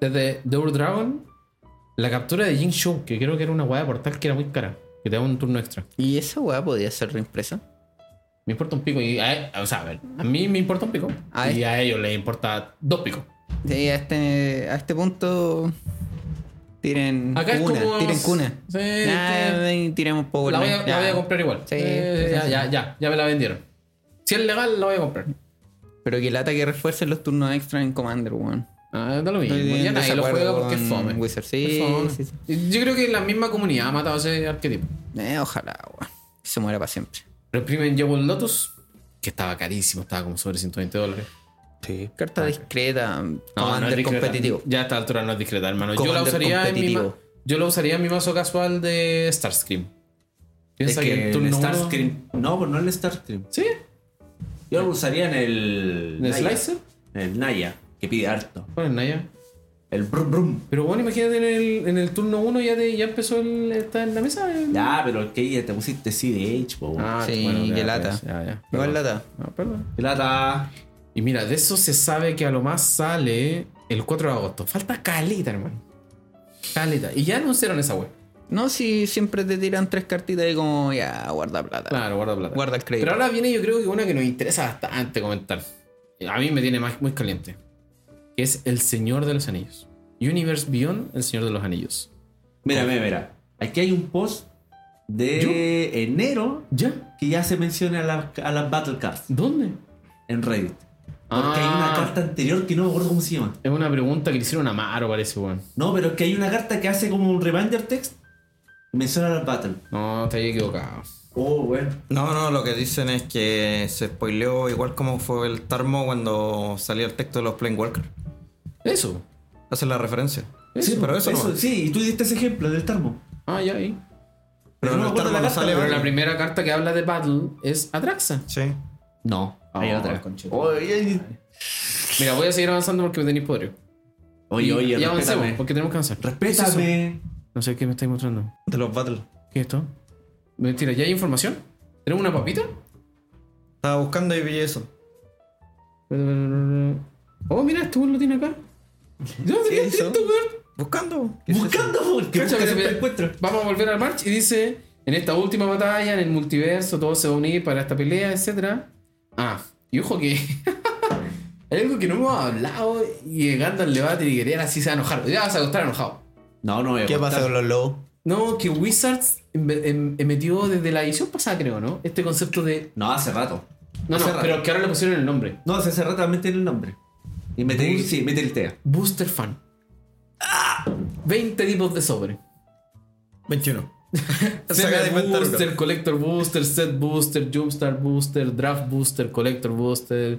Desde The Old Dragon, la captura de Jing Show, que creo que era una guada portal que era muy cara. Que te daba un turno extra.
¿Y esa weá podía ser reimpresa?
Me importa un pico. Y a, o sea, a ver, a mí me importa un pico.
A
y
este-
a ellos les importa dos picos.
Sí, a este, a este punto. Tiren
Acá es
cuna,
como-
tiren cuna.
Sí,
Ya,
que-
ven, tiremos Power
La voy, a,
Knight,
la
ya.
voy a comprar igual.
Sí,
Eh,
sí,
ya,
sí.
ya, ya, ya me la vendieron. Si es legal, la voy a comprar.
Pero que el ataque refuerce los turnos extra en Commander, weón.
Ah, da lo mismo.
Estoy en
Ya nadie lo
desacuerdo
juega porque es
con
fome.
Wizard, sí,
Es fome.
sí, sí.
Yo creo que la misma comunidad ha matado ese arquetipo.
Eh, ojalá, weón. Que se muera para siempre.
Reprimen Jewel Lotus, que estaba carísimo, estaba como sobre 120 dólares.
Sí. Carta discreta,
Ah. No, no es
Commander
discreta.
competitivo.
Ya a esta altura no es discreta, hermano. Yo la,
Commander
usaría en mi ma-
competitivo.
yo la usaría en mi mazo casual de Starscream. Piensa que, el turno
el
uno-
Starscream. No, pues no el Starscream.
Sí,
Yo lo usaría en el.
en el
Naya.
Slicer.
En el Naya, que pide harto.
Con el Naya.
El brum brum.
Pero bueno, imagínate en el, en el turno 1 ya, te- ya empezó el. Está en la mesa. el-
Ya, pero que ya te pusiste CDH, po. weón.
Ah,
Sí,
bueno, ya,
qué
pues,
lata.
ya, ya.
Igual lata.
Ah, perdón.
Qué lata.
Y mira, de eso se sabe que a lo más sale el 4 de agosto. Falta calita, hermano. Calita. Y ya anunciaron esa web.
No, si siempre te tiran tres cartitas y como, ya, guarda plata.
Claro, guarda plata.
Guarda el crédito.
Pero ahora viene yo creo que una que nos interesa bastante comentar. A mí me tiene más- muy caliente. Que es El Señor de los Anillos. Universe Beyond, El Señor de los Anillos.
Mira, mira, mira. Aquí hay un post de enero
¿Ya?
que ya se menciona a las, a las Battle Cards
¿Dónde?
en Reddit. Porque
Ah.
hay una carta anterior que no me acuerdo cómo se llama.
Es una pregunta que le hicieron a Maro, parece, weón.
No, pero es que hay una carta que hace como un reminder text y menciona las Battle.
No, está ahí equivocado.
Oh, bueno.
No, no, lo que dicen es que se spoileó igual como fue el Tarmo cuando salía el texto de los Planewalker.
Eso.
Hacen la referencia.
Eso,
sí, pero eso, no.
sí, y tú diste ese ejemplo del termo.
Ah, ya ahí.
Pero
no me
no
acuerdo
está
la carta,
cuando sale,
Pero la
weón.
primera carta que habla de Battle es Atraxa. Ah,
Sí.
No, hay otra.
Ah. Oye,
Mira, voy a seguir avanzando porque me tenéis podrido.
Oye,
Y-
oye,
y avancemos,
respétame.
porque tenemos que avanzar.
respétame.
No sé qué me estáis mostrando.
De los Battle.
¿Qué es esto? Mentira, ¿ya hay información? ¿Tenemos una papita?
Estaba buscando y vi eso.
Oh, mira, este weón lo tiene acá. ¿Dónde este
¿Qué
es
hizo?
esto, weón?
Buscando.
Buscando, weón, que
Cacha,
busca
que se
siempre
ve-
encuentro.
Vamos a volver al March y dice: En esta última batalla, en el multiverso, todo se va a unir para esta pelea, etc. Ah, y ojo que. [laughs] hay algo que no hemos hablado y Gandalf le va a triggerear así se va a enojar. Ya vas a estar enojado.
No, no, me voy a
¿Qué
contar.
pasa con los lobos?
No, que Wizards em- em- emitió desde la edición pasada, creo, ¿no? Este concepto de.
No, hace rato.
No, no,
Hace rato.
pero que ahora le pusieron el nombre.
No, hace rato también tiene el nombre. Y me te- sí, me tiltea.
Booster Fan. 20 tipos de sobre.
21. Saca de
Saga
inventar uno.
Booster, Collector Booster, Set Booster, Jumpstar Booster, Draft Booster, Collector Booster,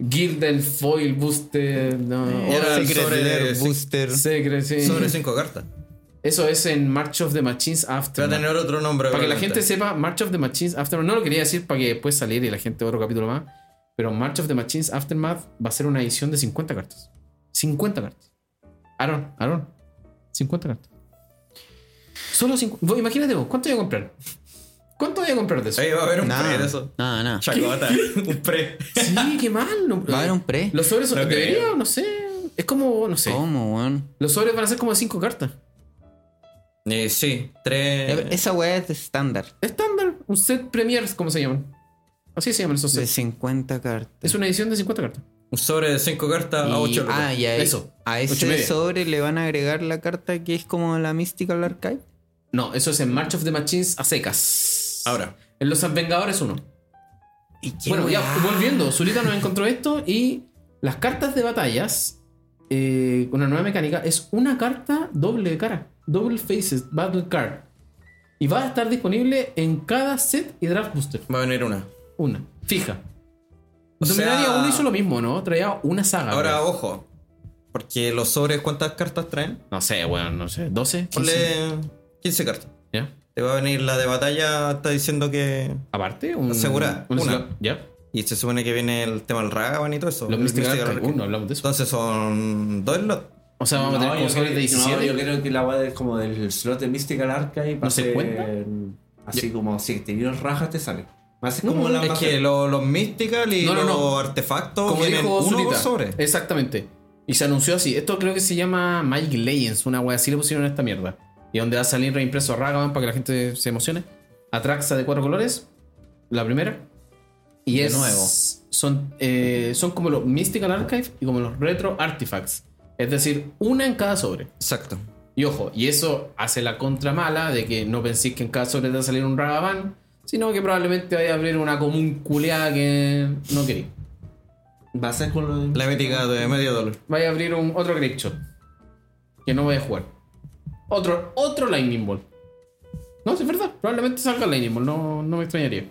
Gilded Foil Booster, no,
Era
Oral
el
Secret
sobre-
Lair,
Oh, sí.
Booster.
Secret, sí.
Sobre 5 cartas.
Eso es en March of the Machines
Va
After.
a tener otro nombre.
Para que la
probablemente.
gente sepa, March of the Machines Aftermath, no lo quería decir para que después saliera y la gente otro capítulo más, pero March of the Machines Aftermath va a ser una edición de 50 cartas. 50 cartas. Aaron, Aaron, 50 cartas. Solo 50. Vos Imagínate vos, ¿cuánto voy a comprar? ¿Cuánto voy a comprar de eso?
Eh.
Ahí va a haber un
Nada,
pre de eso.
nada, nada.
Chacota. [laughs] un pre.
Sí, qué mal. no-
¿Va a haber un pre?
Los sobres son-
No creo.
debería, no sé. Es como, no sé.
¿Cómo, weón?
Los sobres van a ser como 5 cartas.
Eh, sí,
Ya,
Eh.
pero
tres.
Esa weá es de estándar.
Estándar, un set premiers, como se llaman. Así se llaman esos
De
sets.
50 cartas.
Es una edición de 50 cartas.
Un sobre de 5 cartas a
Y-
8
ah, y a,
Eso,
a
ocho y
ese
media.
sobre le van a agregar la carta que es como la Mystical Archive.
No, eso es en March of the Machines a secas.
Ahora.
En los Vengadores 1.
¿Y qué
Bueno, ya
weá?
volviendo, Zulita nos encontró esto y las cartas de batallas, eh, una nueva mecánica, es una carta doble de cara. Double Faces, Battle Card. Y va a estar disponible en cada set y draft booster.
Va a venir una.
Una, fija.
O sea-
Dominaria 1 hizo lo mismo, ¿no? Traía una saga.
Ahora,
creo.
ojo. Porque los sobres, ¿cuántas cartas traen?
No sé, bueno, no sé. 12, 15.
Ponle 15 cartas.
¿Ya?
Te va a venir la de batalla, está diciendo que.
Aparte, un.
Asegura,
un-
una.
¿Ya?
Y se supone que viene el tema del Ragavan y todo eso.
Los
el
Mystical
Mystical
Arcane,
Arcane.
uh, no hablamos de eso.
Entonces son dos slots.
O sea, vamos a tener
No,
como
yo
sobres de
creo-
17.
no, yo creo que la guada es como del slot de Mystical Archive. va a
se
ser,
cuenta?
Así como si te dieron rajas, te sale. Va a ser
No,
como
no,
la.
Es
va a
que
ser-
lo- los Mystical y
No, no, no.
los artefactos
Como
vienen
dijo
uno por
Zulita.
sobre.
Exactamente. Y se anunció así. Esto creo que se llama Magic Legends, una wea así le pusieron a esta mierda. Y donde va a salir reimpreso a Ragavan para que la gente se emocione. Atraxa de cuatro colores, la primera. Y
De
es.
nuevo.
Son, eh, son como los Mystical Archive y como los Retro Artifacts. Es decir, una en cada sobre.
Exacto.
Y ojo, y eso hace la contra mala de que no penséis que en cada sobre te va a salir un Ragavan, sino que probablemente vaya a abrir una común culeada que no queréis.
Va a ser con lo de-
La mítica de medio dólar.
vaya a abrir un otro Great Shot. Que no voy a jugar. Otro, otro Lightning Ball. No, sí, es verdad. Probablemente salga Lightning Ball. No, no me extrañaría.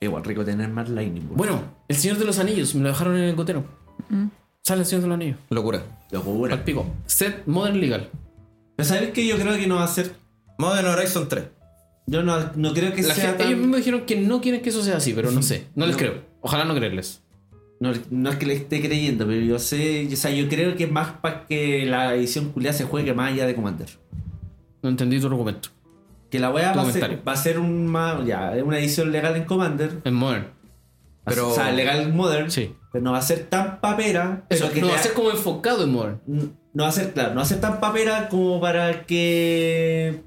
Igual rico tener más Lightning. Bueno,
Bueno, El Señor de los Anillos. Me lo dejaron en el gotero. Sale El Señor de los Anillos.
Locura.
Al
locura.
pico. Set Modern Legal.
Pero sabes que yo creo que no va a ser.
Modern Horizon 3.
Yo no, no creo que
La
sea.
gente-
tan-
ellos mismos dijeron que no quieren que eso sea así, pero no sé. No les
No.
creo. Ojalá no creerles.
No, no es que le esté creyendo, pero yo sé, o sea, yo creo que es más para que la edición culia se juegue más allá de Commander.
No entendí tu argumento.
Que la weá
Tu
va a, ser,
comentario.
va a ser un ma- ya, una edición legal en Commander,
En Modern.
Pero-
o sea, legal en Modern,
Sí.
pero no va a ser tan papera, pero
Eso,
que
no,
te-
va a ser como enfocado en Modern.
n- no va a ser, claro, no va a ser tan papera como para que,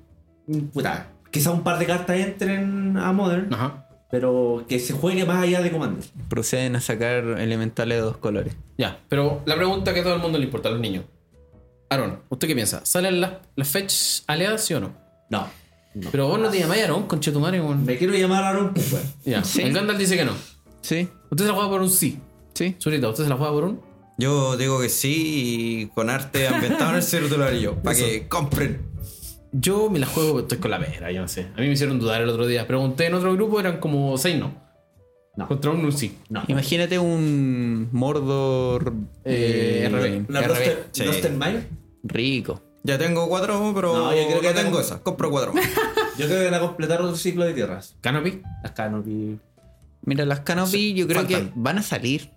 mm, puta, quizá un par de cartas entren a Modern,
Ajá.
pero que se juegue más allá de Commander.
Proceden a sacar elementales de dos colores.
Ya, pero la pregunta que a todo el mundo le importa, a los niños. Aaron, ¿usted qué piensa? ¿Salen las, las fechas aliadas, sí o no?
No,
Pero vos no te llamáis Aaron, conchetumare, weón.
me quiero llamar a un
[laughs]
pues, weón.
Ya,
Sí.
el Gandalf dice que no.
Sí,
Usted se la juega por un sí.
sí.
Zurita, ¿usted se la juega por un?
Yo digo que sí y con arte ambientado en el celular y yo. Para que compren.
Yo me la juego, estoy con la vera, yo no sé. A mí me hicieron dudar el otro día. Pregunté en otro grupo, eran como seis no.
No.
Contra un sí.
No.
Imagínate un Mordor
Eh, RB.
La
RB.
Roster,
sí.
Roster Mile,
Rico.
Ya tengo cuatro, pero
No, yo creo que
no tengo
tengo-
esa. Compro cuatro.
Yo creo que van a completar otro ciclo de tierras.
Canopy.
Las Canopy.
Mira, las Canopy yo creo
faltan.
que van a salir.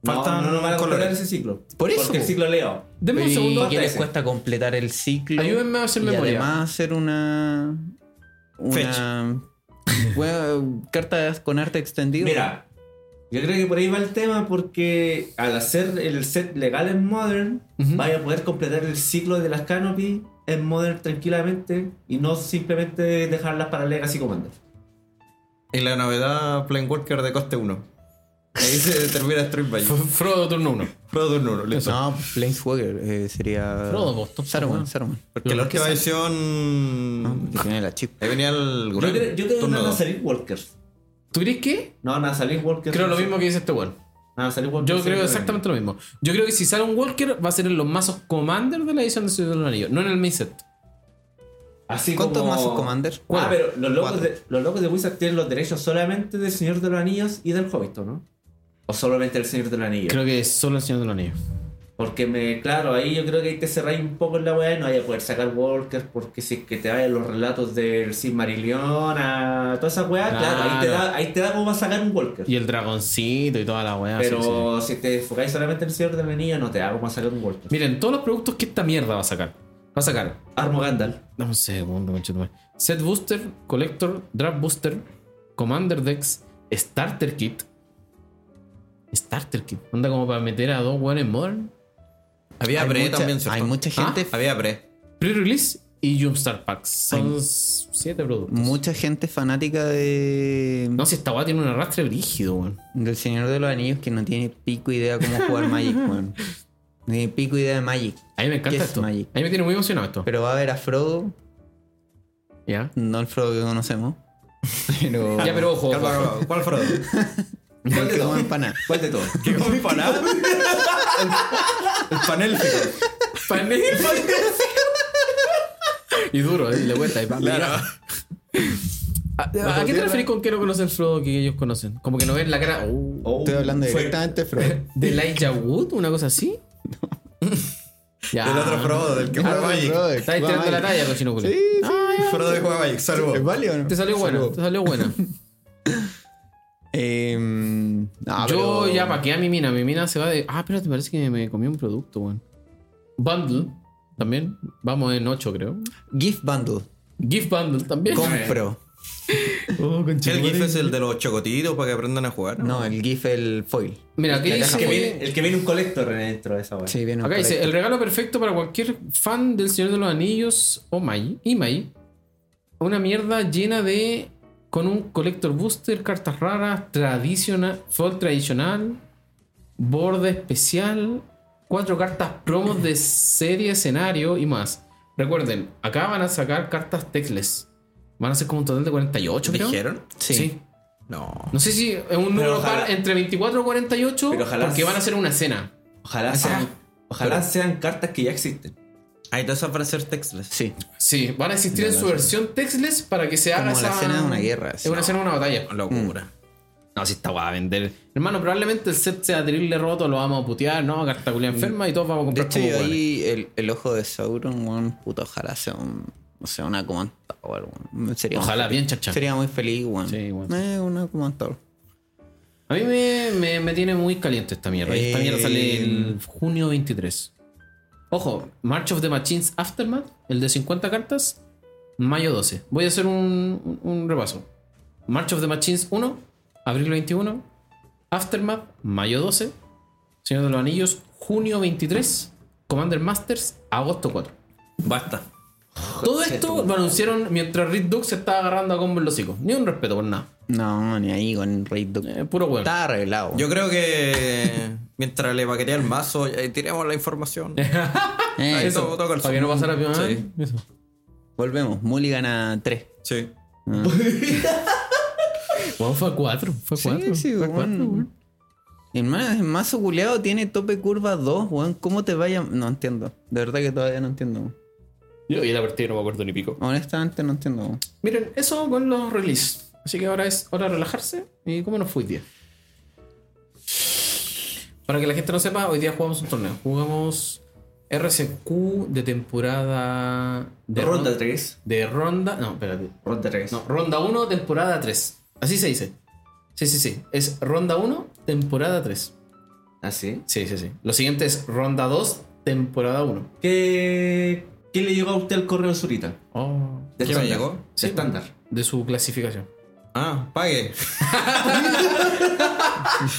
No,
Faltan
no, no van a completar
colores.
ese ciclo.
Por eso,
Porque el
po.
ciclo Leo.
Denme un
¿Y
segundo.
qué les
Parece.
cuesta completar el ciclo?
Ayúdenme a hacer
y
memoria.
además hacer una... Una...
Fetch.
[laughs] Bueno, cartas con arte extendido.
Mira, yo creo que por ahí va el tema porque al hacer el set legal en Modern,
Ujú.
vaya a poder completar el ciclo de las Canopy en Modern tranquilamente y no simplemente dejarlas para Legacy Commander.
Y la novedad Plane Walker de coste 1. Ahí se termina Street Bay.
F- Frodo turno 1.
Frodo turno 1, listo.
No, Planeswalker eh, sería...
Frodo, vos, tonto,
Saruman,
weón.
Saruman.
Porque la última
Ah,
edición.
que tiene la
[laughs]
chip.
Ahí venía el
Yo
Gurren,
creo, yo creo que
turno
no van a
dos.
salir Walkers.
¿Tú crees qué?
No van a salir Walkers.
Creo
no
lo
sé.
mismo que dice este weón.
Van a salir Walkers.
Yo creo
siempre.
exactamente lo mismo. Yo creo que si sale un Walker va a ser en los mazos Commander de la edición de Ciudad del Anillo, no en el main set.
Así
¿Cuántos
como-
mazos Commander?
Ah,
Cuatro.
pero los locos,
Cuatro.
de, los locos de Wizard tienen los derechos solamente del Señor de los Anillos y del Hobbit, ¿no? O solamente del Señor de los Anillos.
Creo que es solo el Señor del Anillo.
Porque me, claro, ahí yo creo que ahí te cerráis un poco en la weá y no vaya a poder sacar Walkers porque si es que te vayan los relatos del Silmarillion a toda esa weá, claro, ahí, te
Claro.
da, ahí te da como va a sacar un Walker.
Y el dragoncito y toda la weá. sí, sí.
Pero si te enfocáis solamente en el Señor de los Anillos, no te da como a sacar un Walker.
Miren, todos los productos que esta mierda va a sacar. Va a sacar.
Armo Gandalf.
Dame un segundo, conchetumare. Set Booster, Collector, Draft Booster, Commander Decks, Starter Kit. Starter Kit. Anda como para meter a dos weones Modern.
Había
Hay
pre
mucha-
también, ¿cierto? Ah,
Hay mucha
¿Ah?
gente,
Había pre.
Pre-release y Jumpstart Packs. Son siete productos.
mucha gente fanática de...
No, si esta weá tiene un arrastre brígido, weón.
Del Señor de los Anillos que no tiene pico idea cómo
[laughs]
jugar Magic, weón. No tiene pico idea de Magic.
A mí me encanta
¿Qué es
esto.
Magic?
A mí me tiene muy emocionado esto.
Pero va a ver a Frodo,
ya.
no el Frodo que conocemos. [laughs] Pero.
Ya, pero ojo. ojo.
Calma, ¿Cuál
[laughs]
Frodo?
El que come empanada.
¿Cuál de todos?
¿Qué como empanada? El, el panélfico. [laughs]
Panel. [laughs] y duro, eh, le cuesta. y pa-
Claro.
¿A, a qué te referís con que no conocen Frodo que ellos conocen? Como que no ven la cara. Uh,
Estoy hablando directamente de Frodo.
[laughs] ¿De Elijah Wood? ¿Una cosa
[laughs]
así? ya.
Del otro Frodo, del que juega
Frodo,
Magic.
Frodo.
Estás tirando la talla, cochino culo.
Sí, sí.
Frodo que juega Magic, salvo.
¿Es válido o no?
Te salió buena,
Salud.
te salió
[laughs]
buena.
Eh, mm, no,
Yo
pero-
ya paqué a mi mina. Mi mina se va de. Ah, pero te parece que me comí un producto, weón. Bundle también. Vamos en 8, creo.
Gift Bundle.
Gift Bundle también.
Compro.
¿El GIF es el de los chocotitos para que aprendan a jugar?
No, el GIF, el foil.
Mira, aquí
La
dice
El
caja
que,
que-
viene, el que viene un colector dentro de esa weá.
Sí, viene un
Acá dice,
colector.
el regalo perfecto para cualquier fan del Señor de los Anillos o Mai, y Mai, una mierda llena de... con un collector booster, cartas raras, tradicional, foil tradicional, borde especial, cuatro cartas promos de serie, escenario y más. Recuerden, acá van a sacar cartas tecles. Van a ser como un total de 48, creo.
¿Dijeron?
Sí.
Sí.
No.
No sé si es un número
ojalá-
par entre 24 o 48,
Pero ojalá-
porque van a hacer una cena. Ah,
Ojalá sean, ojalá sean cartas que ya existen.
Ahí te vas a aparecer textless.
Sí.
Sí, van a existir
Ya
en
lo
su
sé.
versión textless para que se haga
Como la
esa-
escena de una guerra,
Es
sí.
una escena de una batalla.
Locura.
Mm. No, si está guada a vender. Hermano, probablemente el set sea terrible roto, lo vamos a putear, ¿no? Carta culia enferma y todos vamos a
De
comprar
hecho,
como
yo
hueones.
ahí el, el ojo de Sauron, weón, puta, ojalá sea un. O sea, una Comantaur, weón. Sería
Ojalá,
muy-
bien chacha.
Sería muy feliz, weón.
Sí, weón.
Eh, una Comantaur.
A mí me, me- me tiene muy caliente esta mierda. Y Esta
Eh.
mierda sale el junio 23. Ojo, March of the Machines Aftermath, el de 50 cartas, mayo 12. Voy a hacer un, un repaso. March of the Machines 1, abril 21. Aftermath, mayo 12. Señor de los Anillos, junio 23. Commander Masters, agosto 4.
Basta.
Todo esto lo anunciaron mientras Rick Duke se estaba agarrando a combo en los hocicos. Ni un respeto por nada.
No, ni ahí con Rey Doc.
Eh, puro huevo.
Está arreglado. Eh,
Yo creo que mientras le paquetea el mazo, eh, tiremos
[laughs]
la información.
Eh,
Ahí to- toca el
Para que no
zoom.
pasara peor.
Sí,
Eso.
Volvemos. Mulligan a 3.
sí.
Weón, fue a 4. Fue a 4. fue a cuatro, weón.
Hermano, el mazo culeado tiene tope curva 2, weón. ¿Cómo te vaya? No entiendo. De verdad que todavía no entiendo. weón.
Yo vi la partida y no me acuerdo ni pico.
Honestamente no entiendo. weón.
Miren, eso con los release. Así que ahora es hora de relajarse. ¿Y cómo nos fue hoy día? Para que la gente no sepa, hoy día jugamos un torneo. Jugamos RCQ de temporada. De
Ronda 3.
De ronda. No, espérate.
Ronda 3.
No, ronda 1, temporada 3. Así se dice. Sí, sí, sí. Es ronda 1, temporada 3.
¿Ah, sí?
Sí, sí, sí. Lo siguiente es ronda 2, temporada 1.
¿Qué, qué le llegó a usted el correo Zurita?
Oh.
De
¿Qué me llegó?
Sí, estándar.
De su clasificación.
Ah, pague. [laughs]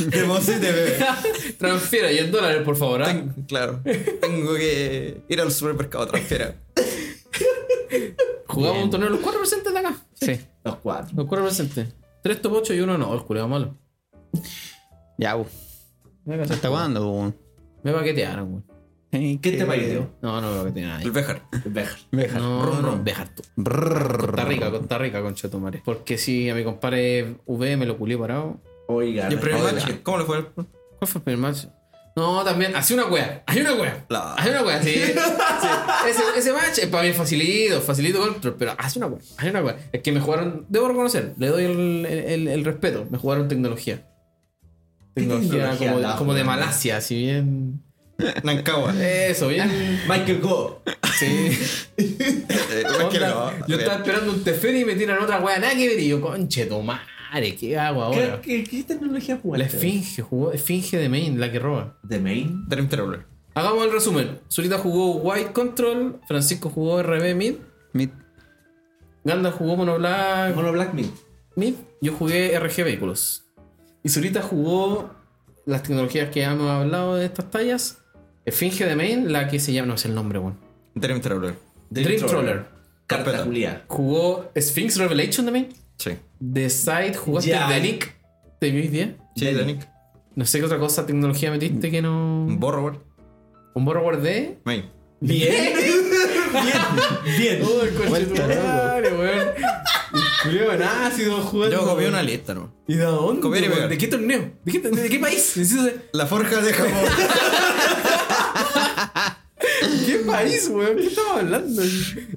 Deposíteme.
[laughs] Transfiera 10 dólares, por favor. ¿ah?
Ten- claro. Tengo que ir al supermercado, transfiera.
Jugamos un torneo. Los cuatro presentes de acá.
Sí.
Los cuatro.
Los cuatro presentes. Tres top 8 y uno no. El culiao malo.
Ya, bu. ¿Hasta cuándo, bu?
Me paquetearon, güey.
¿Qué
Eh,
te pareció?
No, no me paquetearon a nadie.
El Bejar.
Deja.
No,
Rum,
no,
rum.
deja tú. Costa Rica, Costa Rica, concha tu madre. Porque si a mi compadre V me lo culié parado.
Oiga,
¿Y el primer
oiga.
match? ¿Cómo le fue? el-
¿Cuál fue el primer match? No, también, así una wea, hay una wea.
La-
Hay una
[laughs]
wea, sí. Sí. Ese, ese match eh, para mí es facilito, facilito control, pero hace una wea, hace una wea. Es que me jugaron, debo reconocer, le doy el, el- el respeto, me jugaron tecnología. Tecnología,
tecnología
como,
la
como de
jugaron?
Malasia, así bien.
[laughs] Nancagua.
Eso,
[laughs]
bien.
Michael Go.
Sí.
Eh, no
Onda,
quiero, no.
yo estaba esperando un Teferi y me tiran otra wea, nada que ver. Y yo, conche, tomare, ¿qué hago ahora?
¿Qué, qué, qué tecnología
La
jugaste?
Esfinge, jugó Esfinge de main, la que roba.
¿De main?
Dream Traveler.
Hagamos el resumen. Zurita jugó White Control, Francisco jugó RB Mid,
Mi-
Ganda jugó Mono Black
Mono Black Mid.
Mid, yo jugué RG Vehículos. Y Zurita jugó las tecnologías que hemos hablado de estas tallas. Esfinge de Main, la que se llama, no sé el nombre, bueno.
Dream Traveler.
Dream, Troller.
Carta
Carpeta.
Julia.
Jugó Sphinx Revelation de Main.
Sí.
The Side jugaste
Ya.
Delic de hoy día.
Sí, Danik.
No sé qué otra cosa tecnología metiste que no.
Borrower.
Un borrower de.
Main.
[laughs] Bien.
[laughs]
Bien. Bien.
Oh, el coche
Vuelta
de tu
loco.
madre, weón. Culeo en ácido jugando.
Yo copié una lista, ¿no?
¿Y de dónde?
Copiar y
weón?
pegar.
¿De qué torneo? ¿De qué, de qué [laughs] país? Necesito saber,
La forja de Japón.
¿Qué país, weón? ¿Qué estamos hablando?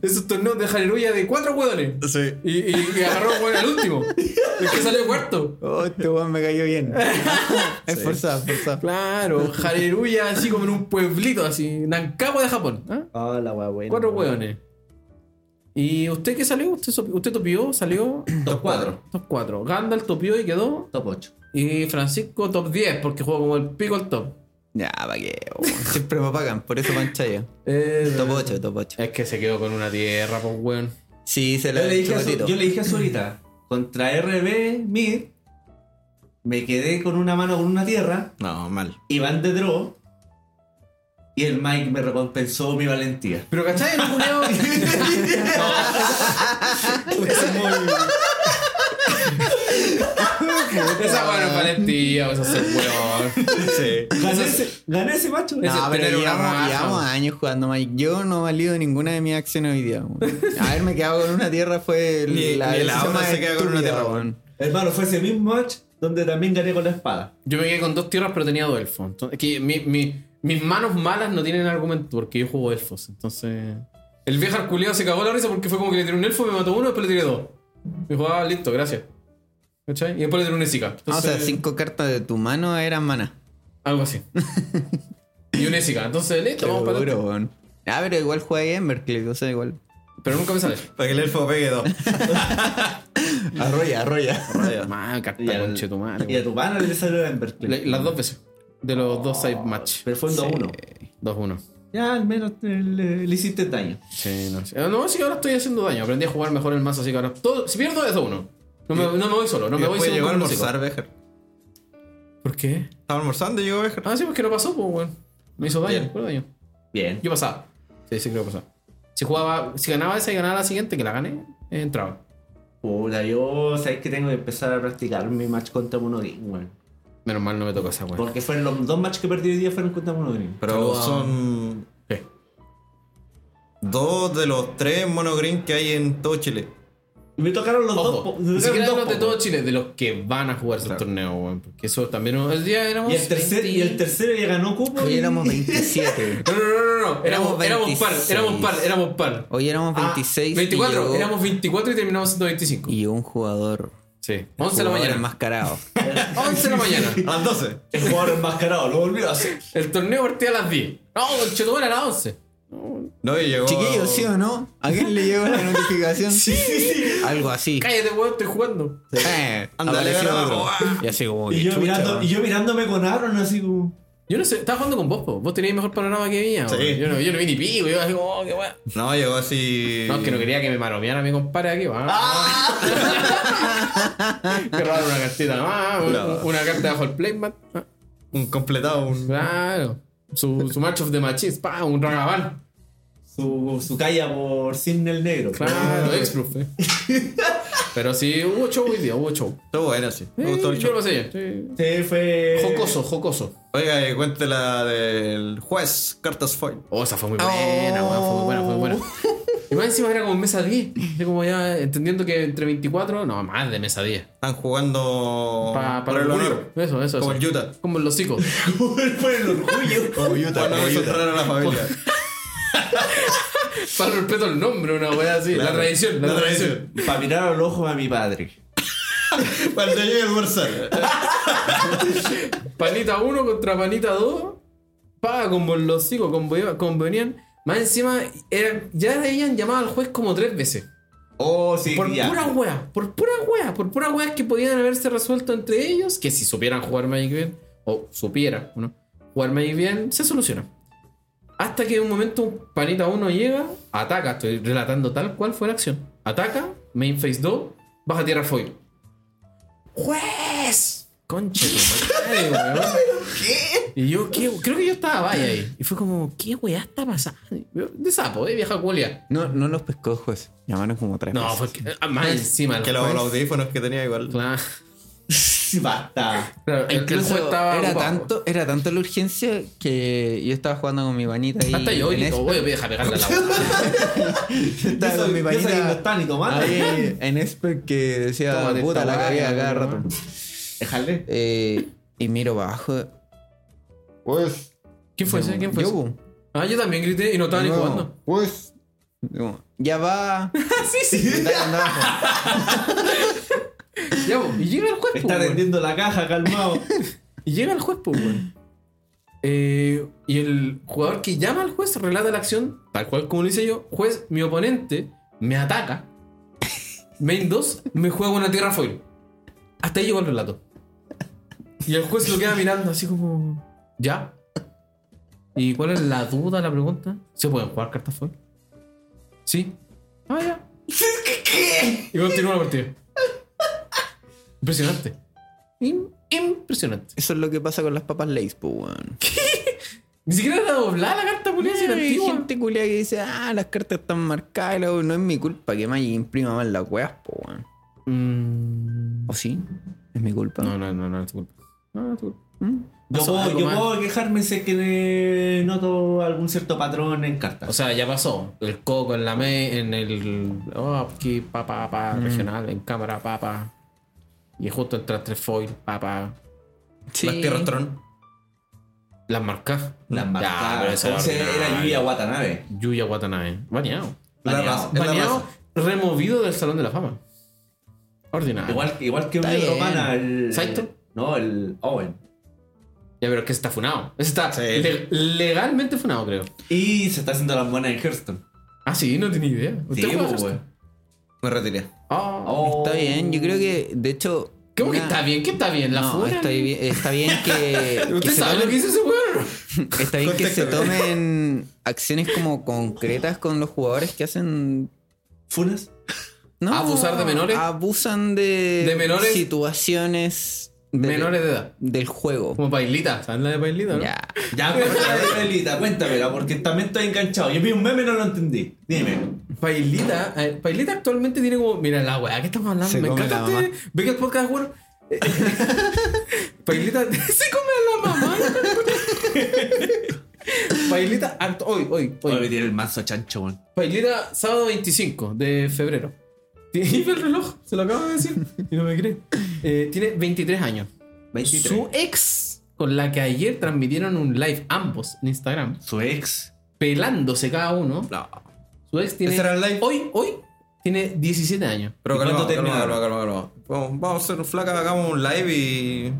Esos torneos de Haleluya de cuatro weones.
sí.
Y, y, y agarró weón al último. El que salió cuarto.
Oh, este weón me cayó [laughs] bien. Esforzado, esforzado.
Claro, Haleluya así como en un pueblito, así, Nancagua de Japón. ¿ah?
Hola, huevón.
Cuatro weones. ¿Y usted qué salió? ¿Usted, sopi- usted topió? ¿Salió?
Top 4.
Top 4. Gandalf topió y quedó
Top 8.
Y Francisco top 10, porque juega como el pico al top.
Ya, pa' qué, weón. Siempre me pagan, por eso panchaya.
Eh,
Top 8, top 8.
Es que se quedó con una tierra, pues weón.
Sí, se
Yo
la
le,
he
dije a Zu- yo le dije a Zurita, contra RB Mid, me quedé con una mano con una tierra,
[laughs] No, mal.
Iván de Draw, y el Mike me recompensó mi valentía.
Pero ¿cachai? No, [laughs] culiao. Esa weón es valentía, eso es ser weón.
Sí.
Gané ese, gané ese macho.
Ese-
No, pero
tener una raja.
llevamos, llevamos años jugando Mike. Yo no valido ninguna de mis acciones hoy día. weón. Haberme quedado con una tierra fue
Ni-
la
ni la
decisión
otra
más
se queda con una
estúpida,
tierra,
weón.
Hermano, fue ese mismo match donde también gané con la espada.
Yo me quedé con dos tierras, pero tenía dos elfos. Entonces, es que mi- mi- mis manos malas no tienen argumento porque yo juego elfos. Entonces. El viejo arculeado se cagó la risa porque fue como que le tiré un elfo, me mató uno, después le tiré dos. Me dijo, ah, listo, gracias. ¿Cachai? Y después le tiré un esica.
Ah, o sea, cinco cartas de tu mano eran maná.
Algo
[laughs]
así. y un esica. Entonces, listo,
Qué
vamos para adelante.
duro, weón. Ah, pero igual juega Emberclick, o sea, igual.
Pero nunca me sale.
Para que el elfo pegue [laughs] dos.
Arroya, arroya.
Man, Ah, carta
Y al-
conchetumare,
Y a tu pana le salió en Berkeley.
Le- Las dos veces. De los dos side match.
Pero fue un 2-1.
2-1.
Ya, al menos eh, le, le hiciste daño.
Sí, no sé. Ah, No, sí, ahora estoy haciendo daño. Aprendí a jugar mejor el mazo, así que ahora. Todo, si pierdo, es 2-1. No me, no me voy solo, no me voy
Después
solo.
llegó a almorzar Bejar.
¿Por qué?
Estaba almorzando y llegó Bejar.
Ah, sí, porque no pasó, pues, weón. Me hizo daño,
Bien.
fue daño.
Bien.
Yo pasaba. Sí, sí, creo que pasaba. Si jugaba, si ganaba esa y ganaba la siguiente, que la gané, eh, entraba.
Puta, yo sabéis que tengo que empezar a practicar mi match contra Monodin, weón.
Menos mal no me tocó esa weón.
Porque fueron los dos matches que perdí hoy día fueron contra Monodin.
Pero
Saludos a-
son
¿Qué?
dos de los tres monogreen que hay en todo Chile.
Y me tocaron los dos.
Ojo,
po- me
ni siquiera de
tocaron
los de
po-
todo Chile, de los que van a jugar ese
Claro.
torneo, weón. Porque eso también. El día éramos.
Y el, tercer, y el tercero ya ganó cupo.
Hoy
y-
éramos
[laughs]
27.
No, no, no, no, no. Éramos,
Éramos
éramos par,
26.
éramos par, éramos par.
Hoy éramos
Ah,
26. y
24,
llegó-
éramos 24 y terminamos 125.
Y un jugador.
Sí, 11 de la mañana. [laughs]
Enmascarado.
11 de la mañana.
A las 12.
El jugador enmascarado, lo volvió a hacer.
El torneo partía a las 10. No, conchetumare era 11.
No, y llegó.
Chiquillos, ¿sí o no? ¿A quién le llegó la notificación? [laughs] sí, Algo así.
Cállate, weón, estoy jugando.
Eh,
Ándale,
apareció
ganamos.
otro.
ah.
Y así como que
Y yo,
chucha,
mirando,
weón.
y yo mirándome con Aaron así como...
Yo no sé, estaba jugando con vos, po. Vos teníais mejor panorama que mía,
Sí.
weón. Yo no, yo no vi ni pico, yo así como, oh, qué weón.
No, llegó así.
No, es que no quería que me maromeara mi compadre aquí, weón.
Ah.
[laughs] qué raro una cartita nomás, un-
No.
una carta bajo el playmat. Ah,
Un completado, un.
Claro. Su, su match of the machines, pa, un ragaban.
Su, su calla por Cisne el Negro.
[laughs]
Claro, exproof. eh. Pero sí, hubo show hoy día, hubo show.
Estuvo bueno, sí. Me
Eh,
gustó el
yo lo
show. Eh,
pasé bien.
Sí, fue...
sí. Jocoso, jocoso.
Oiga, y cuente la del juez, cartas foil.
Oh, esa fue muy buena, weón, fue muy buena, fue muy buena.
Oh.
Y más encima era como mesa 10. Yo como ya entendiendo que entre 24, no, más de mesa 10.
Están jugando.
Pa-
Oh, por el
orgullo.
honor.
Eso, eso.
Como
eso.
el Utah.
Como el hocico.
[laughs] fue el orgullo.
Como Utah,
Cuando
como
hizo
Utah.
entrar a
[laughs]
la familia.
Para el respeto al nombre, una weá así. La
Claro.
tradición, la,
La
tradición.
tradición.
Para mirar a los ojos a mi padre. [laughs]
Cuando llegue el Warzone.
Panita 1 contra panita 2. Paga como el hocico, convo- convenían. Más encima, eran, ya habían llamado al juez como tres veces.
Oh, sí,
Por
ya.
pura wea, por pura wea, por pura wea que podían haberse resuelto entre ellos, que si supieran jugar Magic bien, o supieran ¿no? jugar Magic bien, se soluciona. Hasta que en un momento un panita uno llega, ataca, estoy relatando tal cual fue la acción. Ataca, main phase 2, baja tierra foil. ¡Juez! Conche, [laughs] tu madre, weón. Y yo, ¿qué? creo que yo estaba vaya ahí. Y fue como, ¿qué weá está pasando? Yo, De sapo, eh, vieja culia.
No, no los pescó, juez. Llamaron como tres
No,
veces.
fue que- ah, más encima. el
Que los
juez-
los audífonos que tenía igual.
Claro.
Basta.
Claro, el- el
Incluso
juego estaba
era,
ocupado.
tanto, era tanto la urgencia que yo estaba jugando con mi panita ahí.
Hasta yo
en
grito,
Xbox.
voy a dejar
[laughs]
pegarle a [laughs] la boca.
Estaba
Yo
con
soy-
mi
yo soy
panita
indostán y tomate.
ahí Ah, en Esper que decía,
Tómate
puta,
esta
la
weá,
cagué a cada
weón.
rato.
Déjale.
Eh, y miro para abajo. Pues.
¿Quién fue ese? ¿Quién fue
Yo,
ese?
po.
Ah, yo también grité y no estaba ni
No,
[laughs] jugando.
Pues. Digo,
[laughs]
Ya va.
Ah, sí, sí.
Dale, anda abajo.
Ya, po, y llega el juez, po,
Está
weón.
tendiendo la caja, calmado.
Y llega el juez, po, weón. Eh, y el jugador que llama al juez relata la acción, tal cual como lo hice yo. Juez, mi oponente, me ataca. Main 2, me juega una tierra foil. Hasta ahí llegó el relato. Y el juez lo queda mirando así como... ¿Ya? ¿Y cuál es la duda, la pregunta? ¿Se pueden jugar cartas foil? Sí. Ah, ya. Y continúa la partida. Impresionante. Im- impresionante.
Eso es lo que pasa con las papas Lays, pues, weón.
Ni siquiera era doblada la carta culiada, si era
Hay
antigua.
gente culia que dice, ah, las cartas están marcadas, y la weón, no es mi culpa que Magic imprima mal las weas, pues, weón.
Mm,
¿O sí? Es mi culpa.
No, no, no, no es tu culpa. No, no es tu culpa.
¿Mm?
Yo,
Pasó
puedo,
algo
yo
mal.
puedo quejarme si es que eh, noto algún cierto patrón en cartas.
O sea, ya pasó. El coco en la me, en el. Oh, aquí, pa, pa, pa,
Mm.
regional, en cámara, pa, pa. Y justo entra tres foil, pa, pa.
Sí.
Las tierras tron.
Las marcas.
las
Ya,
marcadas.
pero esa
Entonces era
ordinaria.
Yuya Watanabe.
Yuya Watanabe. Baneado.
La
Baneado.
raza. es la
Baneado,
raza.
removido del Salón de la Fama. Ordinario.
Igual, igual que un
Está bien.
romana, el.
¿Saito?
No, el Owen.
Ya, pero es que está funado. Ese Está
Sí.
le- legalmente funado, creo.
Y se está haciendo las buenas en Hearthstone.
Ah, sí, no tenía idea. ¿Usted
Sí,
juega
pues,
Hearthstone?
weón.
Me retiré.
Ah.
Oh.
Está bien, yo creo que, de hecho.
¿Cómo que
una-
está bien? ¿Qué está bien? ¿La
no,
funa?
está bien, está bien que.
[laughs]
que
¿Usted
se
sabe lo que
tomen-
hizo ese weón?
Está bien que se
Contéstame.
tomen acciones como concretas con los jugadores que hacen.
¿Funas?
No,
¿Abusar de menores?
Abusan de,
¿De menores?
situaciones de-
Menores de edad.
del juego.
Como Pailita. ¿Saben la de Pailita, no?
Ya.
Ya, cuéntamela, Elita, cuéntamela, porque también estoy enganchado. Yo vi un meme y no lo entendí. Dime.
Pailita, eh, Pailita actualmente tiene como. Mira la weá, ¿qué estamos hablando?
Se
Me
come
encanta
la
este. Ve que el podcast,
[laughs]
weón. Eh, Pailita [laughs] se come a la mamá. Pailita, act- hoy, hoy, hoy.
Oye, tiene el mazo chancho, weón.
Pailita, sábado 25 de febrero. [laughs] Tiene el reloj, se lo acabo de decir. Y no me cree. Eh, tiene 23 años.
23.
Su ex, con la que ayer transmitieron un live ambos en Instagram,
Su ex.
pelándose cada uno.
No.
Su ex tiene.
¿Ese era el live?
Hoy, hoy, tiene 17 años.
Pero
¿Y
calma,
cuándo
calma, calma,
terminaron?
calma, calma. Vamos, vamos a hacer un flaca, hagamos un live y.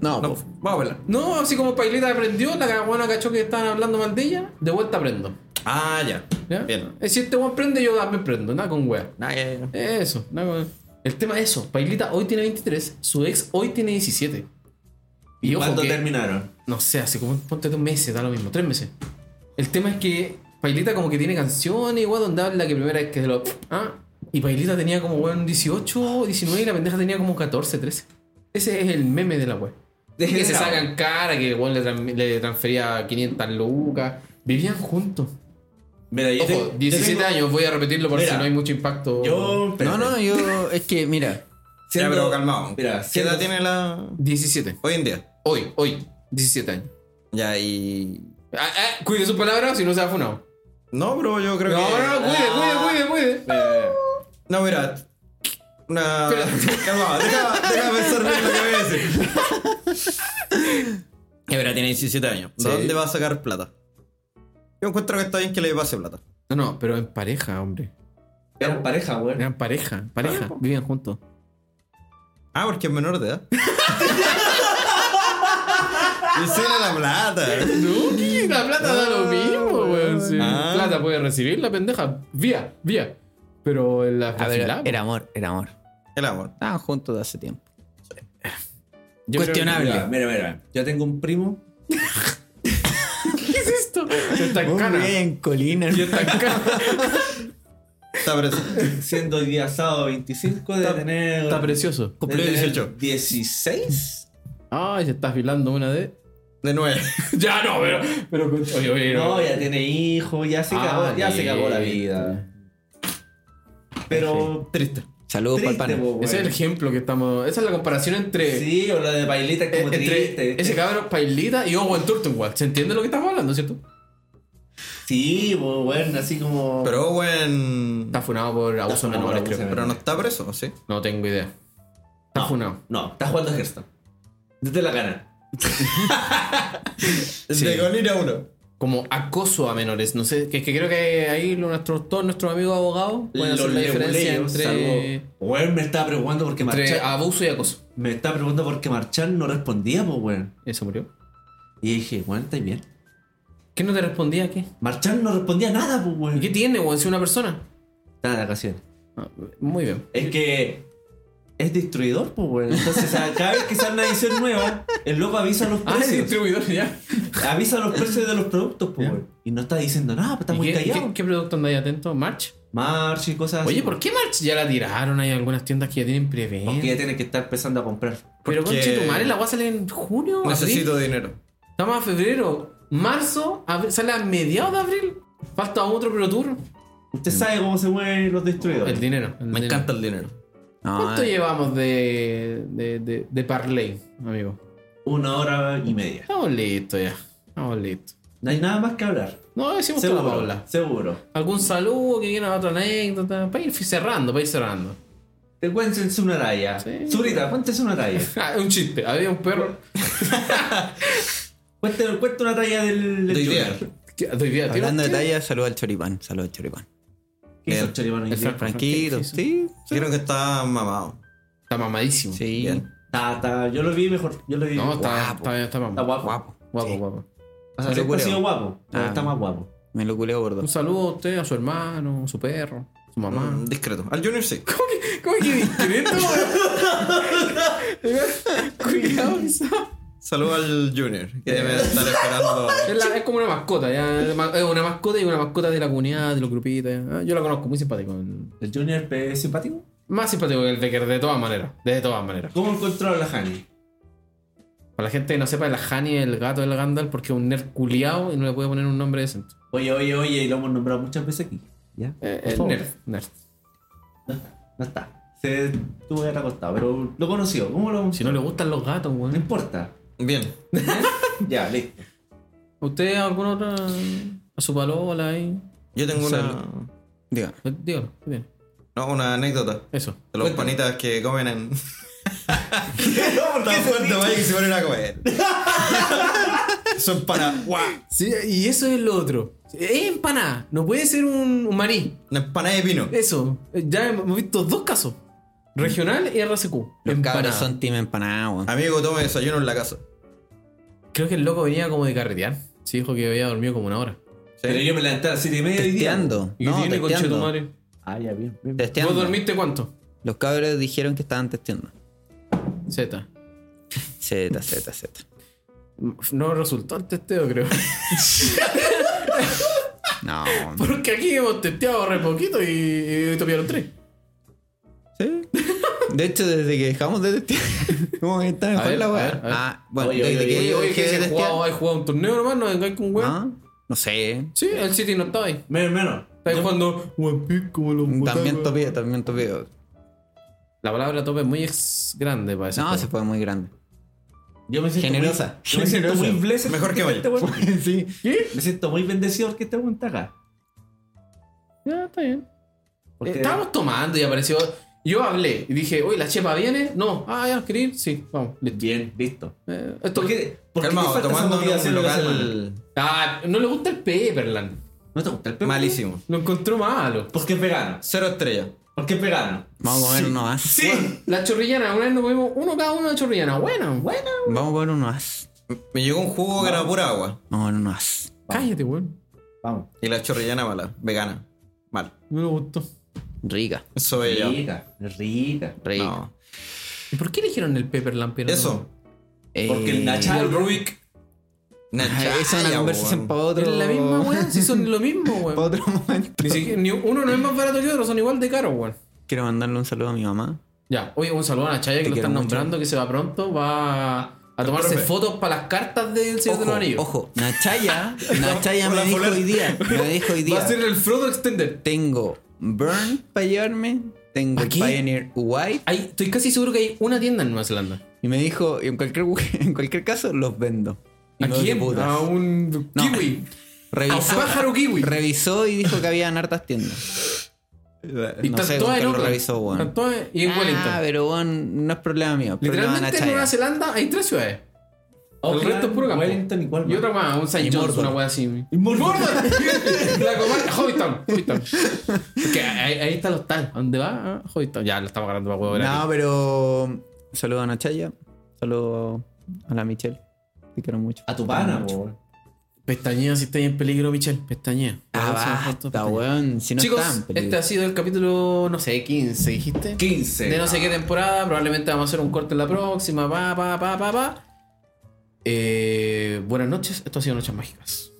No,
No,
po.
vamos a hablar.
No, así como Pailita aprendió, la cagona cachó que estaban hablando mal de ella, de vuelta aprendo.
Ah, ya.
¿Ya?
Bien.
Eh, Si este weón prende, yo también prendo, nada con wea.
Nah, ya, ya.
Eso, nada con El tema es eso, Pailita hoy tiene 23, su ex hoy tiene 17.
¿Y
ojo
cuándo
que-
terminaron?
No sé, hace como ponte dos meses, da lo mismo, tres meses. El tema es que Pailita como que tiene canciones, igual donde habla que primera vez que se lo. Ah, y Pailita tenía como weón 18, 19 y la pendeja tenía como 14, 13. Ese es el meme de la web. Que se sacan cara, que el weón le, tran- le transfería 500 lucas. Vivían juntos.
Mira, yo
Ojo,
tengo-
17
yo tengo-
años, voy a repetirlo por si
Mira,
no hay mucho impacto.
Yo.
no, no, yo. Es que, mira.
ya, pero calmado.
Mira,
¿Qué
siendo-
edad tiene la.
17.
hoy en día?
Hoy, hoy. 17 años.
Ya, y.
Ah, ah, cuide sus palabras si no se ha funado.
No, bro, yo creo
No,
que.
no, cuide, cuide, cuide, cuide.
No, mira. Una. [laughs] Calma, deja, deja pensar bien lo que voy a decir. Ya, mira, tiene 17 años. ¿Dónde va a sacar plata? Yo encuentro que está bien que le pase plata.
No, no, pero en pareja, hombre.
Eran pareja, weón.
Eran pareja, pareja, vivían juntos.
Ah, porque es menor de edad. [laughs] Y sí era la plata.
No, que la plata da lo mismo, weón. sí.
Ah.
Plata puede recibir la pendeja, vía, vía. Pero en la
A ver,
la-
era amor, era amor.
El amor.
Estaban juntos de hace tiempo.
Yo creo-
cuestionable.
Mira, mira, mira. Yo tengo un primo.
¿Qué es pues, esto? Está en
Muy
cana.
bien, Colina.
Y está en cana.
Está pres-
Siendo hoy día sábado 25 de
Está-
tener.
Está precioso. Eh,
de
Cumplió
tener
18.
16?
Ay, se está afilando una de. [laughs]
De nueve.
Ya no, pero. pero oye, oye,
No, ya tiene hijo, ya se
Ah,
cagó, ya se cagó la
listo.
vida. Pero.
Triste.
Saludos para el
triste,
pana.
po,
Ese es
weón.
el ejemplo que estamos. Esa es la comparación entre.
Sí, o la de bailita es
eh,
como
entre
triste.
ese cabrón Pailita y Owen Turtunwald. ¿Se entiende lo que estamos hablando, cierto?
Sí, po, weón, así como.
Pero Owen.
Está funado por abuso de
funado por
menores,
abuso
creo.
de
Pero no está preso, ¿sí?
No tengo idea. Está funado.
No, estás jugando a Hearthstone. Date la gana.
De Colina 1.
Como acoso a menores. No sé, que, es que creo que ahí lo- nuestros, todos nuestros amigos abogados pueden hacer la diferencia
leguleyos,
entre,
salvo- Weón, me estaba preguntando por qué
entre
Marchán.
abuso y acoso.
Me estaba preguntando por qué Marchán no respondía, pues, weón.
Eso murió.
Y dije, weón, está bien.
¿Qué no te respondía? ¿Qué?
Marchán no respondía nada, pues,
¿Y qué
weón.
tiene, weón? Si una persona.
Nada, de vacaciones.
Ah, muy bien.
Es que es destruidor, pues, weón. Entonces, a- cada vez que sale una edición nueva, el loco avisa los
Ah, es
precios.
distribuidor ya.
avisa los precios de los productos, pues, weón. Y no está diciendo nada, pues, está
¿Y
muy
qué,
callado. Ah,
qué- qué producto andáis atento? ¿March?
March y cosas así.
Oye, ¿por qué March? Ya la tiraron, hay algunas tiendas que ya tienen preventa.
Porque ya tiene que estar empezando a comprar.
Pero
Porque-
conche tu madre, la va a salir en junio.
Necesito
abril.
dinero.
Estamos a febrero. Marzo abri- sale a mediados de abril. Falta otro Pro Tour.
Usted sabe cómo se mueven los destruidores.
Mm. El dinero. el
Me
dinero.
encanta el dinero.
No, eh,
¿Cuánto llevamos de, de, de, de parlay, amigo?
Una hora y media.
Estamos listos ya. Estamos listos.
No hay nada más que hablar.
No, decimos toda la
Seguro.
Paula.
Seguro.
¿Algún saludo que quiera otra anécdota? Para ir cerrando, para ir cerrando.
Te cuéntense una talla.
Sí.
Zurita, cuéntense una talla.
Ah, [laughs] un chiste. Había un perro.
Cuéntame, cuéntame una talla del. del
De idea.
Junior.
que- doy vida,
Hablando de
¿tiene-
tallas, saludos al Choripán. Saludos al Choripán.
¿Qué hizo
El-
el Choripán hoy
el
día?
Frank-
Franquito,
Franquito,
sí.
Creo que está mamado.
Está mamadísimo.
Sí.
Bien.
Ta, ta, yo lo vi mejor. Yo lo vi.
No, está,
Guapo.
está bien, está
Está
mamado.
guapo.
Guapo.
Guapo,
Sí.
guapo.
O sea,
Lo
siempre ha
culeo.
sido guapo, pero
Ah.
está más guapo.
Me lo culeo gordo.
Un saludo a usted, a su hermano, a su perro, a su mamá.
Mm, discreto. Al Junior sí.
¿Cómo que discreto, weón? [laughs] Cuidado, quizá.
Saludo al Junior, que
[laughs]
debe estar esperando.
es, la- es como una mascota, ya. Es ma- es una mascota y una mascota de la comunidad, de los grupitos. ya. Ah, Yo la conozco, muy simpático.
¿El Junior es simpático?
Más simpático que el Becker, de todas maneras. De todas maneras.
¿Cómo encontró a la Hani?
Para la gente que no sepa, la Hani es el gato del Gandalf porque es un nerd culiao y no le puede poner un nombre decente.
Oye, oye, oye, y lo hemos nombrado muchas veces aquí. ¿Ya?
Eh,
Por
eh,
favor.
nerd, nerd.
No está. No está. Se tuvo que haber acostado, pero lo conoció. ¿Cómo lo.?
Si no le gustan los gatos,
No
weón.
importa. ¿Eh?
Bien.
ya, listo.
¿Usted alguna otra? A su palola ahí.
Yo tengo una,
Salud. Diga.
Eh, Dígalo, bien.
no, una anécdota
Eso.
de los
Cuéntame.
panitas que comen
[laughs]
en. Tan fuerte, vaya que se ponen a
[laughs]
comer. Son para. ¡Guau!
Sí, y eso es lo otro. Es empanada, no puede ser un, un maní. eh,
Una empanada de pino.
Eso, ya hemos visto dos casos. Regional y RSQ.
Los
Empanada.
cabros son team empanada, weón.
Amigo, tome desayuno en la casa.
Creo que el loco venía como de carretear. Se dijo que había dormido como una hora.
Pero yo me levanté a las 7 y media y día.
Testeando.
¿Y
No,
qué tiene
testeando.
conchetumare?
Ah, ya, bien, bien.
Testeando.
¿Vos dormiste cuánto?
Los cabros dijeron que estaban testeando.
Z.
Z, Z, Z.
No resultó el testeo, creo. [laughs]
No.
Porque aquí hemos testeado re poquito y, y hoy te pillaron tres.
Sí. De hecho, desde que dejamos de testear, [laughs] ¿cómo que está mejor
ver,
la
a
weá?
ver, a ver.
Ah, bueno,
Oye, oye,
desde que
Oye,
yo
oye,
dejé
que
de
se
testear. ¿Ah?
jugado, hay jugado un torneo nomás, no vengáis con weón.
No, no sé.
Sí, el City no estaba ahí.
Menos, menos.
Estáis jugando One Piece como los
También
botacos.
topeo, también topeo.
La palabra tope es muy ex- grande para eso.
No, se fue muy grande.
Yo me siento
Generosa.
Muy, yo me siento
Generosa.
muy blessed.
Mejor que
este
vaya.
weón.
[laughs]
sí.
Me siento muy bendecido porque este weón está acá.
Ya, está bien. Eh,
Porque-
Eh,
Estábamos tomando y apareció. Yo hablé y dije, oye, la chepa viene. No, ah, ya, quería ir. Sí, vamos.
Bien, listo.
Eh, esto
¿Por qué, por qué te
Calmado,
falta esa
tomando en un
motivación de la semana?
local
Ah, no le gusta el Pepperland.
¿No te gusta el pepe?
malísimo.
Lo encontró malo.
Porque es vegano.
Cero estrellas.
Porque es vegano.
Vamos a comer uno más.
Bueno, la chorrillana, una vez nos comimos uno cada uno de chorrillana. Buena, buena.
Vamos a comer uno más.
Me llegó un jugo que era pura agua.
Vamos a comer uno más.
Cállate, weón.
Vamos.
Y la chorrillana mala, vegana. Mal.
No le gustó.
Rica,
Eso es yo.
Rica, rica.
rica.
No.
¿Y por qué eligieron el Pepperland? pero no?
Eso.
Eh,
Porque el Nacha y el Rubik.
Ay,
Nachaya,
esa es una conversación
weón.
para otro.
Es la misma, weón. Si son lo
[laughs]
mismo, weón.
Para otro momento.
Ni siquiera- ni uno no es más barato que otro, son igual de caros, weón.
Quiero mandarle un saludo a mi mamá.
Ya, oye, un saludo a Nachaya que
Te
lo
quiero
están
mucho.
nombrando, que se va pronto, va a tomarse
profe.
fotos para las cartas del Señor de los Anillos.
ojo,
[laughs]
Nachaya, Nachaya
Hola,
me dijo
Polar.
hoy día, me dijo hoy
Va
día,
a ser el Frodo Extender.
tengo
[gasps]
Burn para llevarme, tengo
¿Pa
el
qué?
Pioneer White
Hay- estoy casi seguro que hay una tienda en Nueva Zelanda.
y me dijo, en cualquier [laughs] en cualquier caso los vendo. Y
¿A
me voy de
quién?
putas.
A un
No.
kiwi.
Revisó,
A un pájaro kiwi.
Revisó y dijo que habían
[laughs]
hartas tiendas.
Y
No
están
sé con
todas
qué
en
lo
Auckland.
revisó, weón.
Están todas y en
ah,
Wellington.
pero weón, no es problema mío. Problema de
Literalmente en Nueva
Nachaya.
Zelanda hay tres ciudades. el
Auckland,
resto es puro campo.
Wellington, ¿y cuál
Y
más?
otra más, un St.
Y
John's,
Mordor.
una wea así. [laughs]
Y Mordor.
La comarca Hobbiton. Hobbiton. Porque ahí, ahí está el hostal. ¿A dónde va? Ah, Hobbiton. Ya lo estamos agarrando para huevo. gratis.
No, pero saludo a Nachaya, saludo a la Michelle. Te quiero mucho.
A tu pana, po.
Pestañea si estáis en peligro, Michelle. Pestañea.
Ah, basta, weón. Si no
Chicos,
están, peligro.
este ha sido el capítulo, no sé, 15, dijiste.
15.
De no sé qué temporada. Probablemente vamos a hacer un corte en la próxima. Pa, pa, pa, pa, pa. Eh, buenas noches. Esto ha sido Noches Mágicas.